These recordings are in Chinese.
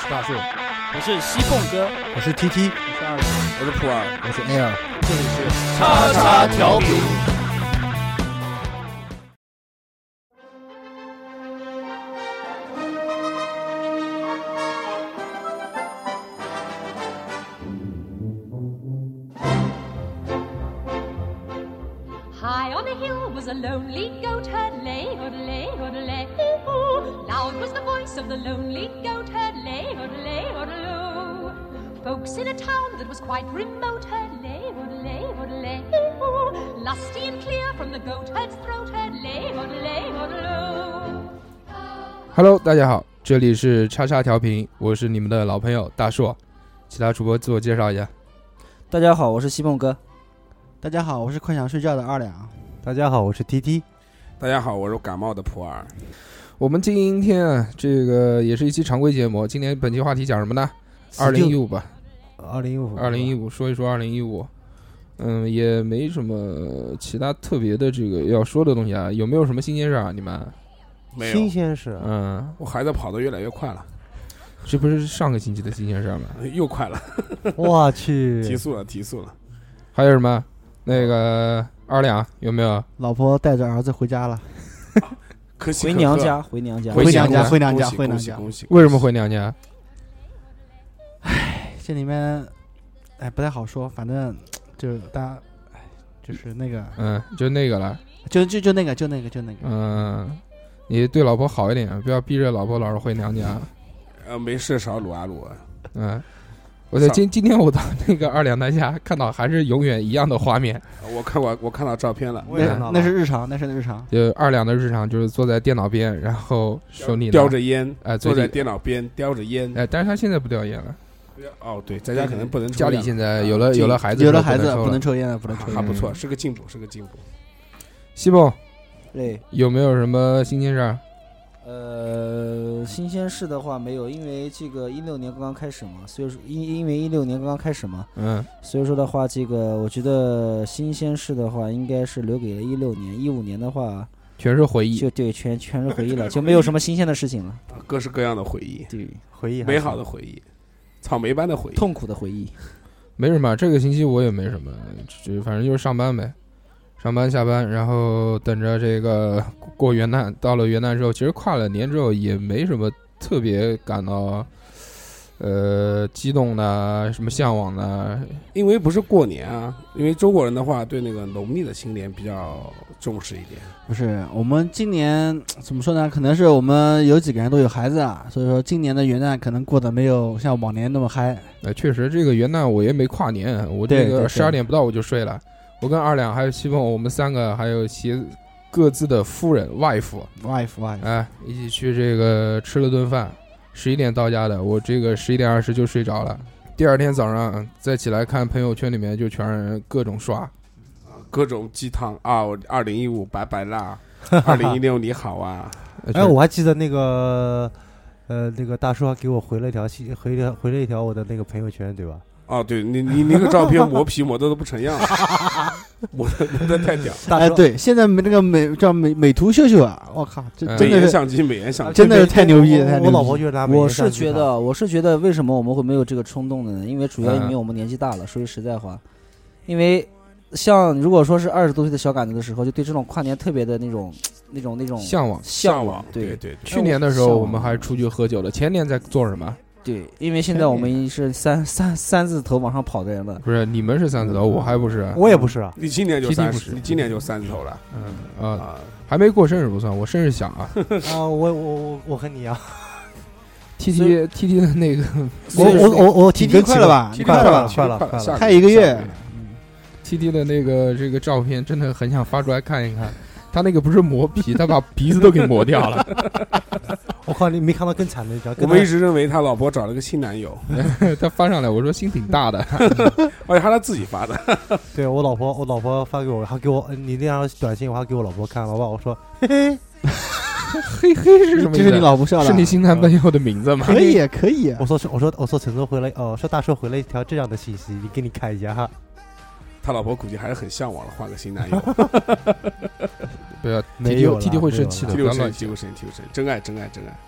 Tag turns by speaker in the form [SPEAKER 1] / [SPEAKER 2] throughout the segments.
[SPEAKER 1] 是大树，
[SPEAKER 2] 我是西贡哥，
[SPEAKER 1] 我是 TT，
[SPEAKER 2] 我是二狗，
[SPEAKER 3] 我是普洱，
[SPEAKER 1] 我是 Air。
[SPEAKER 2] 这里是
[SPEAKER 3] 叉叉调频。
[SPEAKER 4] High on a hill was a lonely goat herd, lay, odelay, odelay, ooh, ooh. Loud was the voice of the lonely goat herd, lay, odelay, odeloo. Folks in a town that was quite remote heard, lay, odelay, odelay, ooh, ooh. Lusty and clear from the goat herd's throat, heard, lay, odelay, odeloo.
[SPEAKER 5] Hello，大家好，这里是叉叉调频，我是你们的老朋友大硕。其他主播自我介绍一下。
[SPEAKER 6] 大家好，我是西梦哥。
[SPEAKER 7] 大家好，我是困想睡觉的二两。
[SPEAKER 1] 大家好，我是 TT。
[SPEAKER 3] 大家好，我是感冒的普洱。
[SPEAKER 5] 我们今天啊，这个也是一期常规节目。今天本期话题讲什么呢？二零一五吧，
[SPEAKER 1] 二零一五，
[SPEAKER 5] 二零一五，说一说二零一五。嗯，也没什么其他特别的这个要说的东西啊。有没有什么新鲜事儿啊？你们？
[SPEAKER 3] 没
[SPEAKER 1] 新
[SPEAKER 3] 有，
[SPEAKER 1] 鲜事，啊
[SPEAKER 5] 嗯，
[SPEAKER 3] 我孩子跑得越来越快了，
[SPEAKER 5] 这不是上个星期的新鲜事儿吗？
[SPEAKER 3] 又快了，
[SPEAKER 1] 我
[SPEAKER 3] 提
[SPEAKER 1] 去，
[SPEAKER 3] 速了，提速了。
[SPEAKER 5] 还有什么？那个二两有没有？
[SPEAKER 7] 老婆带着儿子回家了，
[SPEAKER 3] 可喜
[SPEAKER 6] 回
[SPEAKER 3] 可
[SPEAKER 6] 娘
[SPEAKER 3] 贺，
[SPEAKER 6] 家，回娘家。
[SPEAKER 5] 回
[SPEAKER 7] 娘
[SPEAKER 5] 家
[SPEAKER 7] 家，回娘
[SPEAKER 3] 恭
[SPEAKER 7] 家，
[SPEAKER 3] 喜
[SPEAKER 7] 回娘
[SPEAKER 3] 恭喜
[SPEAKER 7] 家。
[SPEAKER 3] 恭喜！
[SPEAKER 5] 为什么回娘家？
[SPEAKER 7] 这里面，哎，不太好说，反正就是大家，哎，就是那个，
[SPEAKER 5] 嗯，就那个了。
[SPEAKER 7] 就就就那个，就那个，就那个。
[SPEAKER 5] 嗯，你对老婆好一点，不要逼着老婆老是回娘家。
[SPEAKER 3] 呃，没事少撸啊撸啊。
[SPEAKER 5] 嗯，我在
[SPEAKER 3] 上
[SPEAKER 5] 今今天我到那个二两他家看到还是永远一样的画面，
[SPEAKER 3] 我看我我看到照片了，
[SPEAKER 1] 我也看
[SPEAKER 7] 那
[SPEAKER 1] 到
[SPEAKER 7] 那
[SPEAKER 1] 了
[SPEAKER 7] 是日常，那是日常。
[SPEAKER 5] 就二两的日常就是坐在电脑边，然后手里拿
[SPEAKER 3] 叼，着烟，
[SPEAKER 5] 哎，
[SPEAKER 3] 坐在
[SPEAKER 5] 嘴里
[SPEAKER 3] 电脑边叼着烟。
[SPEAKER 5] 哎，但是他现在不叼烟了，
[SPEAKER 3] 哦，对，在家可能不能抽
[SPEAKER 5] 家里
[SPEAKER 3] 烟
[SPEAKER 5] 现在有了
[SPEAKER 3] 啊
[SPEAKER 5] 有了孩子，
[SPEAKER 7] 有了孩子，
[SPEAKER 5] 不
[SPEAKER 7] 不能
[SPEAKER 5] 能抽了。
[SPEAKER 7] 抽烟了，不能抽
[SPEAKER 3] 还
[SPEAKER 7] 烟。
[SPEAKER 3] 还啊不错，是个进步，是个进步。
[SPEAKER 5] 西蒙
[SPEAKER 6] 对，
[SPEAKER 5] 有没有什么新鲜事儿？
[SPEAKER 6] 呃，新鲜事的话没有，因为这个一六年刚刚开始嘛，所以说因因为一六年刚刚开始嘛，
[SPEAKER 5] 嗯，
[SPEAKER 6] 所以说的话，这个我觉得新鲜事的话，应该是留给了一六年、一五年的话，
[SPEAKER 5] 全是回忆。
[SPEAKER 6] 就对全全是回忆了，就没有什么新鲜的事情了。
[SPEAKER 3] 啊各式各样的回忆，
[SPEAKER 6] 对，
[SPEAKER 1] 回忆还
[SPEAKER 3] 美好的回忆，草莓般的回忆。
[SPEAKER 6] 痛苦的回忆。
[SPEAKER 5] 没什么，这个星期我也没什么，就反正就是上班呗，上班下班，然后等着这个过元旦。到了元旦之后，其实跨了年之后也没什么特别感到呃激动的、啊什么向往的。啊
[SPEAKER 3] 因为不是过年啊，因为中国人的话对那个农历的新年比较重视一点。
[SPEAKER 7] 不是，我们今年怎么说呢？可能是我们有几个人都有孩子啊，所以说今年的元旦可能过得没有像往年那么嗨。
[SPEAKER 5] 呃，确实这个元旦我也没跨年，啊我
[SPEAKER 7] 对
[SPEAKER 5] 这
[SPEAKER 7] 对
[SPEAKER 5] 个
[SPEAKER 7] 对
[SPEAKER 5] 十二点不到我就睡了。我跟二两还有西凤，我们三个还有其各自的夫人、外父，
[SPEAKER 7] wife wife，
[SPEAKER 5] 哎，一起去这个吃了顿饭，十一点到家的，我这个十一点二十就睡着了。第二天早上再起来看朋友圈里面就全是各种刷，
[SPEAKER 3] 各种鸡汤啊！二零一五拜拜啦， 二零一六你好啊！
[SPEAKER 5] 呃
[SPEAKER 1] 哎，我还记得那个，呃，那个大叔还给我回了一条信，回了回了一条我的那个朋友圈，对吧？
[SPEAKER 3] 哦，对你你你那个照片 磨皮磨的都不成样了， 磨的磨的太屌，
[SPEAKER 1] 大
[SPEAKER 7] 哎，
[SPEAKER 1] 叔，
[SPEAKER 7] 对，现在美那个美叫美美图秀秀啊，我靠，这
[SPEAKER 5] 嗯
[SPEAKER 7] 真
[SPEAKER 3] 美
[SPEAKER 7] 的
[SPEAKER 3] 颜
[SPEAKER 7] 是
[SPEAKER 3] 相机，美颜相
[SPEAKER 1] 啊
[SPEAKER 3] 机。
[SPEAKER 7] 真的是
[SPEAKER 1] 对对
[SPEAKER 7] 太牛逼
[SPEAKER 1] 我
[SPEAKER 7] 了太牛逼
[SPEAKER 1] 我老婆就拿美
[SPEAKER 6] 我
[SPEAKER 1] 颜
[SPEAKER 6] 是
[SPEAKER 1] 相机
[SPEAKER 6] 觉
[SPEAKER 1] 看，
[SPEAKER 6] 得，我是觉得，为什么我们会没有这个冲动的呢？因为主要因为
[SPEAKER 5] 嗯
[SPEAKER 6] 我们年纪大了。说句实在话，因为像如果说是二十多岁的小杆子的时候，就对这种跨年特别的那种、那种、那种
[SPEAKER 5] 向
[SPEAKER 1] 哎
[SPEAKER 5] 往。
[SPEAKER 3] 向
[SPEAKER 6] 向
[SPEAKER 3] 往，对
[SPEAKER 6] 对
[SPEAKER 3] 对，对
[SPEAKER 5] 去年的时候
[SPEAKER 6] 向往
[SPEAKER 5] 我们还出去喝酒了，前年在做什么？
[SPEAKER 6] 对，因为现在我们是三三三字头往上跑的人了。
[SPEAKER 5] 不是你们是三字头，我还不是，
[SPEAKER 1] 嗯我也不 是啊，
[SPEAKER 3] 你今年就
[SPEAKER 5] 七弟
[SPEAKER 3] 三
[SPEAKER 5] 不
[SPEAKER 3] 十，
[SPEAKER 5] 是
[SPEAKER 3] 你今年就三十头了
[SPEAKER 5] 嗯啊、
[SPEAKER 3] 啊！
[SPEAKER 5] 还没过生日不算，我生日小 啊。
[SPEAKER 1] 啊，我我我我和你一样，
[SPEAKER 5] T T T T 的那个，
[SPEAKER 6] 所
[SPEAKER 7] 我
[SPEAKER 6] 以说
[SPEAKER 7] 我我我提
[SPEAKER 1] 你跟
[SPEAKER 7] 提快了吧，
[SPEAKER 3] 七
[SPEAKER 7] 你
[SPEAKER 3] 弟
[SPEAKER 1] 快
[SPEAKER 7] 啊快
[SPEAKER 1] 了
[SPEAKER 7] 了
[SPEAKER 1] 吧快了快了
[SPEAKER 3] 七弟
[SPEAKER 7] 吧，
[SPEAKER 3] 下
[SPEAKER 7] 还有一个月
[SPEAKER 3] 下
[SPEAKER 6] 嗯
[SPEAKER 5] T T 的那个这个照片，真的很想发出来看一看。他那个不是磨皮，他把鼻子都给磨掉了。
[SPEAKER 1] 我靠，你没看到更惨的一条，
[SPEAKER 3] 我
[SPEAKER 1] 跟
[SPEAKER 3] 们一
[SPEAKER 1] 他
[SPEAKER 3] 直认为他老婆找了个新男友，
[SPEAKER 5] 他发上来，我说心挺大的。
[SPEAKER 3] 而且还他自己发的，
[SPEAKER 1] 对我老婆，我老婆发给我，还给我呃你那条短信，我还给我老婆看，老婆我说，嘿嘿，
[SPEAKER 5] 嘿嘿是什么意
[SPEAKER 7] 这
[SPEAKER 5] 思？
[SPEAKER 7] 是你老婆笑了，
[SPEAKER 5] 是你新男朋友的名字吗？
[SPEAKER 7] 可以可以，
[SPEAKER 1] 我说我说我说陈总回来，哦，说大叔回了一条这样的信息，你给你看一下哈，
[SPEAKER 3] 他老婆估计还是很向往的，换个新男友。
[SPEAKER 5] 不要
[SPEAKER 1] 没有了
[SPEAKER 5] T T 会生气的，不
[SPEAKER 3] 第六
[SPEAKER 5] 要
[SPEAKER 3] 声，
[SPEAKER 5] 乱
[SPEAKER 3] 第
[SPEAKER 5] 讲。
[SPEAKER 3] 六声，第六声，真爱，真爱，真爱。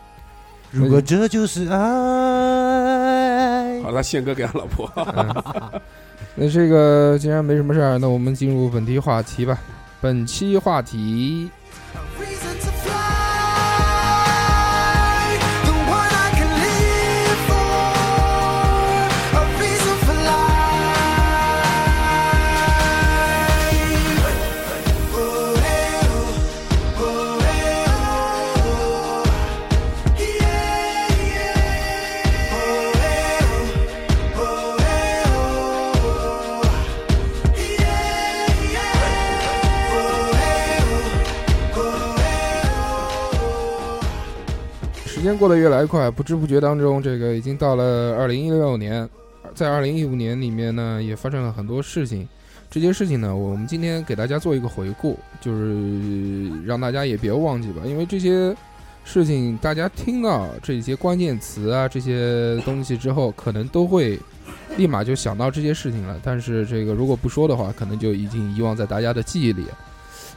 [SPEAKER 1] 如果这就是爱，
[SPEAKER 3] 好，他宪哥给他老婆，
[SPEAKER 5] 嗯 那这个既然没什么事儿，那我们进入本题话题吧。本期话题
[SPEAKER 8] Reason to fly, the one I can live for, a reason for life. Oh, hey, oh, oh, hey, oh. Yeah, yeah. Oh, hey, oh, oh, hey, oh. Yeah, yeah. Oh, hey, oh.
[SPEAKER 5] 时间过得越来越快，不知不觉当中，这个已经到了二零一六年。在二零一五年里面呢，也发生了很多事情。这些事情呢，我们今天给大家做一个回顾，就是呃让大家也别忘记吧，因为这些事情大家听到这些关键词啊这些东西之后，可能都会立马就想到这些事情了。但是这个如果不说的话，可能就已经遗忘在大家的记忆里。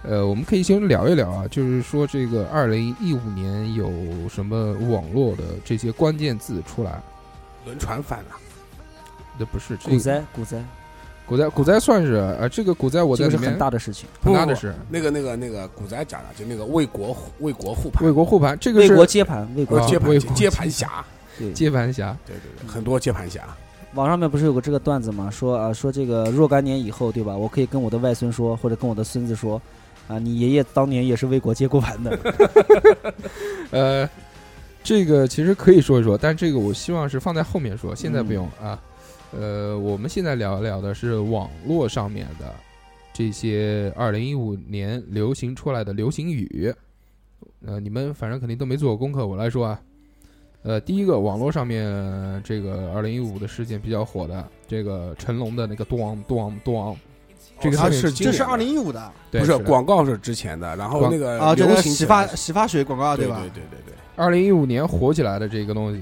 [SPEAKER 5] 呃，我们可以先聊一聊啊，就是说这个二零一五年有什么呃网络的这些关键字出来？
[SPEAKER 3] 轮船反了，
[SPEAKER 5] 那不是这
[SPEAKER 7] 股
[SPEAKER 5] 个
[SPEAKER 7] 灾，股灾，
[SPEAKER 5] 股灾，股灾算是啊、呃这个股灾我
[SPEAKER 7] 这
[SPEAKER 5] 在
[SPEAKER 7] 个
[SPEAKER 5] 里
[SPEAKER 7] 是
[SPEAKER 5] 面
[SPEAKER 7] 很大的事情。
[SPEAKER 5] 很大的事，
[SPEAKER 3] 那个那个那个古仔讲的，就那个为国护为国护盘
[SPEAKER 5] 为，国护盘，这个
[SPEAKER 7] 为
[SPEAKER 5] 是
[SPEAKER 7] 国接盘，为国
[SPEAKER 5] 啊
[SPEAKER 3] 接盘
[SPEAKER 5] 为
[SPEAKER 3] 接
[SPEAKER 5] 国
[SPEAKER 3] 接盘侠，
[SPEAKER 5] 接盘侠，
[SPEAKER 3] 对对对，很多接盘侠，
[SPEAKER 7] 网上面不是有个这个段子嘛，说啊，说这个若干年以后，对吧？我可以跟我的外孙说，或者跟我的孙子说，啊，你爷爷当年也是为国接过盘的。
[SPEAKER 5] 呃，这个其实可以说一说，但这个我希望是放在后面说，现在不用
[SPEAKER 3] 嗯
[SPEAKER 5] 啊。呃，我们现在聊聊的是网络上面的这些二零一五年流行出来的流行语。呃，你们反正肯定都没做过功课，我来说啊。呃，第一个网络上面、呃这个二零一五的事件比较火的，这个成龙的那个咚咚咚，这个
[SPEAKER 3] 他
[SPEAKER 5] 上面
[SPEAKER 3] 哦是今
[SPEAKER 6] 这是
[SPEAKER 3] 年的
[SPEAKER 6] 二零一五的
[SPEAKER 7] 呃
[SPEAKER 5] 对
[SPEAKER 3] 不是
[SPEAKER 5] 的
[SPEAKER 3] 广告是之前的，然后
[SPEAKER 5] 广
[SPEAKER 3] 那个
[SPEAKER 6] 啊，这
[SPEAKER 3] 流
[SPEAKER 6] 个
[SPEAKER 3] 行
[SPEAKER 6] 洗
[SPEAKER 3] 起
[SPEAKER 6] 发
[SPEAKER 3] 来
[SPEAKER 6] 洗发水广告
[SPEAKER 3] 对
[SPEAKER 6] 吧？
[SPEAKER 3] 对对对对，
[SPEAKER 5] 二零一五年火起来的这个东西，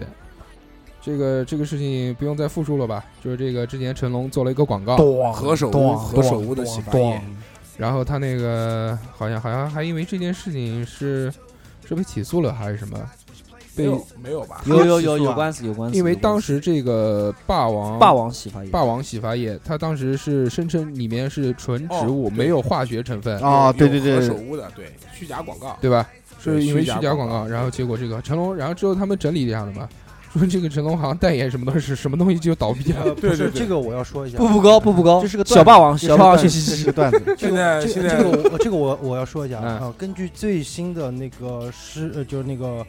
[SPEAKER 5] 这个这个事情不用再复述了吧？就是这个之前成龙做了一个广告，
[SPEAKER 1] 咚
[SPEAKER 3] 何首乌
[SPEAKER 1] 咚
[SPEAKER 3] 何首乌的洗发液，
[SPEAKER 5] 然后他那个好像好像还因为这件事情是是被起诉了还是什么？被
[SPEAKER 3] 没有没有吧？
[SPEAKER 7] 有有有有官司有官司，
[SPEAKER 5] 因为
[SPEAKER 7] 有官
[SPEAKER 5] 当
[SPEAKER 7] 司
[SPEAKER 5] 时这个霸王
[SPEAKER 7] 霸王洗发液，
[SPEAKER 5] 霸王洗发液，它当时是声称里面是纯植物，
[SPEAKER 3] 哦对哦
[SPEAKER 5] 没有化学成分，
[SPEAKER 6] 啊，
[SPEAKER 3] 有
[SPEAKER 6] 对对
[SPEAKER 3] 有
[SPEAKER 6] 对
[SPEAKER 3] 何首
[SPEAKER 6] 对，
[SPEAKER 3] 乌的对虚假广告，
[SPEAKER 5] 对吧？
[SPEAKER 3] 对
[SPEAKER 5] 是因为虚
[SPEAKER 3] 虚假
[SPEAKER 5] 假广
[SPEAKER 3] 广
[SPEAKER 5] 告，
[SPEAKER 3] 告
[SPEAKER 5] 然后结果这个成龙，然后之后他们整理一下了嘛，说这个成龙好像代言什么东西，什么东西就倒闭了。
[SPEAKER 1] 呃，不
[SPEAKER 3] 对
[SPEAKER 1] 是
[SPEAKER 3] 对
[SPEAKER 1] 这个我要说一下，
[SPEAKER 7] 步步高，步步高，
[SPEAKER 6] 这是个段
[SPEAKER 7] 小
[SPEAKER 6] 子
[SPEAKER 7] 霸王，
[SPEAKER 6] 这是
[SPEAKER 7] 小
[SPEAKER 6] 个
[SPEAKER 7] 霸王
[SPEAKER 6] 段
[SPEAKER 7] 学
[SPEAKER 6] 子
[SPEAKER 7] 习
[SPEAKER 6] 这是
[SPEAKER 7] 机
[SPEAKER 6] 个。段子，
[SPEAKER 1] 这
[SPEAKER 3] 现在
[SPEAKER 1] 个这
[SPEAKER 3] 现
[SPEAKER 1] 个
[SPEAKER 3] 在
[SPEAKER 1] 这个我这个我我要说一下
[SPEAKER 5] 嗯
[SPEAKER 1] 啊，根据最新的那个食呃就是那个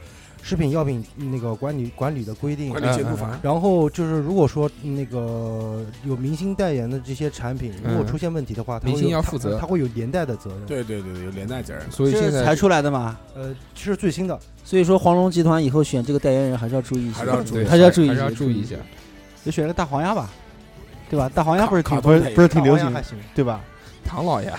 [SPEAKER 1] 食品药品那个管理管理的规定啊
[SPEAKER 3] 管，理监督法，
[SPEAKER 1] 然后就是如果说那个有明星代言的这些产品，如果
[SPEAKER 5] 嗯
[SPEAKER 1] 出现问题的话，它
[SPEAKER 5] 明
[SPEAKER 1] 会
[SPEAKER 5] 星
[SPEAKER 1] 有
[SPEAKER 5] 要
[SPEAKER 1] 它
[SPEAKER 5] 负责
[SPEAKER 1] 它会有连带的责任。
[SPEAKER 3] 对对对对，有连带责任。
[SPEAKER 5] 所以现
[SPEAKER 6] 这才
[SPEAKER 7] 哎
[SPEAKER 5] 在
[SPEAKER 6] 出来的嘛，
[SPEAKER 1] 呃，这是最新的，
[SPEAKER 7] 所以说黄龙集团以后选这个代言人还是要注意一下
[SPEAKER 3] 还是，要注
[SPEAKER 5] 对
[SPEAKER 3] 意，
[SPEAKER 7] 还是要注意
[SPEAKER 5] 还
[SPEAKER 7] 一
[SPEAKER 5] 是
[SPEAKER 7] 下
[SPEAKER 5] 要，注意一下。
[SPEAKER 6] 就选了个大黄鸭吧，对吧？大黄鸭
[SPEAKER 3] 卡
[SPEAKER 6] 不是挺
[SPEAKER 3] 卡
[SPEAKER 6] 不
[SPEAKER 3] 通
[SPEAKER 6] 是
[SPEAKER 3] 配
[SPEAKER 6] 不是挺
[SPEAKER 1] 大
[SPEAKER 6] 流
[SPEAKER 1] 黄
[SPEAKER 6] 行
[SPEAKER 1] 鸭还
[SPEAKER 6] 的，
[SPEAKER 1] 行。
[SPEAKER 6] 对吧？
[SPEAKER 5] 唐老爷，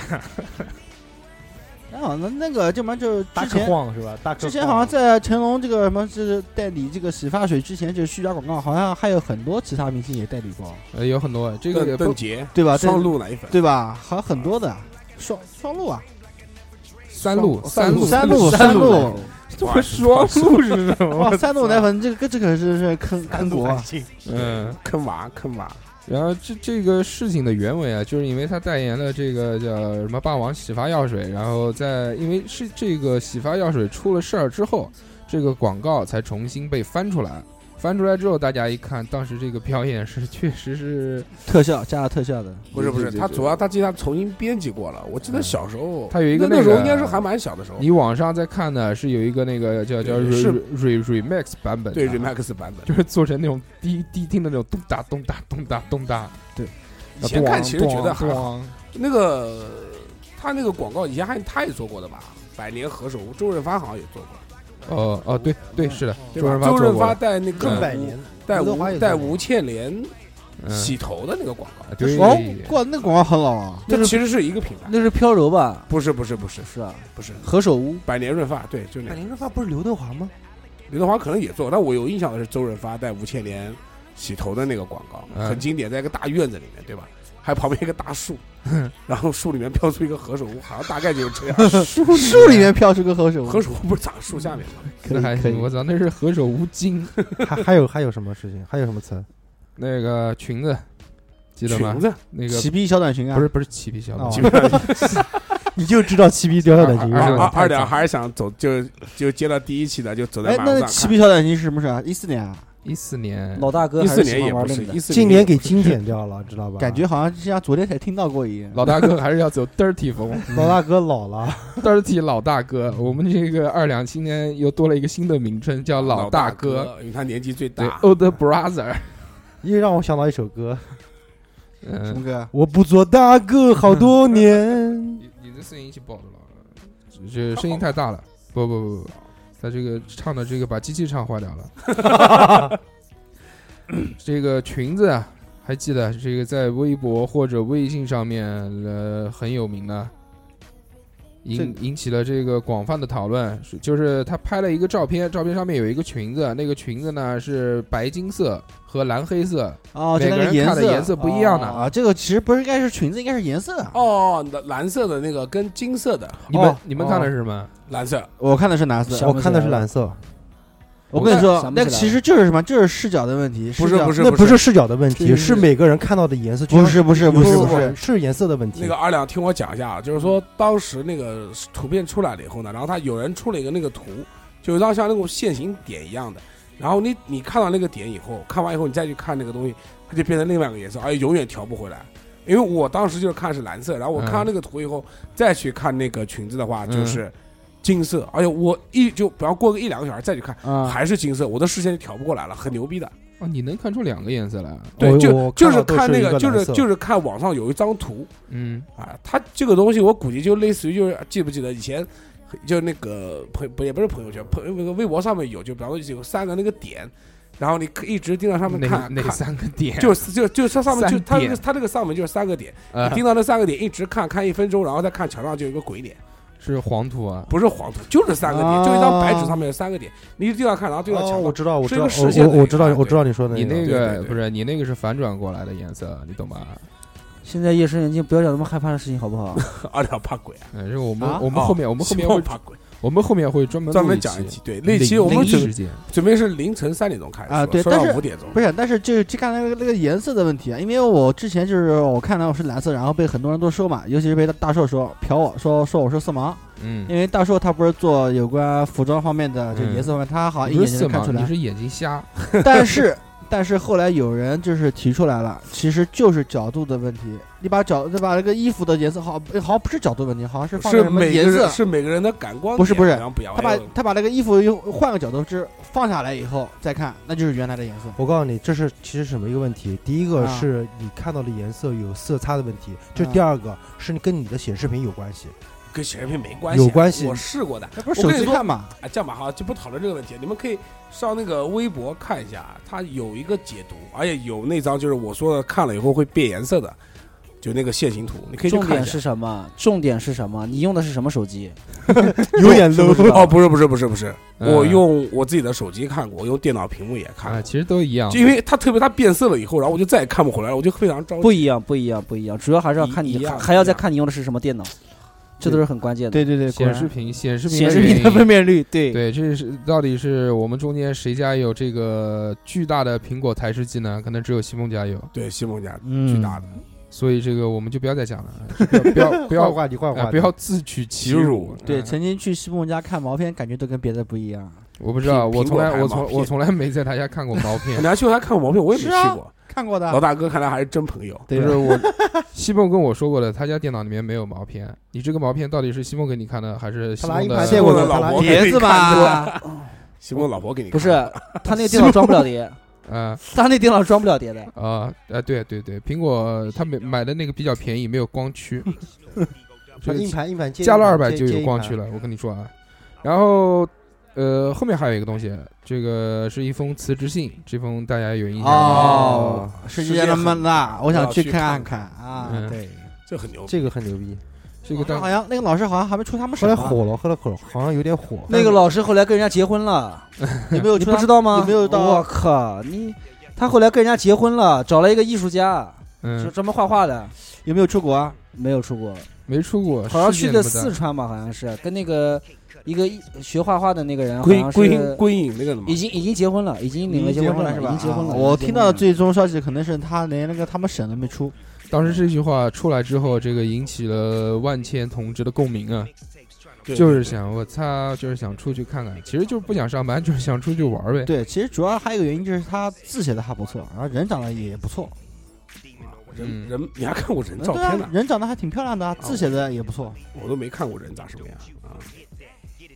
[SPEAKER 6] 然后啊那那个这么就
[SPEAKER 1] 大
[SPEAKER 6] 之
[SPEAKER 1] 客
[SPEAKER 6] 前
[SPEAKER 1] 晃是吧？大客
[SPEAKER 6] 之前好像在成龙这个什么这个代理这个洗发水之前，这个虚假广告好像还有很多其他明星也代理过，
[SPEAKER 5] 呃，有很多这个
[SPEAKER 3] 邓邓
[SPEAKER 5] 不
[SPEAKER 3] 婕
[SPEAKER 6] 对吧？
[SPEAKER 3] 双鹿奶粉，
[SPEAKER 6] 对吧？还有很多的双双鹿啊，
[SPEAKER 5] 三鹿，
[SPEAKER 6] 三
[SPEAKER 5] 鹿，
[SPEAKER 6] 三
[SPEAKER 5] 鹿，
[SPEAKER 6] 鹿
[SPEAKER 5] 三
[SPEAKER 6] 三 鹿，
[SPEAKER 5] 怎么 双鹿是什
[SPEAKER 6] 哇，
[SPEAKER 5] 么？
[SPEAKER 6] 三鹿奶粉这个这可是是坑坑国啊，
[SPEAKER 5] 嗯，
[SPEAKER 3] 坑娃坑娃，
[SPEAKER 5] 然后这这个事情的原委啊，就是因为他代言了这个叫什么霸王洗发药水，然后在因为是这个洗发药水出了事儿之后，这个广告才重新被翻出来。翻出来之后，大家一看，当时这个表演是 确实是，
[SPEAKER 6] 特效加了特效的，
[SPEAKER 3] 不是不是，
[SPEAKER 5] 对嗯
[SPEAKER 3] 他主要他记得他重新编辑过了。我记得小时候，
[SPEAKER 5] 他有一个
[SPEAKER 3] 那
[SPEAKER 5] 那
[SPEAKER 3] 时候
[SPEAKER 5] 个
[SPEAKER 3] 应该是还蛮小的时候，
[SPEAKER 5] 你网上在看的是有一个那个叫叫
[SPEAKER 3] 对是
[SPEAKER 5] re re remix 版本的，
[SPEAKER 3] 对 Remax 版本。
[SPEAKER 5] 就是做成那种低低听的那种咚哒咚哒咚哒咚哒。
[SPEAKER 3] 以前看其实觉
[SPEAKER 5] 啊
[SPEAKER 3] 得还好，
[SPEAKER 5] 好，
[SPEAKER 3] 那个他那个广告以前还他也做过的吧，百年何首乌，周润发好像也做过，
[SPEAKER 5] 哦哦，对对是的，
[SPEAKER 3] 对
[SPEAKER 5] 周
[SPEAKER 3] 吧
[SPEAKER 5] 润？发
[SPEAKER 3] 周
[SPEAKER 5] 做
[SPEAKER 3] 润
[SPEAKER 5] 过
[SPEAKER 3] 发
[SPEAKER 5] 的，
[SPEAKER 3] 带那
[SPEAKER 1] 更
[SPEAKER 3] 个
[SPEAKER 1] 百年，
[SPEAKER 3] 带
[SPEAKER 1] 刘德华
[SPEAKER 3] 吴
[SPEAKER 1] 也
[SPEAKER 3] 带
[SPEAKER 1] 做过
[SPEAKER 3] 吴倩莲
[SPEAKER 5] 嗯，啊
[SPEAKER 3] 洗头的那个广告，
[SPEAKER 5] 对，
[SPEAKER 6] 哦，过那广告很老啊，
[SPEAKER 3] 这其实是一个品牌，
[SPEAKER 7] 那是飘柔吧？
[SPEAKER 3] 不是不是不是
[SPEAKER 7] 是啊，
[SPEAKER 3] 不是
[SPEAKER 6] 何首乌
[SPEAKER 3] 百年润发，对，就那
[SPEAKER 1] 百
[SPEAKER 3] 个
[SPEAKER 1] 年润发不是刘德华吗？
[SPEAKER 3] 刘德华可能也做过，但我有印象的是周润发带吴倩莲洗头的那个广告，
[SPEAKER 5] 嗯
[SPEAKER 3] 很经典，在一个大院子里面，对吧？还旁边一个大树， 然后树里面飘出一个何首乌，好像大概就是这样。
[SPEAKER 6] 树树里面飘出个何首乌，
[SPEAKER 3] 何首乌不是长树下面吗？
[SPEAKER 6] 可
[SPEAKER 5] 那
[SPEAKER 6] 以
[SPEAKER 5] 还
[SPEAKER 6] 可
[SPEAKER 5] 行，
[SPEAKER 6] 以
[SPEAKER 5] 我操，那是何首乌金，
[SPEAKER 1] 还还有还有什么事情？还有什么词？
[SPEAKER 5] 那个裙子，记得吗
[SPEAKER 3] 裙？子，哦
[SPEAKER 5] 那个
[SPEAKER 6] 齐逼小短裙啊，
[SPEAKER 5] 不是不是齐皮小短
[SPEAKER 3] 基本上
[SPEAKER 1] 哦 你就知道七逼雕像的裙
[SPEAKER 5] 二
[SPEAKER 3] 二
[SPEAKER 5] 十
[SPEAKER 1] 子
[SPEAKER 5] 万
[SPEAKER 3] 二
[SPEAKER 5] 太
[SPEAKER 3] 啊二两
[SPEAKER 5] 惨
[SPEAKER 3] 还是想走，就就接到第一期的，就走在
[SPEAKER 6] 哎，
[SPEAKER 3] 马
[SPEAKER 6] 那
[SPEAKER 3] 路
[SPEAKER 6] 那
[SPEAKER 3] 上
[SPEAKER 6] 齐
[SPEAKER 3] 看。
[SPEAKER 6] 逼小短裙是什么时候啊？一四年啊，
[SPEAKER 5] 一四年，
[SPEAKER 7] 老大哥
[SPEAKER 3] 一
[SPEAKER 7] 还
[SPEAKER 3] 四
[SPEAKER 7] 是喜
[SPEAKER 3] 年
[SPEAKER 7] 欢
[SPEAKER 3] 也不
[SPEAKER 7] 玩
[SPEAKER 3] 是
[SPEAKER 7] 愣的
[SPEAKER 3] 一，四
[SPEAKER 1] 今年给精简掉了，知道吧？
[SPEAKER 6] 感觉好像之前昨天才听到过一样。
[SPEAKER 5] 老大哥还是要走 dirty 风
[SPEAKER 1] 老大哥老了，
[SPEAKER 5] ，dirty 老大哥。我们这个二两今年又多了一个新的名称，叫
[SPEAKER 3] 老
[SPEAKER 5] 大
[SPEAKER 3] 哥
[SPEAKER 5] 哥，，
[SPEAKER 3] 因为他年纪最
[SPEAKER 5] 对哦
[SPEAKER 3] 大。
[SPEAKER 5] ，old brother。
[SPEAKER 1] 又让我想到一首歌，
[SPEAKER 6] 什么
[SPEAKER 5] 嗯，
[SPEAKER 6] 歌？
[SPEAKER 1] 我不做大哥好 多年。
[SPEAKER 5] 你你的声音一起爆的了，这声音太大了。不不不不，他这个唱的这个把机器唱坏掉了。 这个裙子啊，还记得这个在微博或者微信上面呃很有名的，引引起了这个广泛的讨论。是就是他拍了一个照片，照片上面有一个裙子，那个裙子呢是白金色和蓝黑色，
[SPEAKER 6] 哦，就
[SPEAKER 5] 每个
[SPEAKER 6] 那个
[SPEAKER 5] 人
[SPEAKER 6] 颜
[SPEAKER 5] 看的
[SPEAKER 6] 色
[SPEAKER 5] 颜色不一样的
[SPEAKER 6] 啊。这个其实不是应该是裙子，应该是颜色啊。
[SPEAKER 3] 哦，蓝蓝色的那个跟金色的
[SPEAKER 5] 你们、
[SPEAKER 1] 哦
[SPEAKER 5] 你们看的是什么？
[SPEAKER 3] 蓝色，
[SPEAKER 6] 我看的是蓝色。
[SPEAKER 7] 想
[SPEAKER 1] 我
[SPEAKER 7] 不起
[SPEAKER 1] 看的
[SPEAKER 7] 来
[SPEAKER 1] 是
[SPEAKER 7] 了
[SPEAKER 1] 蓝色，
[SPEAKER 6] 我跟你说
[SPEAKER 7] 想，不起
[SPEAKER 6] 那
[SPEAKER 7] 来
[SPEAKER 6] 个其实就是什么？就是视角的问题。
[SPEAKER 3] 不是
[SPEAKER 6] 视角
[SPEAKER 3] 不是
[SPEAKER 1] 那
[SPEAKER 3] 不
[SPEAKER 1] 是视角的问题，
[SPEAKER 6] 是
[SPEAKER 1] 是每个人看到的颜色。
[SPEAKER 6] 不是不是
[SPEAKER 1] 就
[SPEAKER 6] 不
[SPEAKER 1] 像
[SPEAKER 6] 是
[SPEAKER 1] 有
[SPEAKER 6] 不
[SPEAKER 1] 时候
[SPEAKER 6] 是，
[SPEAKER 1] 是颜色的问题。
[SPEAKER 3] 那个二两，听我讲一下啊，就是说当时那个图片出来了以后呢，然后他有人出了一个那个图，就有一张像那种线形点一样的，然后你你看到那个点以后，看完以后你再去看那个东西，它就变成另外一个颜色，而且永远调不回来。因为我当时就是看是蓝色，然后我看
[SPEAKER 1] 嗯
[SPEAKER 3] 到那个图以后，再去看那个裙子的话，
[SPEAKER 5] 嗯
[SPEAKER 3] 就是金色，而且我一就比方过个一两个小时再去看，
[SPEAKER 1] 嗯
[SPEAKER 6] 啊，
[SPEAKER 3] 还是金色，我的视线就调不过来了，很牛逼的。
[SPEAKER 5] 哦，你能看出两个颜色来啊？
[SPEAKER 3] 对，
[SPEAKER 1] 我
[SPEAKER 3] 就
[SPEAKER 1] 我
[SPEAKER 3] 就
[SPEAKER 1] 看
[SPEAKER 3] 是
[SPEAKER 1] 到都
[SPEAKER 3] 看那
[SPEAKER 1] 一个，。
[SPEAKER 3] 就是就是是看网上有一张图，
[SPEAKER 5] 嗯。
[SPEAKER 3] 啊，它这个东西我估计就类似于就是记不记得以前就那个朋不也不是朋友圈，朋那个微博上面有，就比方说有三个那个点，然后你可一直盯到上面
[SPEAKER 5] 哪
[SPEAKER 3] 看
[SPEAKER 5] 哪
[SPEAKER 3] 看，
[SPEAKER 5] 三个点？
[SPEAKER 3] 就是就就它上面就
[SPEAKER 5] 三
[SPEAKER 3] 它那个
[SPEAKER 5] 点
[SPEAKER 3] 它这个上面就是三个点，
[SPEAKER 5] 呃
[SPEAKER 3] 盯到那三个点一直看看一分钟，然后再看墙上就有一个鬼脸，
[SPEAKER 5] 是黄土啊，
[SPEAKER 3] 不是黄图，就是三个点，就一张白纸上面有三个点，你一定要看，然后对到
[SPEAKER 1] 哦，
[SPEAKER 3] 墙
[SPEAKER 1] 我
[SPEAKER 3] 上。
[SPEAKER 1] 知道，我知
[SPEAKER 3] 是一
[SPEAKER 1] 道，
[SPEAKER 3] 个
[SPEAKER 1] 我
[SPEAKER 3] 实现的
[SPEAKER 1] 我
[SPEAKER 3] 一
[SPEAKER 1] 我
[SPEAKER 3] 个
[SPEAKER 1] 知道，
[SPEAKER 3] 对
[SPEAKER 1] 我知道你说的
[SPEAKER 5] 你那
[SPEAKER 1] 个。
[SPEAKER 3] 对对
[SPEAKER 5] 个
[SPEAKER 3] 对
[SPEAKER 5] 不是你那个是反转过来的颜色，啊你懂吧？
[SPEAKER 7] 现在夜深人静，不要讲那么害怕的事情，好不好？
[SPEAKER 3] 二两怕鬼啊，
[SPEAKER 5] 嗯，是我们
[SPEAKER 6] 啊
[SPEAKER 5] 我们后面
[SPEAKER 3] 哦
[SPEAKER 5] 我们后面
[SPEAKER 3] 希望
[SPEAKER 5] 会
[SPEAKER 3] 怕鬼，
[SPEAKER 5] 我们后面会专门
[SPEAKER 3] 专
[SPEAKER 5] 录
[SPEAKER 3] 门
[SPEAKER 5] 一
[SPEAKER 3] 讲一
[SPEAKER 5] 期
[SPEAKER 3] 期。对，那期我们
[SPEAKER 5] 灵异
[SPEAKER 3] 准
[SPEAKER 5] 事件
[SPEAKER 3] 准备是凌晨三点钟开始
[SPEAKER 6] 啊
[SPEAKER 3] 说
[SPEAKER 6] 对
[SPEAKER 3] 说
[SPEAKER 6] 但
[SPEAKER 3] 到
[SPEAKER 6] 是
[SPEAKER 3] 五点钟
[SPEAKER 6] 不。是，但是就是就看那个那个颜色的问题啊，因为我之前就是我看到我是蓝色，然后被很多人都说嘛，尤其是被大硕说瞟我说说我是色盲，
[SPEAKER 5] 嗯，
[SPEAKER 6] 因为大硕他不是做有关服装方面的，就
[SPEAKER 5] 嗯
[SPEAKER 6] 颜色方面，他好像
[SPEAKER 5] 你
[SPEAKER 6] 啊一
[SPEAKER 5] 不
[SPEAKER 6] 眼
[SPEAKER 5] 是
[SPEAKER 6] 就
[SPEAKER 5] 色
[SPEAKER 6] 能看
[SPEAKER 5] 盲，
[SPEAKER 6] 出
[SPEAKER 5] 你
[SPEAKER 6] 来。
[SPEAKER 5] 是眼睛瞎。
[SPEAKER 6] 但是但是后来有人就是提出来了，其实就是角度的问题。你把角你把那个衣服的颜色好好像不是角度问题，好像是放在
[SPEAKER 3] 是
[SPEAKER 6] 什么
[SPEAKER 3] 每个
[SPEAKER 6] 颜色
[SPEAKER 3] 人。是每个人的感官
[SPEAKER 6] 不是
[SPEAKER 3] 点
[SPEAKER 6] 不是
[SPEAKER 3] 然后不一样
[SPEAKER 6] 他把
[SPEAKER 3] 哎呦
[SPEAKER 6] 他把那个衣服又换个角度之放下来以后再看，那就是原来的颜色。
[SPEAKER 1] 我告诉你，这是其实什么一个问题？第一个
[SPEAKER 6] 啊
[SPEAKER 1] 是你看到的颜色有色差的问题，这
[SPEAKER 6] 啊
[SPEAKER 1] 第二个是跟你的显示屏有关系。
[SPEAKER 3] 跟显示屏没关系啊，
[SPEAKER 1] 有关系
[SPEAKER 3] 我试过的。
[SPEAKER 7] 哎
[SPEAKER 6] 那不是
[SPEAKER 3] 我
[SPEAKER 6] 手
[SPEAKER 3] 跟你
[SPEAKER 6] 机
[SPEAKER 3] 说
[SPEAKER 6] 看嘛？
[SPEAKER 3] 啊，这样吧哈，就不讨论这个问题，你们可以上那个微博看一下，它有一个解读，而且有那张就是我说的看了以后会变颜色的，就那个线形图，你可以去
[SPEAKER 7] 重
[SPEAKER 3] 看
[SPEAKER 7] 点
[SPEAKER 3] 一下
[SPEAKER 7] 是。什么？重点是什么？你用的是什么手机？
[SPEAKER 1] 有点 low
[SPEAKER 3] 哦，不是不是不是不是，
[SPEAKER 5] 嗯
[SPEAKER 3] 我用我自己的手机看过，我用电脑屏幕也看
[SPEAKER 5] 啊，
[SPEAKER 3] 过，
[SPEAKER 5] 其实都一样
[SPEAKER 3] 就。因为它特别它变色了以后，然后我就再也看不回来了，我就非常着急。
[SPEAKER 7] 不一样，不一样，不一样，主要还是要看
[SPEAKER 3] 一一
[SPEAKER 7] 你，
[SPEAKER 3] 样
[SPEAKER 7] 还还要再
[SPEAKER 3] 一样
[SPEAKER 7] 看你用的是什么电脑，这都是很关键的。
[SPEAKER 6] 对对对，果
[SPEAKER 5] 显
[SPEAKER 6] 然
[SPEAKER 5] 示屏，显示屏，
[SPEAKER 7] 显示屏的分。辨率，对，
[SPEAKER 5] 对，这是到底是我们中间谁家有这个巨大的苹果台式机呢？可能只有西蒙家有，
[SPEAKER 3] 对，西蒙家
[SPEAKER 7] 嗯
[SPEAKER 3] 巨大的，
[SPEAKER 5] 所以这个我们就不要再讲 了，不要不要
[SPEAKER 1] 换话题，换
[SPEAKER 5] 啊
[SPEAKER 1] 话
[SPEAKER 5] 不
[SPEAKER 1] 题。
[SPEAKER 5] 要自取其辱。
[SPEAKER 6] 对，
[SPEAKER 5] 嗯
[SPEAKER 6] 曾经去西蒙家看毛片，感觉都跟别的不一样。
[SPEAKER 5] 我不知道，
[SPEAKER 3] 苹
[SPEAKER 5] 我从来
[SPEAKER 3] 苹果
[SPEAKER 5] 我
[SPEAKER 3] 还毛
[SPEAKER 5] 从
[SPEAKER 3] 片
[SPEAKER 5] 我从来没在他家看过毛片
[SPEAKER 3] 你。还去过他看过毛病，我也没
[SPEAKER 6] 是啊
[SPEAKER 3] 去过。
[SPEAKER 6] 看过
[SPEAKER 3] 老
[SPEAKER 6] 的，
[SPEAKER 3] 大哥看来还是真朋友。
[SPEAKER 5] 就
[SPEAKER 6] 对
[SPEAKER 5] 是我， 西梦跟我说过的，他家电脑里面没有毛片。你这个毛片到底是西梦给你看的，还是西
[SPEAKER 1] 他拿
[SPEAKER 5] 梦
[SPEAKER 1] 一盘
[SPEAKER 5] 的？
[SPEAKER 1] 见过的
[SPEAKER 3] 老婆
[SPEAKER 1] 他拿
[SPEAKER 6] 碟子吧？
[SPEAKER 3] 西蒙老婆给你
[SPEAKER 7] 不
[SPEAKER 3] 看
[SPEAKER 7] 是
[SPEAKER 3] 的
[SPEAKER 7] 他那个电脑装不了碟，
[SPEAKER 5] 啊
[SPEAKER 7] 他那电脑装不了碟的。
[SPEAKER 5] 啊啊！对对对，苹果他买买的那个比较便宜，没有光驱，
[SPEAKER 1] 他
[SPEAKER 5] 这
[SPEAKER 1] 硬
[SPEAKER 5] 个
[SPEAKER 1] 盘硬盘接
[SPEAKER 5] 加了
[SPEAKER 1] 一盘
[SPEAKER 5] 二百
[SPEAKER 1] 接
[SPEAKER 5] 就
[SPEAKER 1] 接
[SPEAKER 5] 有
[SPEAKER 1] 一
[SPEAKER 5] 光
[SPEAKER 1] 盘
[SPEAKER 5] 驱了。我跟你说啊，然后呃，后面还有一个东西，这个是一封辞职信，这封大家有印象吗？
[SPEAKER 6] 哦，世界那么大，我想去看看啊
[SPEAKER 5] 嗯。
[SPEAKER 6] 对，
[SPEAKER 3] 这很牛逼。
[SPEAKER 1] 这个很牛逼。
[SPEAKER 5] 这个当
[SPEAKER 6] 好像那个老师好像还没出他们省
[SPEAKER 1] 后来
[SPEAKER 6] 呢，
[SPEAKER 1] 火了，后来火了，好像有点火。
[SPEAKER 7] 啊那个老师后来跟人家结 婚了，
[SPEAKER 6] 有没有
[SPEAKER 7] 你
[SPEAKER 6] 出
[SPEAKER 7] 不
[SPEAKER 6] 他
[SPEAKER 7] 知道吗？
[SPEAKER 6] 有没有到
[SPEAKER 7] 我靠，你他后来跟人家结婚了，找了一个艺术家，就
[SPEAKER 5] 嗯
[SPEAKER 7] 专门画画的，
[SPEAKER 6] 有没有出国啊？
[SPEAKER 7] 没有出国，
[SPEAKER 5] 没出过，
[SPEAKER 7] 好像
[SPEAKER 5] 世界
[SPEAKER 7] 去
[SPEAKER 5] 那
[SPEAKER 7] 的
[SPEAKER 5] 么
[SPEAKER 7] 四
[SPEAKER 5] 大，
[SPEAKER 7] 川吧，好像是跟那个一个学画画的那个人，好
[SPEAKER 3] 归
[SPEAKER 7] 像
[SPEAKER 3] 归
[SPEAKER 7] 是
[SPEAKER 3] 隐归隐那个什么
[SPEAKER 7] 已，经已经结婚了，已经领了
[SPEAKER 6] 已经结
[SPEAKER 7] 婚
[SPEAKER 6] 婚
[SPEAKER 7] 证
[SPEAKER 6] 是
[SPEAKER 7] 了，已
[SPEAKER 6] 吧？
[SPEAKER 7] 经结婚了。
[SPEAKER 6] 啊我
[SPEAKER 7] 已经
[SPEAKER 6] 听
[SPEAKER 7] 结婚
[SPEAKER 6] 到的
[SPEAKER 7] 了
[SPEAKER 6] 最终消息可能是他连那个他们省都没出，
[SPEAKER 5] 当时这句话出来之后，这个引起了万千同志的共鸣啊，
[SPEAKER 3] 对
[SPEAKER 5] 就是想我操，就是想出去看看，其实就是不想上班，就是想出去玩儿呗。
[SPEAKER 6] 对，其实主要还有一个原因就是他字写的还不错，然后人长得也不错，
[SPEAKER 5] 嗯
[SPEAKER 3] 人人，你还看过人
[SPEAKER 6] 嗯
[SPEAKER 3] 照
[SPEAKER 6] 对
[SPEAKER 3] 片
[SPEAKER 6] 啊
[SPEAKER 3] 呢，？哦
[SPEAKER 6] 人长得还挺漂亮的啊，字写的也不错。
[SPEAKER 3] 我都没看过人长什么样啊。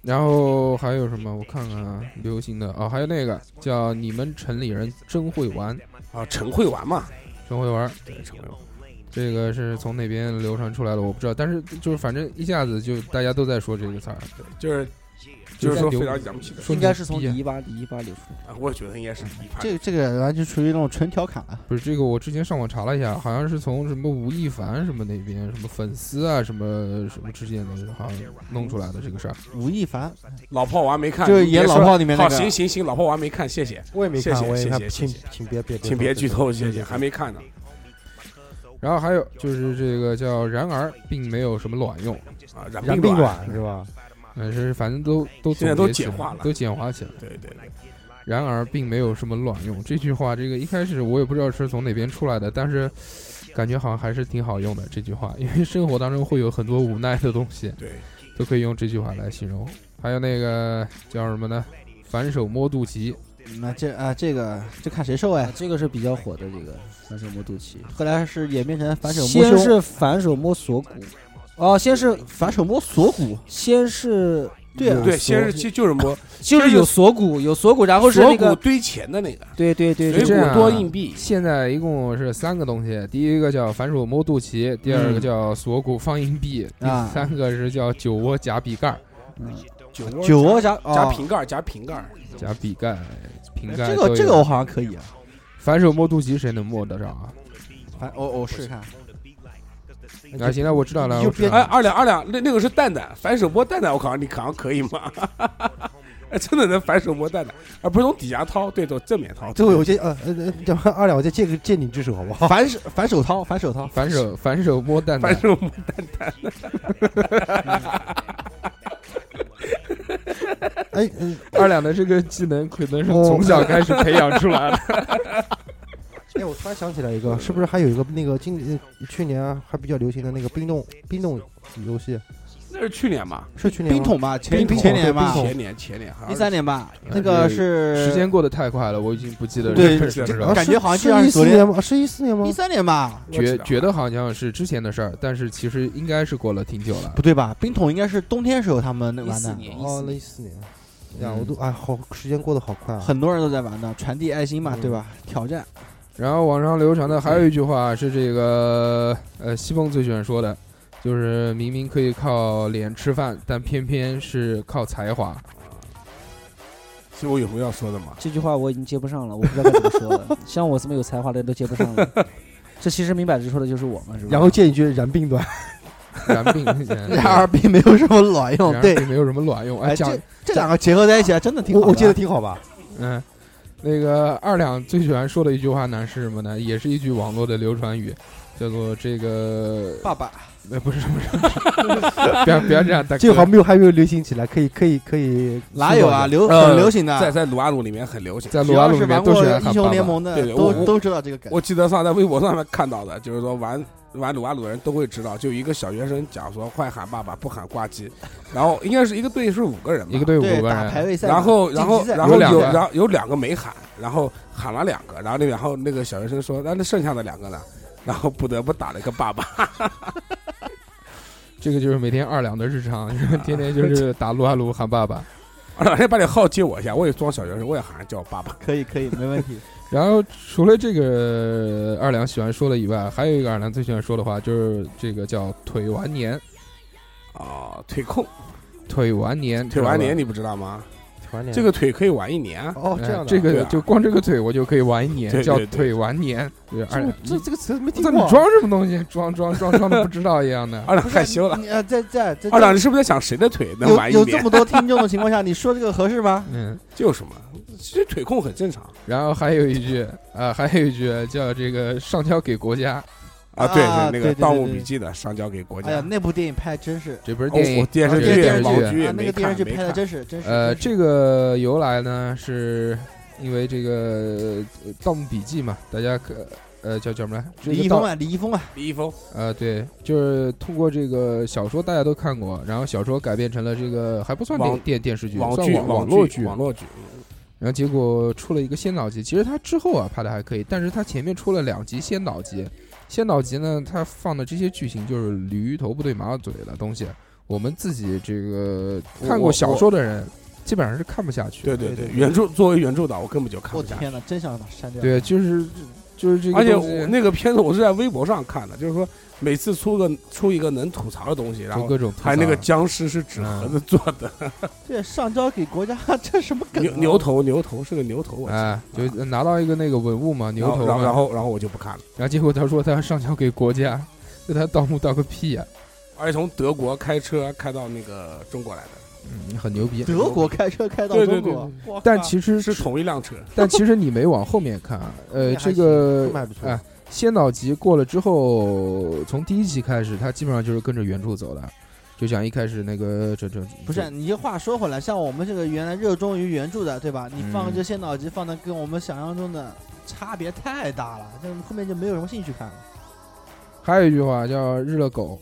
[SPEAKER 5] 然后还有什么？我看看啊，流行的哦，还有那个叫你们城里人真会玩，
[SPEAKER 3] 啊，陈慧玩嘛，
[SPEAKER 5] 真会玩，
[SPEAKER 3] 对，陈慧玩。
[SPEAKER 5] 这个是从哪边流传出来的，我不知道，但是就是反正一下子就大家都在说这个词儿，
[SPEAKER 3] 就是就是说非常洋气的，
[SPEAKER 5] 说
[SPEAKER 7] 应该是从
[SPEAKER 5] 牛逼啊
[SPEAKER 7] 李一吧李一吧流出来的。
[SPEAKER 3] 啊我也觉得应该是一派。
[SPEAKER 6] 这个这个完全属于那种纯调侃了。
[SPEAKER 5] 不是这个，我之前上网查了一下，好像是从什么吴亦凡什么那边什么粉丝啊什么什么之间的，好像弄出来的这个事儿。
[SPEAKER 6] 吴亦凡
[SPEAKER 3] 老炮我还没看，
[SPEAKER 6] 就是
[SPEAKER 3] 你别
[SPEAKER 6] 演老
[SPEAKER 3] 说
[SPEAKER 6] 炮里面那
[SPEAKER 3] 好，
[SPEAKER 6] 个，
[SPEAKER 3] 行行行，老炮我还没看，谢谢，
[SPEAKER 1] 我也没
[SPEAKER 3] 谢
[SPEAKER 1] 看，
[SPEAKER 3] 谢
[SPEAKER 1] 我也
[SPEAKER 3] 谢
[SPEAKER 1] 看
[SPEAKER 3] 谢，
[SPEAKER 1] 请
[SPEAKER 3] 谢谢
[SPEAKER 1] 请别别，
[SPEAKER 3] 请别剧透，谢
[SPEAKER 1] 对
[SPEAKER 3] 谢，还没看呢。
[SPEAKER 5] 然后还有就是这个叫，然而并没有什么卵用，
[SPEAKER 3] 啊，染
[SPEAKER 1] 染
[SPEAKER 3] 病
[SPEAKER 1] 病
[SPEAKER 3] 卵，
[SPEAKER 1] 馆是吧？
[SPEAKER 5] 但是反正都都
[SPEAKER 3] 现在都
[SPEAKER 5] 总结起来
[SPEAKER 3] 简化了
[SPEAKER 5] 都简化起来。
[SPEAKER 3] 对对对，
[SPEAKER 5] 然而并没有什么卵用这句话，这个一开始我也不知道是从哪边出来的，但是感觉好像还是挺好用的这句话，因为生活当中会有很多无奈的东西，
[SPEAKER 3] 对，
[SPEAKER 5] 都可以用这句话来形容。还有那个叫什么呢？反手摸肚脐，
[SPEAKER 6] 那这啊这个这看谁瘦哎
[SPEAKER 7] 啊，。这个是比较火的，这个反手摸肚脐，
[SPEAKER 6] 后来是演变成反手摸
[SPEAKER 7] 先
[SPEAKER 6] 胸，
[SPEAKER 7] 是反手摸锁骨，哦，先是
[SPEAKER 6] 反手摸锁骨，
[SPEAKER 7] 先是
[SPEAKER 6] 对啊
[SPEAKER 7] 有
[SPEAKER 3] 对，先是
[SPEAKER 7] 锁
[SPEAKER 3] 就就是摸，
[SPEAKER 7] 就是有锁骨，有锁骨，然后是
[SPEAKER 3] 锁
[SPEAKER 7] 那
[SPEAKER 3] 骨
[SPEAKER 7] 个
[SPEAKER 3] 堆钱的那个，
[SPEAKER 7] 对对对
[SPEAKER 5] 就
[SPEAKER 7] 对
[SPEAKER 5] 这
[SPEAKER 3] 水
[SPEAKER 5] 样
[SPEAKER 3] 果多硬币，
[SPEAKER 5] 现在一共是三个东西，第一个叫反手摸肚脐，第二个叫锁骨放硬币，
[SPEAKER 6] 啊
[SPEAKER 5] 第三个是叫酒窝夹笔盖儿，
[SPEAKER 3] 酒
[SPEAKER 6] 酒窝
[SPEAKER 3] 窝
[SPEAKER 6] 夹
[SPEAKER 3] 夹
[SPEAKER 6] 哦
[SPEAKER 3] 瓶盖，夹瓶盖，
[SPEAKER 5] 夹笔盖、瓶盖
[SPEAKER 6] 哎这
[SPEAKER 5] 都有。
[SPEAKER 6] 个这个我好像可以啊，
[SPEAKER 5] 反手摸肚脐谁能摸得着啊？
[SPEAKER 6] 反我我试试看，
[SPEAKER 5] 啊，行了，我知道了，
[SPEAKER 6] 就
[SPEAKER 5] 我知道
[SPEAKER 3] 哎，
[SPEAKER 5] 了。
[SPEAKER 3] 二两二两，那那个是蛋蛋，反手摸蛋蛋，我靠，你扛可以吗？ 哎，真的能反手摸蛋蛋，而不是从底下掏，对，从正面掏。
[SPEAKER 1] 最后我借呃呃呃，叫二两，我借借个借你只手好不好？
[SPEAKER 6] 反手反手掏反手掏，
[SPEAKER 5] 反手反手摸蛋
[SPEAKER 3] 反
[SPEAKER 5] 蛋，
[SPEAKER 3] 手摸，
[SPEAKER 1] 哎，嗯
[SPEAKER 5] 二两的这个技能可能是
[SPEAKER 6] 哦
[SPEAKER 5] 从小开始培养出 来的。
[SPEAKER 1] 哎，我突然想起来一个，是不是还有一个那个今呃去年还比较流行的那个冰冻冰冻游戏？
[SPEAKER 3] 那是去年吧，
[SPEAKER 1] 是去年吗
[SPEAKER 6] 冰桶吧，前
[SPEAKER 1] 冰桶
[SPEAKER 6] 前年
[SPEAKER 1] 对
[SPEAKER 6] 吧
[SPEAKER 1] 冰，桶
[SPEAKER 3] 前年前年，好像
[SPEAKER 6] 一
[SPEAKER 3] 是
[SPEAKER 6] 三年吧，那
[SPEAKER 5] 哎这
[SPEAKER 6] 个是
[SPEAKER 5] 时间过得太快了，我已经不记得
[SPEAKER 6] 嗯对
[SPEAKER 5] 是什么时候
[SPEAKER 1] 啊
[SPEAKER 5] 了
[SPEAKER 6] 感觉好像
[SPEAKER 1] 是
[SPEAKER 6] 就像
[SPEAKER 1] 一
[SPEAKER 6] 昨
[SPEAKER 1] 四
[SPEAKER 6] 天
[SPEAKER 1] 年吗？是一四年吗
[SPEAKER 6] 一？三年吧，
[SPEAKER 3] 我
[SPEAKER 5] 觉
[SPEAKER 3] 知道
[SPEAKER 5] 觉得好像是之前的事儿，但是其实应该是过了挺久了
[SPEAKER 6] 不。对吧？冰桶应该是冬天时候他们那玩
[SPEAKER 7] 14
[SPEAKER 6] 的，
[SPEAKER 7] 年
[SPEAKER 1] 哦，那一四年，呀，我都
[SPEAKER 5] 嗯
[SPEAKER 1] 哎，好，时间过得好快啊！
[SPEAKER 6] 很多人都在玩的，传递爱心嘛，对吧？挑战
[SPEAKER 5] 然后网上流传的还有一句话是这个呃西风最喜欢说的，就是明明可以靠脸吃饭，但偏偏是靠才华。
[SPEAKER 3] 其实我有没有要说的吗？
[SPEAKER 7] 这句话我已经接不上了，我不知道该怎么说了。像我这么有才华的人都接不上了，这其实明摆着说的就是我们，是吧？
[SPEAKER 1] 然后借一句染病短，
[SPEAKER 5] 然并
[SPEAKER 6] 然而并没有什么卵 用
[SPEAKER 5] 然，而
[SPEAKER 6] 对，
[SPEAKER 5] 并没有什么卵用。哎，
[SPEAKER 6] 哎，
[SPEAKER 5] 讲
[SPEAKER 6] 这这两个结合在一起啊，真的挺好
[SPEAKER 1] 我
[SPEAKER 6] 的。
[SPEAKER 1] 我记得挺好吧？
[SPEAKER 5] 嗯，那个二两最喜欢说的一句话呢是什么呢？也是一句网络的流传语，叫做这 个
[SPEAKER 6] 爸爸，
[SPEAKER 5] 呃不是不是，不要不要这样，大哥
[SPEAKER 1] 这个好像没有还没有流行起来，可以可以可以，
[SPEAKER 6] 哪有啊？？流
[SPEAKER 3] 呃
[SPEAKER 6] 很流行的，
[SPEAKER 3] 在在撸啊撸里面很流行。
[SPEAKER 5] 在
[SPEAKER 6] 只
[SPEAKER 5] 撸啊
[SPEAKER 6] 要
[SPEAKER 5] 撸
[SPEAKER 6] 是
[SPEAKER 5] 里面
[SPEAKER 6] 玩
[SPEAKER 5] 都
[SPEAKER 6] 过
[SPEAKER 5] 喜欢
[SPEAKER 6] 英
[SPEAKER 5] 喊
[SPEAKER 6] 雄
[SPEAKER 5] 爸
[SPEAKER 6] 联
[SPEAKER 5] 爸。
[SPEAKER 6] 盟的
[SPEAKER 3] 对对
[SPEAKER 6] 都
[SPEAKER 3] 我
[SPEAKER 6] 都知道这个梗。
[SPEAKER 3] 我记得上在微博上面看到的，就是说玩玩撸啊撸的人都会知道，就一个小学生讲说快喊爸爸，不喊挂机，然后应该是一个队是五个人吧，
[SPEAKER 5] 一个队伍
[SPEAKER 6] 对
[SPEAKER 5] 五个
[SPEAKER 6] 打排
[SPEAKER 5] 人，
[SPEAKER 6] 位赛嘛，
[SPEAKER 3] 然后，然后，
[SPEAKER 6] 晋级赛
[SPEAKER 3] 然后
[SPEAKER 5] 有两
[SPEAKER 3] 有，
[SPEAKER 5] 个
[SPEAKER 3] 然后有两个没喊，然后喊了两个，然后那，然后那个小学生说，那那剩下的两个呢？ 然后不得不打了一个爸爸，
[SPEAKER 5] 这个就是每天二两的日常，天天就是打撸啊撸喊爸爸。
[SPEAKER 3] 然后把你号借我一下，我也装小学生，我也喊人叫我爸爸。
[SPEAKER 6] 可以可以，没问题。
[SPEAKER 5] 然后除了这个二两喜欢说的以外，还有一个二两最喜欢说的话就是这个叫“腿完年
[SPEAKER 3] 哦，腿控，”，
[SPEAKER 5] 腿完年，
[SPEAKER 3] 腿玩
[SPEAKER 5] 知道吧
[SPEAKER 3] 年你不知道吗？
[SPEAKER 1] 团啊年
[SPEAKER 3] 这个腿可以玩一年啊。
[SPEAKER 1] 哦，这
[SPEAKER 5] 哎
[SPEAKER 1] 样的
[SPEAKER 5] 这
[SPEAKER 3] 对
[SPEAKER 5] 个
[SPEAKER 3] 啊
[SPEAKER 5] 就光这个腿我就可以玩一年，
[SPEAKER 3] 对对
[SPEAKER 5] 叫
[SPEAKER 3] 对
[SPEAKER 5] 腿玩年。对，二两，
[SPEAKER 1] 这这个词没
[SPEAKER 5] 你
[SPEAKER 1] 听
[SPEAKER 5] 怎
[SPEAKER 1] 过
[SPEAKER 5] 么
[SPEAKER 1] 啊。
[SPEAKER 5] 装什么东西？ 装装装装的不知道一样 的。
[SPEAKER 3] 二两害羞了，
[SPEAKER 6] 你呃，在在在
[SPEAKER 3] 二两，你是不是在想谁的腿能玩一
[SPEAKER 6] 有有这
[SPEAKER 3] 年？
[SPEAKER 6] 么多听众的情况下，你说这个合适吗？
[SPEAKER 5] 嗯，
[SPEAKER 3] 就是嘛，其实腿控很正常
[SPEAKER 5] 呃然后还有一句啊，还有一句叫这个上交给国家，
[SPEAKER 3] 啊，对
[SPEAKER 6] 啊
[SPEAKER 3] 那
[SPEAKER 6] 对对
[SPEAKER 3] 个《
[SPEAKER 6] 对
[SPEAKER 3] 盗墓
[SPEAKER 6] 对
[SPEAKER 3] 笔记》的上交给国
[SPEAKER 6] 哎呀
[SPEAKER 3] 家，。
[SPEAKER 6] 那部电影拍的真是，
[SPEAKER 5] 这不是
[SPEAKER 3] 哦
[SPEAKER 5] 电影
[SPEAKER 3] 我电视
[SPEAKER 5] 啊
[SPEAKER 3] 剧
[SPEAKER 5] 电
[SPEAKER 3] 老
[SPEAKER 5] 视剧。
[SPEAKER 6] 啊，
[SPEAKER 3] 剧
[SPEAKER 6] 那
[SPEAKER 3] 没
[SPEAKER 6] 个电视
[SPEAKER 3] 看
[SPEAKER 6] 剧
[SPEAKER 3] 没
[SPEAKER 6] 拍的
[SPEAKER 3] 看
[SPEAKER 6] 真是真是。
[SPEAKER 5] 呃，
[SPEAKER 6] 真是
[SPEAKER 5] 这个由来呢，是因为这个呃《盗墓笔记》嘛，大家可呃叫叫什么来？这
[SPEAKER 6] 李
[SPEAKER 5] 个
[SPEAKER 6] 易
[SPEAKER 5] 盗
[SPEAKER 6] 峰啊，李易峰啊，
[SPEAKER 3] 李易峰
[SPEAKER 5] 呃，对，就是通过这个小说大家都看过，然后小说改编成了这个还不算电
[SPEAKER 3] 网
[SPEAKER 5] 电电视剧，
[SPEAKER 3] 网
[SPEAKER 5] 算
[SPEAKER 3] 剧、
[SPEAKER 5] 网
[SPEAKER 3] 网
[SPEAKER 5] 络剧，
[SPEAKER 3] 网络剧，
[SPEAKER 5] 然后结果出了一个先导集，其实它之后啊拍的还可以，但是它前面出了两集先导集，先导集呢，它放的这些剧情就是驴头不对马嘴的东西，我们自己这个
[SPEAKER 3] 我
[SPEAKER 5] 看过
[SPEAKER 3] 我
[SPEAKER 5] 小
[SPEAKER 3] 我
[SPEAKER 5] 说的人，基本上是看不下去
[SPEAKER 3] 对
[SPEAKER 5] 的。
[SPEAKER 3] 对对
[SPEAKER 6] 对，对
[SPEAKER 3] 原著作为原著党，我根本就看
[SPEAKER 6] 我
[SPEAKER 3] 不
[SPEAKER 6] 的
[SPEAKER 3] 下去。
[SPEAKER 6] 天哪，真想把它删掉。
[SPEAKER 5] 对，就是就是这个
[SPEAKER 3] 而且
[SPEAKER 5] 东
[SPEAKER 3] 我
[SPEAKER 5] 西，
[SPEAKER 3] 那个片子我是在微博上看的，就是说每次出个出一个能吐槽的东西，然
[SPEAKER 5] 就
[SPEAKER 3] 后
[SPEAKER 5] 各种吐
[SPEAKER 3] 还有那
[SPEAKER 5] 槽嗯
[SPEAKER 3] 个僵尸是纸盒子做的，
[SPEAKER 6] 这上交给国家， 这什么梗啊？
[SPEAKER 3] 牛牛头牛头是个牛头，我记得
[SPEAKER 5] 哎，就拿到一个那个文物嘛，牛头
[SPEAKER 3] 然后
[SPEAKER 5] 嘛，
[SPEAKER 3] 然后然后我就不看了。
[SPEAKER 5] 然后结果他说他要上交给国家，那他盗墓盗个屁啊呀、
[SPEAKER 3] 而且从德国开车开到那个中国来的，
[SPEAKER 5] 嗯，很牛逼。
[SPEAKER 6] 德国开车开到
[SPEAKER 3] 对
[SPEAKER 6] 中
[SPEAKER 3] 对
[SPEAKER 6] 国，哇
[SPEAKER 5] 但
[SPEAKER 6] 靠
[SPEAKER 5] 其实
[SPEAKER 3] 是同一辆车，
[SPEAKER 5] 但其实你没往后面看啊，呃，
[SPEAKER 1] 那
[SPEAKER 5] 这
[SPEAKER 1] 还行
[SPEAKER 5] 个
[SPEAKER 1] 卖不错
[SPEAKER 3] 啊
[SPEAKER 5] 哎，先导集过了之后，从第一集开始，它基本上就是跟着原著走的，就像一开始那个这这
[SPEAKER 6] 不是，你这话说回来，像我们这个原来热衷于原著的，对吧？你放个
[SPEAKER 5] 嗯
[SPEAKER 6] 这先导集，放的跟我们想象中的差别太大了，这后面就没有什么兴趣看了。
[SPEAKER 5] 还有一句话叫“日了狗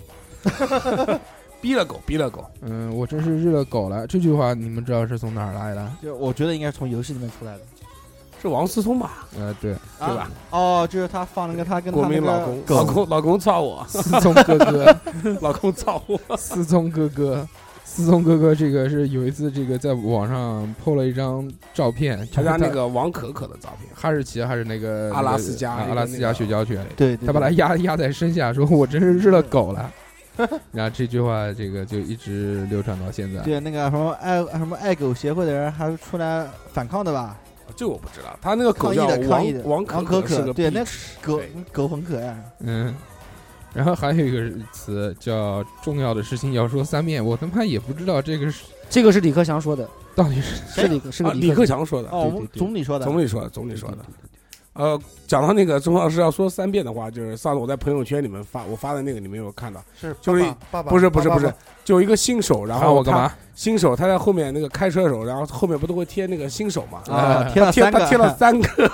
[SPEAKER 3] 逼了狗，逼了狗。”，
[SPEAKER 5] 嗯，我真是日了狗了。这句话你们知道是从哪儿来的？
[SPEAKER 6] 就是我觉得应该是从游戏里面出来的，
[SPEAKER 3] 是王思聪吧？
[SPEAKER 5] 呃，对，
[SPEAKER 3] 对吧？
[SPEAKER 6] 哦，就是他放了个他跟
[SPEAKER 3] 国
[SPEAKER 6] 他那
[SPEAKER 3] 民老
[SPEAKER 6] 个
[SPEAKER 3] 公，老公，老公操我，
[SPEAKER 5] 思聪哥哥，
[SPEAKER 3] 老公操 我。
[SPEAKER 5] 思聪哥哥。思聪哥哥，这个是有一次，这个在网上 PO 了一张照片，就
[SPEAKER 3] 他
[SPEAKER 5] 是
[SPEAKER 3] 家那个王可可的照片，
[SPEAKER 5] 哈士奇还是那个
[SPEAKER 3] 阿拉斯
[SPEAKER 5] 那
[SPEAKER 3] 加
[SPEAKER 5] 个啊
[SPEAKER 3] 一个
[SPEAKER 5] 阿拉斯
[SPEAKER 3] 那
[SPEAKER 5] 加
[SPEAKER 3] 个
[SPEAKER 5] 雪橇犬，
[SPEAKER 6] 对，对
[SPEAKER 5] 他把它
[SPEAKER 6] 对
[SPEAKER 5] 压压在身下，说我真是日了狗 了。然后这句话这个就一直流传到现在。
[SPEAKER 6] 对那个什么爱什么爱狗协会的人还是出来反抗的吧？
[SPEAKER 3] 这我不知道。他那个狗
[SPEAKER 6] 抗议
[SPEAKER 3] 叫
[SPEAKER 6] 的，抗议的。
[SPEAKER 3] 王王可
[SPEAKER 6] 可
[SPEAKER 3] 是个
[SPEAKER 6] 对，
[SPEAKER 3] bitch
[SPEAKER 6] 那狗
[SPEAKER 3] 对
[SPEAKER 6] 狗很可爱。啊
[SPEAKER 5] 嗯，然后还有一个词叫“重要的事情要说三遍”，我他妈也不知道这个是
[SPEAKER 7] 这个是李克强说的，
[SPEAKER 5] 到底是
[SPEAKER 7] 是李克是
[SPEAKER 3] 啊
[SPEAKER 7] 个
[SPEAKER 3] 李克
[SPEAKER 7] 克
[SPEAKER 3] 强说的，
[SPEAKER 6] 哦，我们总理说的，
[SPEAKER 3] 总理说的，总理说的。呃，讲到那个钟老师要说三遍的话，就是上次我在朋友圈里面发，我发的那个你们有看到？
[SPEAKER 1] 是
[SPEAKER 3] 就是
[SPEAKER 1] 爸爸爸爸
[SPEAKER 3] 不是不是
[SPEAKER 1] 爸爸
[SPEAKER 3] 不是，就一个新手， 然
[SPEAKER 5] 喊
[SPEAKER 3] 后
[SPEAKER 5] 我干
[SPEAKER 3] 他？
[SPEAKER 5] 嘛？
[SPEAKER 3] 新手他在后面那个开车的时候，然后后面不都会贴那个新手嘛？
[SPEAKER 6] 啊，贴了
[SPEAKER 3] 贴
[SPEAKER 6] 三
[SPEAKER 3] 他
[SPEAKER 6] 个，
[SPEAKER 3] 贴 了三个，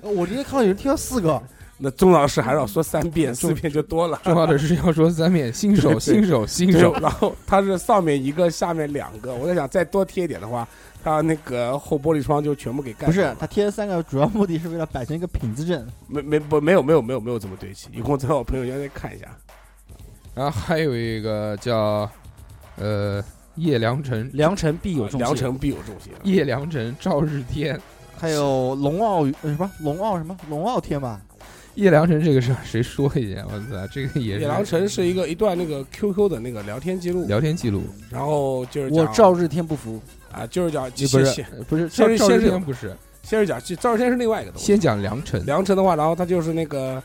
[SPEAKER 1] 我今天看到有人听了四个，
[SPEAKER 3] 那钟老师还是要说三遍，四遍就多了。
[SPEAKER 5] 重要的事情要说三遍，新手
[SPEAKER 3] 对对
[SPEAKER 5] 新手新
[SPEAKER 3] 就
[SPEAKER 5] 手。
[SPEAKER 3] 然后他是上面一个，下面两个。我在想，再多贴一点的话，他那个后玻璃窗就全部给盖
[SPEAKER 6] 不
[SPEAKER 3] 上
[SPEAKER 6] 是
[SPEAKER 3] 了。
[SPEAKER 6] 他贴了三个，主要目的是为了摆成一个品字阵。
[SPEAKER 3] 没没不没有没有没有没有这么对齐。有空在我朋友圈再看一下。
[SPEAKER 5] 然后还有一个叫呃叶良辰，
[SPEAKER 7] 良辰必有重
[SPEAKER 3] 啊良
[SPEAKER 7] 谢，
[SPEAKER 3] 辰必有重谢。
[SPEAKER 5] 叶良辰照日天。
[SPEAKER 6] 还有龙傲鱼呃什么龙傲什么龙傲天吧，
[SPEAKER 5] 叶良辰这个事儿谁说一下？我操，这个也是
[SPEAKER 3] 野狼城是一个一段那个 QQ 的那个聊天记录，
[SPEAKER 5] 聊天记录。
[SPEAKER 3] 然后就是
[SPEAKER 7] 我
[SPEAKER 3] 讲
[SPEAKER 7] 照日天不服，
[SPEAKER 3] 啊，就是讲
[SPEAKER 5] 你不是
[SPEAKER 3] 先
[SPEAKER 5] 不是
[SPEAKER 3] 先
[SPEAKER 5] 赵
[SPEAKER 3] 是
[SPEAKER 5] 赵
[SPEAKER 3] 先
[SPEAKER 5] 日
[SPEAKER 3] 是
[SPEAKER 5] 天不是，
[SPEAKER 3] 先是讲赵日天是另外一个东西。
[SPEAKER 5] 先讲良辰，
[SPEAKER 3] 梁晨的话，然后他就是那个，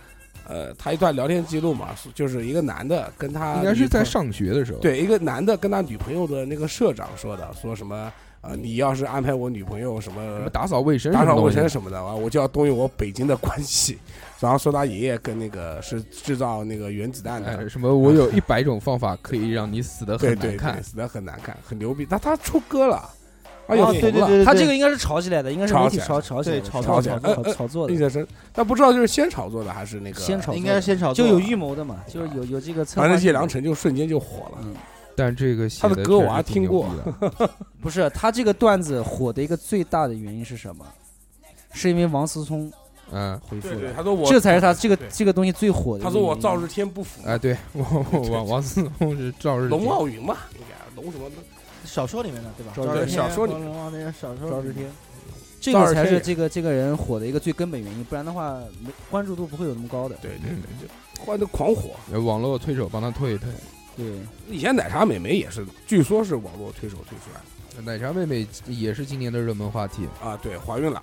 [SPEAKER 3] 呃，他一段聊天记录嘛，是就是一个男的跟他
[SPEAKER 5] 应该是
[SPEAKER 3] 女朋
[SPEAKER 5] 在上学的时候。，
[SPEAKER 3] 对一个男的跟他女朋友的那个社长说的，说什么呃，你要是安排我女朋友什
[SPEAKER 5] 什么
[SPEAKER 3] 么
[SPEAKER 5] 打扫卫生，
[SPEAKER 3] 打扫卫生
[SPEAKER 5] 什
[SPEAKER 3] 什么的啊，我就要动用我北京的关系， 然后说他爷爷跟那个是制造那个原子弹
[SPEAKER 5] 么东西，哎，
[SPEAKER 3] 的。
[SPEAKER 5] 什么我有一百种方法可以让你死的
[SPEAKER 3] 对
[SPEAKER 5] 很难
[SPEAKER 3] 对
[SPEAKER 5] 看
[SPEAKER 3] 对，。死的很难看，很牛逼。他他出歌了，哎
[SPEAKER 6] 哦
[SPEAKER 3] 呦，
[SPEAKER 6] 对对
[SPEAKER 3] 红了
[SPEAKER 6] 对对，
[SPEAKER 7] 他这个应该是炒起来的，应该是媒体炒炒起来的，
[SPEAKER 6] 对炒
[SPEAKER 3] 作
[SPEAKER 7] 炒
[SPEAKER 3] 的
[SPEAKER 7] 炒炒作
[SPEAKER 3] 印
[SPEAKER 7] 的，呃
[SPEAKER 3] 象深。但不知道就是先炒作的还是那个
[SPEAKER 7] 先炒作的
[SPEAKER 6] 应该是先炒作
[SPEAKER 7] 就有预谋的嘛，就是有有这个策划。
[SPEAKER 3] 反正叶良，辰就瞬间就火了。
[SPEAKER 5] 但这个写
[SPEAKER 3] 他的歌我
[SPEAKER 5] 确实
[SPEAKER 3] 还
[SPEAKER 5] 挺
[SPEAKER 3] 听
[SPEAKER 5] 牛
[SPEAKER 3] 过
[SPEAKER 5] 逼 的，
[SPEAKER 7] 不是他这个段子火的一个最大的原因是什么？是因为王思聪
[SPEAKER 5] 嗯，
[SPEAKER 7] 回复
[SPEAKER 3] 对对，
[SPEAKER 7] 了，
[SPEAKER 3] 他说我
[SPEAKER 7] 这才是他这个
[SPEAKER 3] 对
[SPEAKER 7] 这个东西最火的。
[SPEAKER 3] 他说我赵日，天不服，
[SPEAKER 5] 哎，对我 我王王思聪是赵日
[SPEAKER 3] 龙
[SPEAKER 5] 天
[SPEAKER 3] 傲云嘛，应该啊龙什么的？
[SPEAKER 6] 小说里面的对吧？
[SPEAKER 3] 赵
[SPEAKER 6] 赵日
[SPEAKER 3] 日
[SPEAKER 6] 天
[SPEAKER 3] 小说里面
[SPEAKER 6] 龙傲那些小说
[SPEAKER 7] 赵
[SPEAKER 6] 里
[SPEAKER 7] 日
[SPEAKER 6] 面
[SPEAKER 7] 天，这
[SPEAKER 3] 赵
[SPEAKER 7] 个
[SPEAKER 3] 日
[SPEAKER 7] 才
[SPEAKER 3] 天
[SPEAKER 7] 是
[SPEAKER 3] 也
[SPEAKER 7] 这个这个人火的一个最根本原因，不然的话，没关注度不会有那么高的。
[SPEAKER 3] 对对对，就换的狂火。
[SPEAKER 5] 呃嗯网络推手帮他推一推。
[SPEAKER 7] 对，
[SPEAKER 3] 以前奶茶美眉也是，据说是网络推手推出来
[SPEAKER 5] 奶茶妹妹也是今年的热门话题。
[SPEAKER 3] 的啊，对，怀孕了。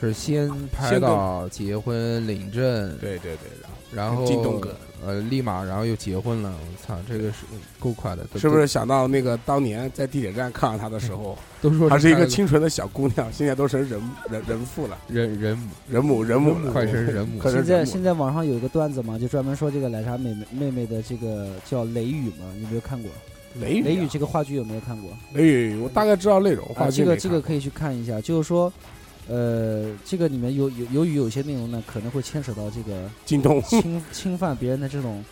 [SPEAKER 5] 是先拍
[SPEAKER 3] 先跟
[SPEAKER 5] 到结婚领证，
[SPEAKER 3] 对对对，然
[SPEAKER 5] 然
[SPEAKER 3] 后
[SPEAKER 5] 后
[SPEAKER 3] 进洞哥
[SPEAKER 5] 呃，立马然后又结婚了。我操，这个是够快的，都
[SPEAKER 3] 是不是想到那个当年在地铁站看到她的时候，
[SPEAKER 5] 都
[SPEAKER 7] 嗯
[SPEAKER 5] 都说
[SPEAKER 3] 还是一
[SPEAKER 5] 他
[SPEAKER 3] 个清纯的小姑娘，现在都成人人人父了，
[SPEAKER 5] 人人母
[SPEAKER 3] 人母人母了，
[SPEAKER 5] 快成人母
[SPEAKER 3] 快成
[SPEAKER 7] 现在
[SPEAKER 3] 人母
[SPEAKER 7] 现
[SPEAKER 3] 了。
[SPEAKER 7] 在网上有一个段子嘛，就专门说这个奶茶妹妹妹妹的这个叫雷雨嘛，你有没有看过？
[SPEAKER 3] 雷雨啊
[SPEAKER 7] 雷雨这个话剧有没有看过？
[SPEAKER 3] 雷雨，哎我大概知道内容，
[SPEAKER 7] 啊，
[SPEAKER 3] 话
[SPEAKER 7] 这
[SPEAKER 3] 剧
[SPEAKER 7] 个
[SPEAKER 3] 没
[SPEAKER 7] 这
[SPEAKER 3] 看
[SPEAKER 7] 个可以去看一下，就是说，呃，这个里面有有由于有些内容呢，可能会牵扯到这个
[SPEAKER 3] 京东，
[SPEAKER 7] 侵侵犯别人的这种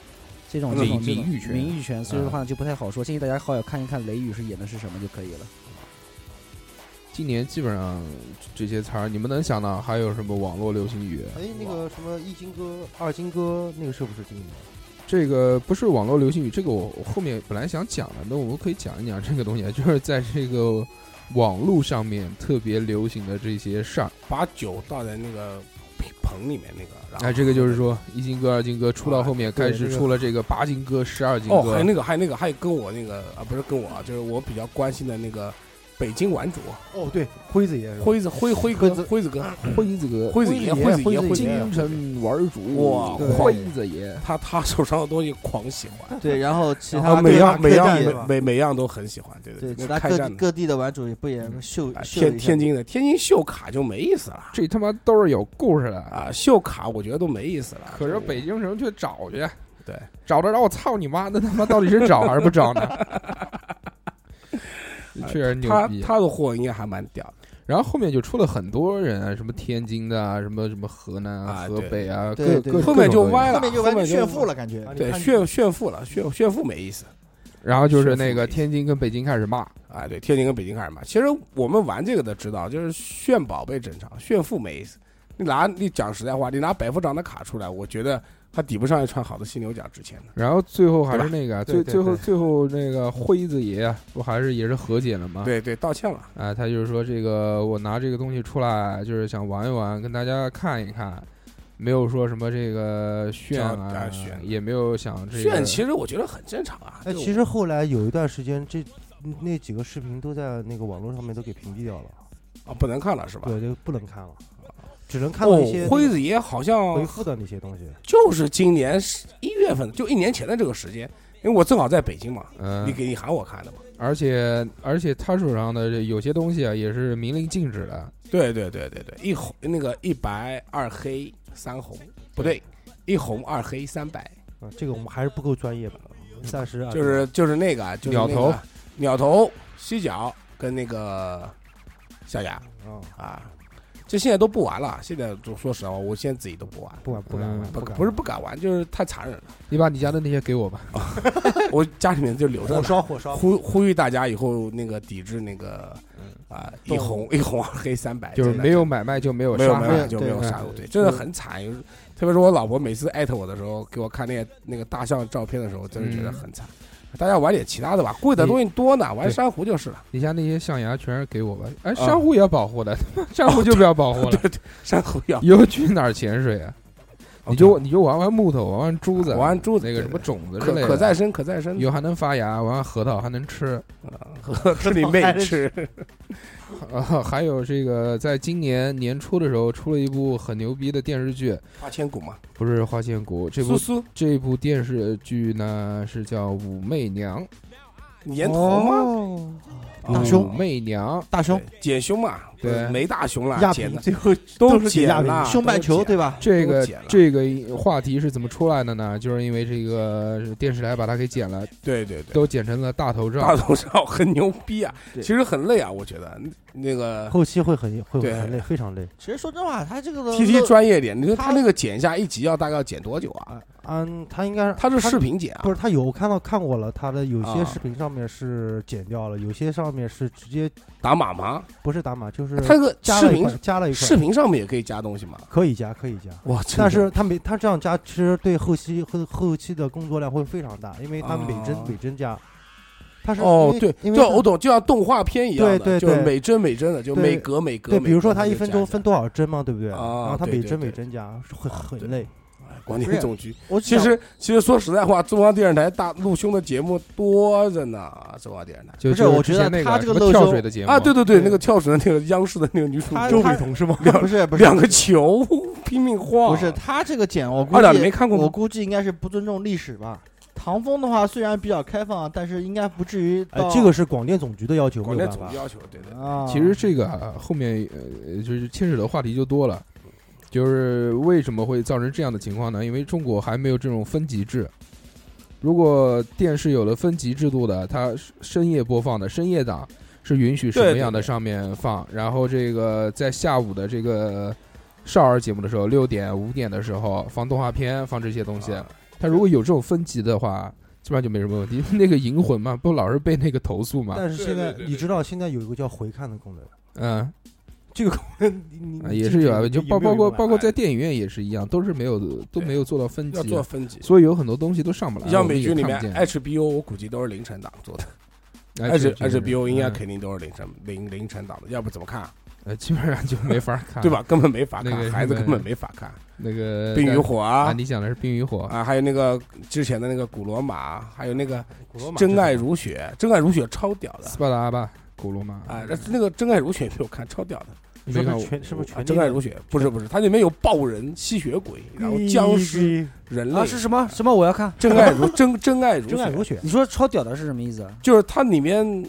[SPEAKER 7] 这种这种
[SPEAKER 5] 名
[SPEAKER 7] 这种
[SPEAKER 5] 名誉权
[SPEAKER 7] 名誉权，所以说的话就不太好说。建议大家好友看一看雷雨是演的是什么就可以了。
[SPEAKER 5] 今年基本上这些词儿，你们能想到还有什么网络流行语？
[SPEAKER 1] 哎，那个什么一金哥、二金哥，那个是不是金哥？
[SPEAKER 5] 这个不是网络流行语，这个我我后面本来想讲的，那我们可以讲一讲这个东西，啊，就是在这个网络上面特别流行的这些事儿。啊
[SPEAKER 3] 把酒倒在那个盆里面那个，然后
[SPEAKER 5] 哎，这个就是说一金哥、二金哥出到后面
[SPEAKER 1] 对
[SPEAKER 5] 开始
[SPEAKER 1] 这个
[SPEAKER 5] 出了这个八金哥、十二金
[SPEAKER 3] 哦，还有
[SPEAKER 5] 哥，
[SPEAKER 3] 那个，还有那个，还有跟我那个啊，不是跟我啊，就是我比较关心的那个北京顽主
[SPEAKER 1] 哦，对，辉子也是。
[SPEAKER 3] 辉子辉辉
[SPEAKER 1] 辉
[SPEAKER 3] 哥
[SPEAKER 1] 子
[SPEAKER 3] 辉子哥
[SPEAKER 5] 辉子哥、
[SPEAKER 3] 辉子爷辉子
[SPEAKER 1] 辉
[SPEAKER 3] 爷
[SPEAKER 1] 子
[SPEAKER 3] 辉子
[SPEAKER 1] 爷
[SPEAKER 3] 爷，
[SPEAKER 5] 城玩主
[SPEAKER 3] 哇
[SPEAKER 5] 辉子爷，
[SPEAKER 3] 他他手上的东西狂喜欢，
[SPEAKER 6] 对，然后其
[SPEAKER 1] 然
[SPEAKER 3] 然后
[SPEAKER 6] 他
[SPEAKER 3] 每
[SPEAKER 6] 各大
[SPEAKER 3] 样每
[SPEAKER 6] 各
[SPEAKER 3] 样
[SPEAKER 6] 地
[SPEAKER 1] 是吧
[SPEAKER 3] 每每样都很喜欢，对
[SPEAKER 6] 对其
[SPEAKER 3] 对，
[SPEAKER 6] 他
[SPEAKER 3] 开
[SPEAKER 6] 各
[SPEAKER 3] 战
[SPEAKER 6] 地
[SPEAKER 3] 的
[SPEAKER 6] 各地的玩主也不也秀
[SPEAKER 3] 啊
[SPEAKER 6] 秀
[SPEAKER 3] 天
[SPEAKER 6] 一下
[SPEAKER 3] 天津的天津秀卡就没意思了
[SPEAKER 5] 这他妈都是有故事的啊！
[SPEAKER 3] 啊，秀卡我觉得都没意思了。
[SPEAKER 5] 可是北京城去找去，
[SPEAKER 3] 对，
[SPEAKER 5] 找得着我操你妈！那他妈到底是找还是不找呢？ 确实牛
[SPEAKER 3] 他
[SPEAKER 5] 逼。啊
[SPEAKER 3] 他的货应该还蛮屌的，
[SPEAKER 5] 然后后面就出了很多人啊，什么天津的啊，什么什么河南啊、
[SPEAKER 3] 啊
[SPEAKER 5] 河北啊，
[SPEAKER 6] 对
[SPEAKER 5] 各
[SPEAKER 6] 对
[SPEAKER 5] 各
[SPEAKER 3] 后面
[SPEAKER 5] 各
[SPEAKER 3] 就。
[SPEAKER 5] 种都
[SPEAKER 3] 歪
[SPEAKER 5] 有
[SPEAKER 6] 后
[SPEAKER 3] 了，
[SPEAKER 6] 面就
[SPEAKER 3] 后
[SPEAKER 6] 完
[SPEAKER 3] 面
[SPEAKER 6] 炫富了，感觉
[SPEAKER 1] 啊
[SPEAKER 3] 对，炫炫富了，炫炫富没意思。
[SPEAKER 5] 然后就是
[SPEAKER 3] 是
[SPEAKER 5] 那个
[SPEAKER 3] 是
[SPEAKER 5] 天津跟北京开始骂，
[SPEAKER 3] 哎，对，天津跟北京开始嘛。其实我们玩这个的知道，就是炫宝贝正常，炫富没意思。你拿你讲实在话，你拿百夫长的卡出来，我觉得它抵不上一串好的犀牛角值钱的。
[SPEAKER 5] 然后最后还
[SPEAKER 3] 对
[SPEAKER 5] 是
[SPEAKER 3] 吧
[SPEAKER 5] 那个，
[SPEAKER 1] 对
[SPEAKER 5] 最
[SPEAKER 1] 对
[SPEAKER 5] 最后
[SPEAKER 1] 对
[SPEAKER 5] 最后那个辉子爷啊不还是也是和解了吗？
[SPEAKER 3] 对对，道歉了，
[SPEAKER 5] 啊，他就是说这个我拿这个东西出来，就是想玩一玩，跟大家看一看，没有说什么这个炫
[SPEAKER 3] 叫
[SPEAKER 5] 啊
[SPEAKER 3] 啊，炫
[SPEAKER 5] 也没有想这个
[SPEAKER 3] 炫其实我觉得很正常啊。
[SPEAKER 1] 哎，
[SPEAKER 3] 就
[SPEAKER 1] 其实后来有一段时间，这那几个视频都在那个网络上面都给屏蔽掉了，
[SPEAKER 3] 啊不能看了是吧？
[SPEAKER 1] 对，就不能看了，只能看到一些
[SPEAKER 3] 哦，辉
[SPEAKER 1] 那个
[SPEAKER 3] 子爷好
[SPEAKER 1] 回
[SPEAKER 3] 像
[SPEAKER 1] 复的那些东西。
[SPEAKER 3] 就是今年十一月份，就一年前的这个时间，因为我正好在北京嘛，
[SPEAKER 5] 嗯
[SPEAKER 3] 你，给你喊我看的嘛。
[SPEAKER 5] 而且而且他手上的这有些东西啊也是明令禁止的，
[SPEAKER 3] 对对对对对，一红那个一白二黑三红，不对，一红二黑三白。
[SPEAKER 1] 啊，这个我们还是不够专业吧？暂时啊
[SPEAKER 3] 就是就是那个，就是那个
[SPEAKER 5] 鸟头、
[SPEAKER 3] 鸟头、犀角跟那个小牙
[SPEAKER 5] 哦
[SPEAKER 1] 啊，
[SPEAKER 3] 啊，这现在都不玩了。现在就说实话，我现在自己都不玩，
[SPEAKER 1] 不敢不敢玩
[SPEAKER 5] 嗯
[SPEAKER 3] 不
[SPEAKER 1] 敢
[SPEAKER 3] 不是不敢玩，就是太残忍 了。
[SPEAKER 5] 你把你家的那些给我吧。
[SPEAKER 3] 我家里面就留着
[SPEAKER 1] 火
[SPEAKER 3] 呢。
[SPEAKER 1] 烧火烧，
[SPEAKER 3] 呼呼吁大家以后那个抵制那个啊一红一红二黑三白，
[SPEAKER 5] 嗯就是
[SPEAKER 3] 真的
[SPEAKER 5] 没有买卖就没有
[SPEAKER 3] 没有
[SPEAKER 5] 杀
[SPEAKER 3] 没
[SPEAKER 5] 害
[SPEAKER 3] 有，就没有
[SPEAKER 5] 对嗯
[SPEAKER 3] 杀戮，对，真的很惨。有时特别是我老婆每次艾特我的时候，给我看那些那个大象照片的时候，真是觉得很惨。大家玩点其他的吧，贵的东西多呢，
[SPEAKER 5] 嗯
[SPEAKER 3] 玩
[SPEAKER 5] 对
[SPEAKER 3] 珊瑚就是了。
[SPEAKER 5] 你家那些象牙全是给我吧。哎，
[SPEAKER 3] 啊
[SPEAKER 5] 珊瑚也要保护的，珊瑚就不要保护 了。
[SPEAKER 3] 珊瑚要
[SPEAKER 5] 以后去哪儿潜水啊？你就你就玩玩木头，玩玩珠 子，啊
[SPEAKER 3] 玩玩珠子
[SPEAKER 5] 那个
[SPEAKER 3] 对
[SPEAKER 5] 什么种子之
[SPEAKER 3] 可
[SPEAKER 5] 类的，
[SPEAKER 3] 可再生可再生
[SPEAKER 6] 嗯
[SPEAKER 5] 以，后还能发芽，玩玩核桃还能吃。
[SPEAKER 3] 和吃你妹吃！
[SPEAKER 5] 啊， 还有这个，在今年年初的时候出了一部很牛逼的电视剧，
[SPEAKER 3] 花千骨嘛，
[SPEAKER 5] 不是《花千骨》，这
[SPEAKER 3] 苏
[SPEAKER 5] 部
[SPEAKER 3] 苏
[SPEAKER 5] 这部电视剧呢是叫《武媚娘》，嗯
[SPEAKER 3] 年头嘛，啊
[SPEAKER 6] 大
[SPEAKER 5] 武
[SPEAKER 6] 胸
[SPEAKER 5] 媚娘，
[SPEAKER 6] 哦大胸
[SPEAKER 3] 对减胸嘛，
[SPEAKER 5] 对
[SPEAKER 3] 不是没大胸了，
[SPEAKER 1] 亚
[SPEAKER 3] 减
[SPEAKER 1] 平
[SPEAKER 3] 的
[SPEAKER 1] 最后
[SPEAKER 3] 都
[SPEAKER 1] 都是
[SPEAKER 3] 减
[SPEAKER 1] 减亚平
[SPEAKER 3] 了，
[SPEAKER 6] 胸半球对
[SPEAKER 3] 吧？
[SPEAKER 6] 吧？
[SPEAKER 5] 这个
[SPEAKER 3] 都剪了
[SPEAKER 5] 这个话题是怎么出来的呢？就是因为这个电视台把它给剪了，
[SPEAKER 3] 对对对，
[SPEAKER 5] 都剪成了大头照。
[SPEAKER 3] 大头照很牛逼啊，
[SPEAKER 6] 对
[SPEAKER 3] 其实很累啊，我觉得那个
[SPEAKER 1] 后期会很会
[SPEAKER 3] 对
[SPEAKER 1] 很累，非常累。
[SPEAKER 6] 其实说真话，他这个
[SPEAKER 3] T T 专业点，你说他
[SPEAKER 6] 他
[SPEAKER 3] 那个剪一下一集要大概要剪多久啊？
[SPEAKER 1] 啊，嗯，他应该是
[SPEAKER 3] 他是视频剪啊
[SPEAKER 1] 不，是他有我看到看过了，他的有些
[SPEAKER 3] 啊
[SPEAKER 1] 视频上面是剪掉了，有些上面是直接
[SPEAKER 3] 打码吗？
[SPEAKER 1] 不是打码，就是
[SPEAKER 3] 他那个
[SPEAKER 1] 加
[SPEAKER 3] 视
[SPEAKER 1] 了一块
[SPEAKER 3] 频
[SPEAKER 1] 加了一块，
[SPEAKER 3] 视频上面也可以加东西嘛？
[SPEAKER 1] 可以加可以加。
[SPEAKER 3] 哇，真的
[SPEAKER 1] 但是他每他这样加，其实对后期后后期的工作量会非常大，因为他每帧、
[SPEAKER 3] 啊
[SPEAKER 1] 每帧加，他是
[SPEAKER 3] 哦，
[SPEAKER 1] 因为
[SPEAKER 3] 对，
[SPEAKER 1] 因为
[SPEAKER 3] 就
[SPEAKER 1] 它
[SPEAKER 3] 我懂，就像动画片一样的，
[SPEAKER 1] 对对
[SPEAKER 3] 就是
[SPEAKER 1] 对
[SPEAKER 3] 每帧每帧的，就
[SPEAKER 1] 对
[SPEAKER 3] 每格每格。
[SPEAKER 1] 对，比如说
[SPEAKER 3] 他
[SPEAKER 1] 他一分钟分多少帧嘛，对不对？
[SPEAKER 3] 啊
[SPEAKER 1] 然后他
[SPEAKER 3] 对
[SPEAKER 1] 每
[SPEAKER 3] 对
[SPEAKER 1] 帧每
[SPEAKER 3] 对
[SPEAKER 1] 帧加，很
[SPEAKER 3] 啊对
[SPEAKER 1] 很累。
[SPEAKER 3] 啊，广电总局。
[SPEAKER 6] 我
[SPEAKER 3] 其
[SPEAKER 6] 其实
[SPEAKER 3] 实其实说实在话，中央电视台大陆兄的节目多着呢，中央电视台。
[SPEAKER 5] 就
[SPEAKER 6] 不是
[SPEAKER 5] 就
[SPEAKER 6] 我觉
[SPEAKER 5] 之前
[SPEAKER 6] 得
[SPEAKER 5] 那
[SPEAKER 6] 他
[SPEAKER 5] 个
[SPEAKER 6] 这
[SPEAKER 5] 什
[SPEAKER 6] 个
[SPEAKER 5] 么
[SPEAKER 6] 漏
[SPEAKER 5] 跳
[SPEAKER 6] 收
[SPEAKER 5] 水的节目
[SPEAKER 3] 啊，对对对，
[SPEAKER 6] 对
[SPEAKER 3] 那个跳水的那个央视的那个女主
[SPEAKER 6] 他
[SPEAKER 3] 周
[SPEAKER 6] 周伟
[SPEAKER 3] 彤是吗？两
[SPEAKER 6] 不 是不是
[SPEAKER 3] 两个球拼命晃，啊
[SPEAKER 6] 不是他这个剪，我估
[SPEAKER 3] 二两你
[SPEAKER 6] 计
[SPEAKER 3] 没看过吗
[SPEAKER 6] 我估计应该是不尊重历史吧。唐风的话虽然比较开放，但是应该不至于
[SPEAKER 1] 哎
[SPEAKER 6] 到，
[SPEAKER 1] 这个是广电总局的要求，
[SPEAKER 3] 广
[SPEAKER 1] 没有
[SPEAKER 3] 电
[SPEAKER 1] 办
[SPEAKER 3] 总
[SPEAKER 1] 法
[SPEAKER 3] 局。要求，对对。
[SPEAKER 6] 啊，
[SPEAKER 5] 其实这个啊，后面呃，就是牵扯的话题就多了，就是为什么会造成这样的情况呢？因为中国还没有这种分级制。如果电视有了分级制度的，它深夜播放的深夜档是允许什
[SPEAKER 3] 对
[SPEAKER 5] 么
[SPEAKER 3] 对
[SPEAKER 5] 样的
[SPEAKER 3] 对
[SPEAKER 5] 上面放，然后这个在下午的这个少儿节目的时候，六点五点的时候放动画片，放这些东西。
[SPEAKER 3] 啊
[SPEAKER 5] 它如果有这种分级的话，基本上就没什么问题。那个银魂嘛，不老是被那个投诉嘛？
[SPEAKER 1] 但是现在
[SPEAKER 3] 对对对
[SPEAKER 1] 你知道，现在有一个叫回看的功能，
[SPEAKER 5] 嗯，
[SPEAKER 1] 这个功能你你
[SPEAKER 5] 啊，
[SPEAKER 1] 你
[SPEAKER 5] 也
[SPEAKER 1] 记
[SPEAKER 5] 是
[SPEAKER 1] 不
[SPEAKER 5] 有
[SPEAKER 1] 记
[SPEAKER 5] 啊，
[SPEAKER 1] 得
[SPEAKER 5] 就
[SPEAKER 1] 有
[SPEAKER 5] 包
[SPEAKER 1] 没有
[SPEAKER 5] 包括
[SPEAKER 1] 用啊
[SPEAKER 5] 包括
[SPEAKER 3] 哎
[SPEAKER 5] 在电影院也是一样，都是没有都
[SPEAKER 3] 对
[SPEAKER 5] 没有做到分
[SPEAKER 3] 要
[SPEAKER 5] 级
[SPEAKER 3] 做，分级。
[SPEAKER 5] 所以有很多东西都上不来。
[SPEAKER 3] 像
[SPEAKER 5] 我们
[SPEAKER 3] 美
[SPEAKER 5] 也
[SPEAKER 3] 剧里
[SPEAKER 5] 看
[SPEAKER 3] 面
[SPEAKER 5] 不见
[SPEAKER 3] HBO，我估计都是凌晨档做的
[SPEAKER 5] 哎这
[SPEAKER 3] ，H
[SPEAKER 5] 个
[SPEAKER 3] HBO 应该肯
[SPEAKER 5] 嗯
[SPEAKER 3] 定都是凌晨凌凌晨档的，要不怎么看啊，
[SPEAKER 5] 呃，基本上就没法看，
[SPEAKER 3] 对？吧？根本没法
[SPEAKER 5] 那个
[SPEAKER 3] 看，孩子
[SPEAKER 5] 什么
[SPEAKER 3] 根本没法看
[SPEAKER 5] 那个
[SPEAKER 3] 《冰与
[SPEAKER 5] 但
[SPEAKER 3] 火》
[SPEAKER 5] 啊，
[SPEAKER 3] 啊
[SPEAKER 5] 你讲的是《冰与火》，
[SPEAKER 3] 啊，还有那个之前的那个古罗马，还有那个
[SPEAKER 1] 古罗
[SPEAKER 3] 《
[SPEAKER 1] 马
[SPEAKER 3] 真爱
[SPEAKER 1] 这种
[SPEAKER 3] 如雪》，《真爱如雪》超屌的
[SPEAKER 5] 斯巴达吧，古罗马
[SPEAKER 3] 啊，那那个《真爱如雪》没有看，超屌的。
[SPEAKER 5] 你没
[SPEAKER 1] 是
[SPEAKER 5] 看
[SPEAKER 1] 不
[SPEAKER 5] 过
[SPEAKER 1] 是全是不是
[SPEAKER 3] 啊
[SPEAKER 1] 全
[SPEAKER 3] 真爱如雪不是不是，它里面有暴人、吸血鬼，然后
[SPEAKER 6] 哎
[SPEAKER 3] 僵尸、
[SPEAKER 1] 尸
[SPEAKER 3] 人类。
[SPEAKER 7] 啊是什么什么？我要看。
[SPEAKER 3] 真爱如真真爱 如
[SPEAKER 1] 真爱如
[SPEAKER 3] 雪，
[SPEAKER 1] 雪
[SPEAKER 7] 你说超屌的是什么意思啊？
[SPEAKER 3] 就是它里面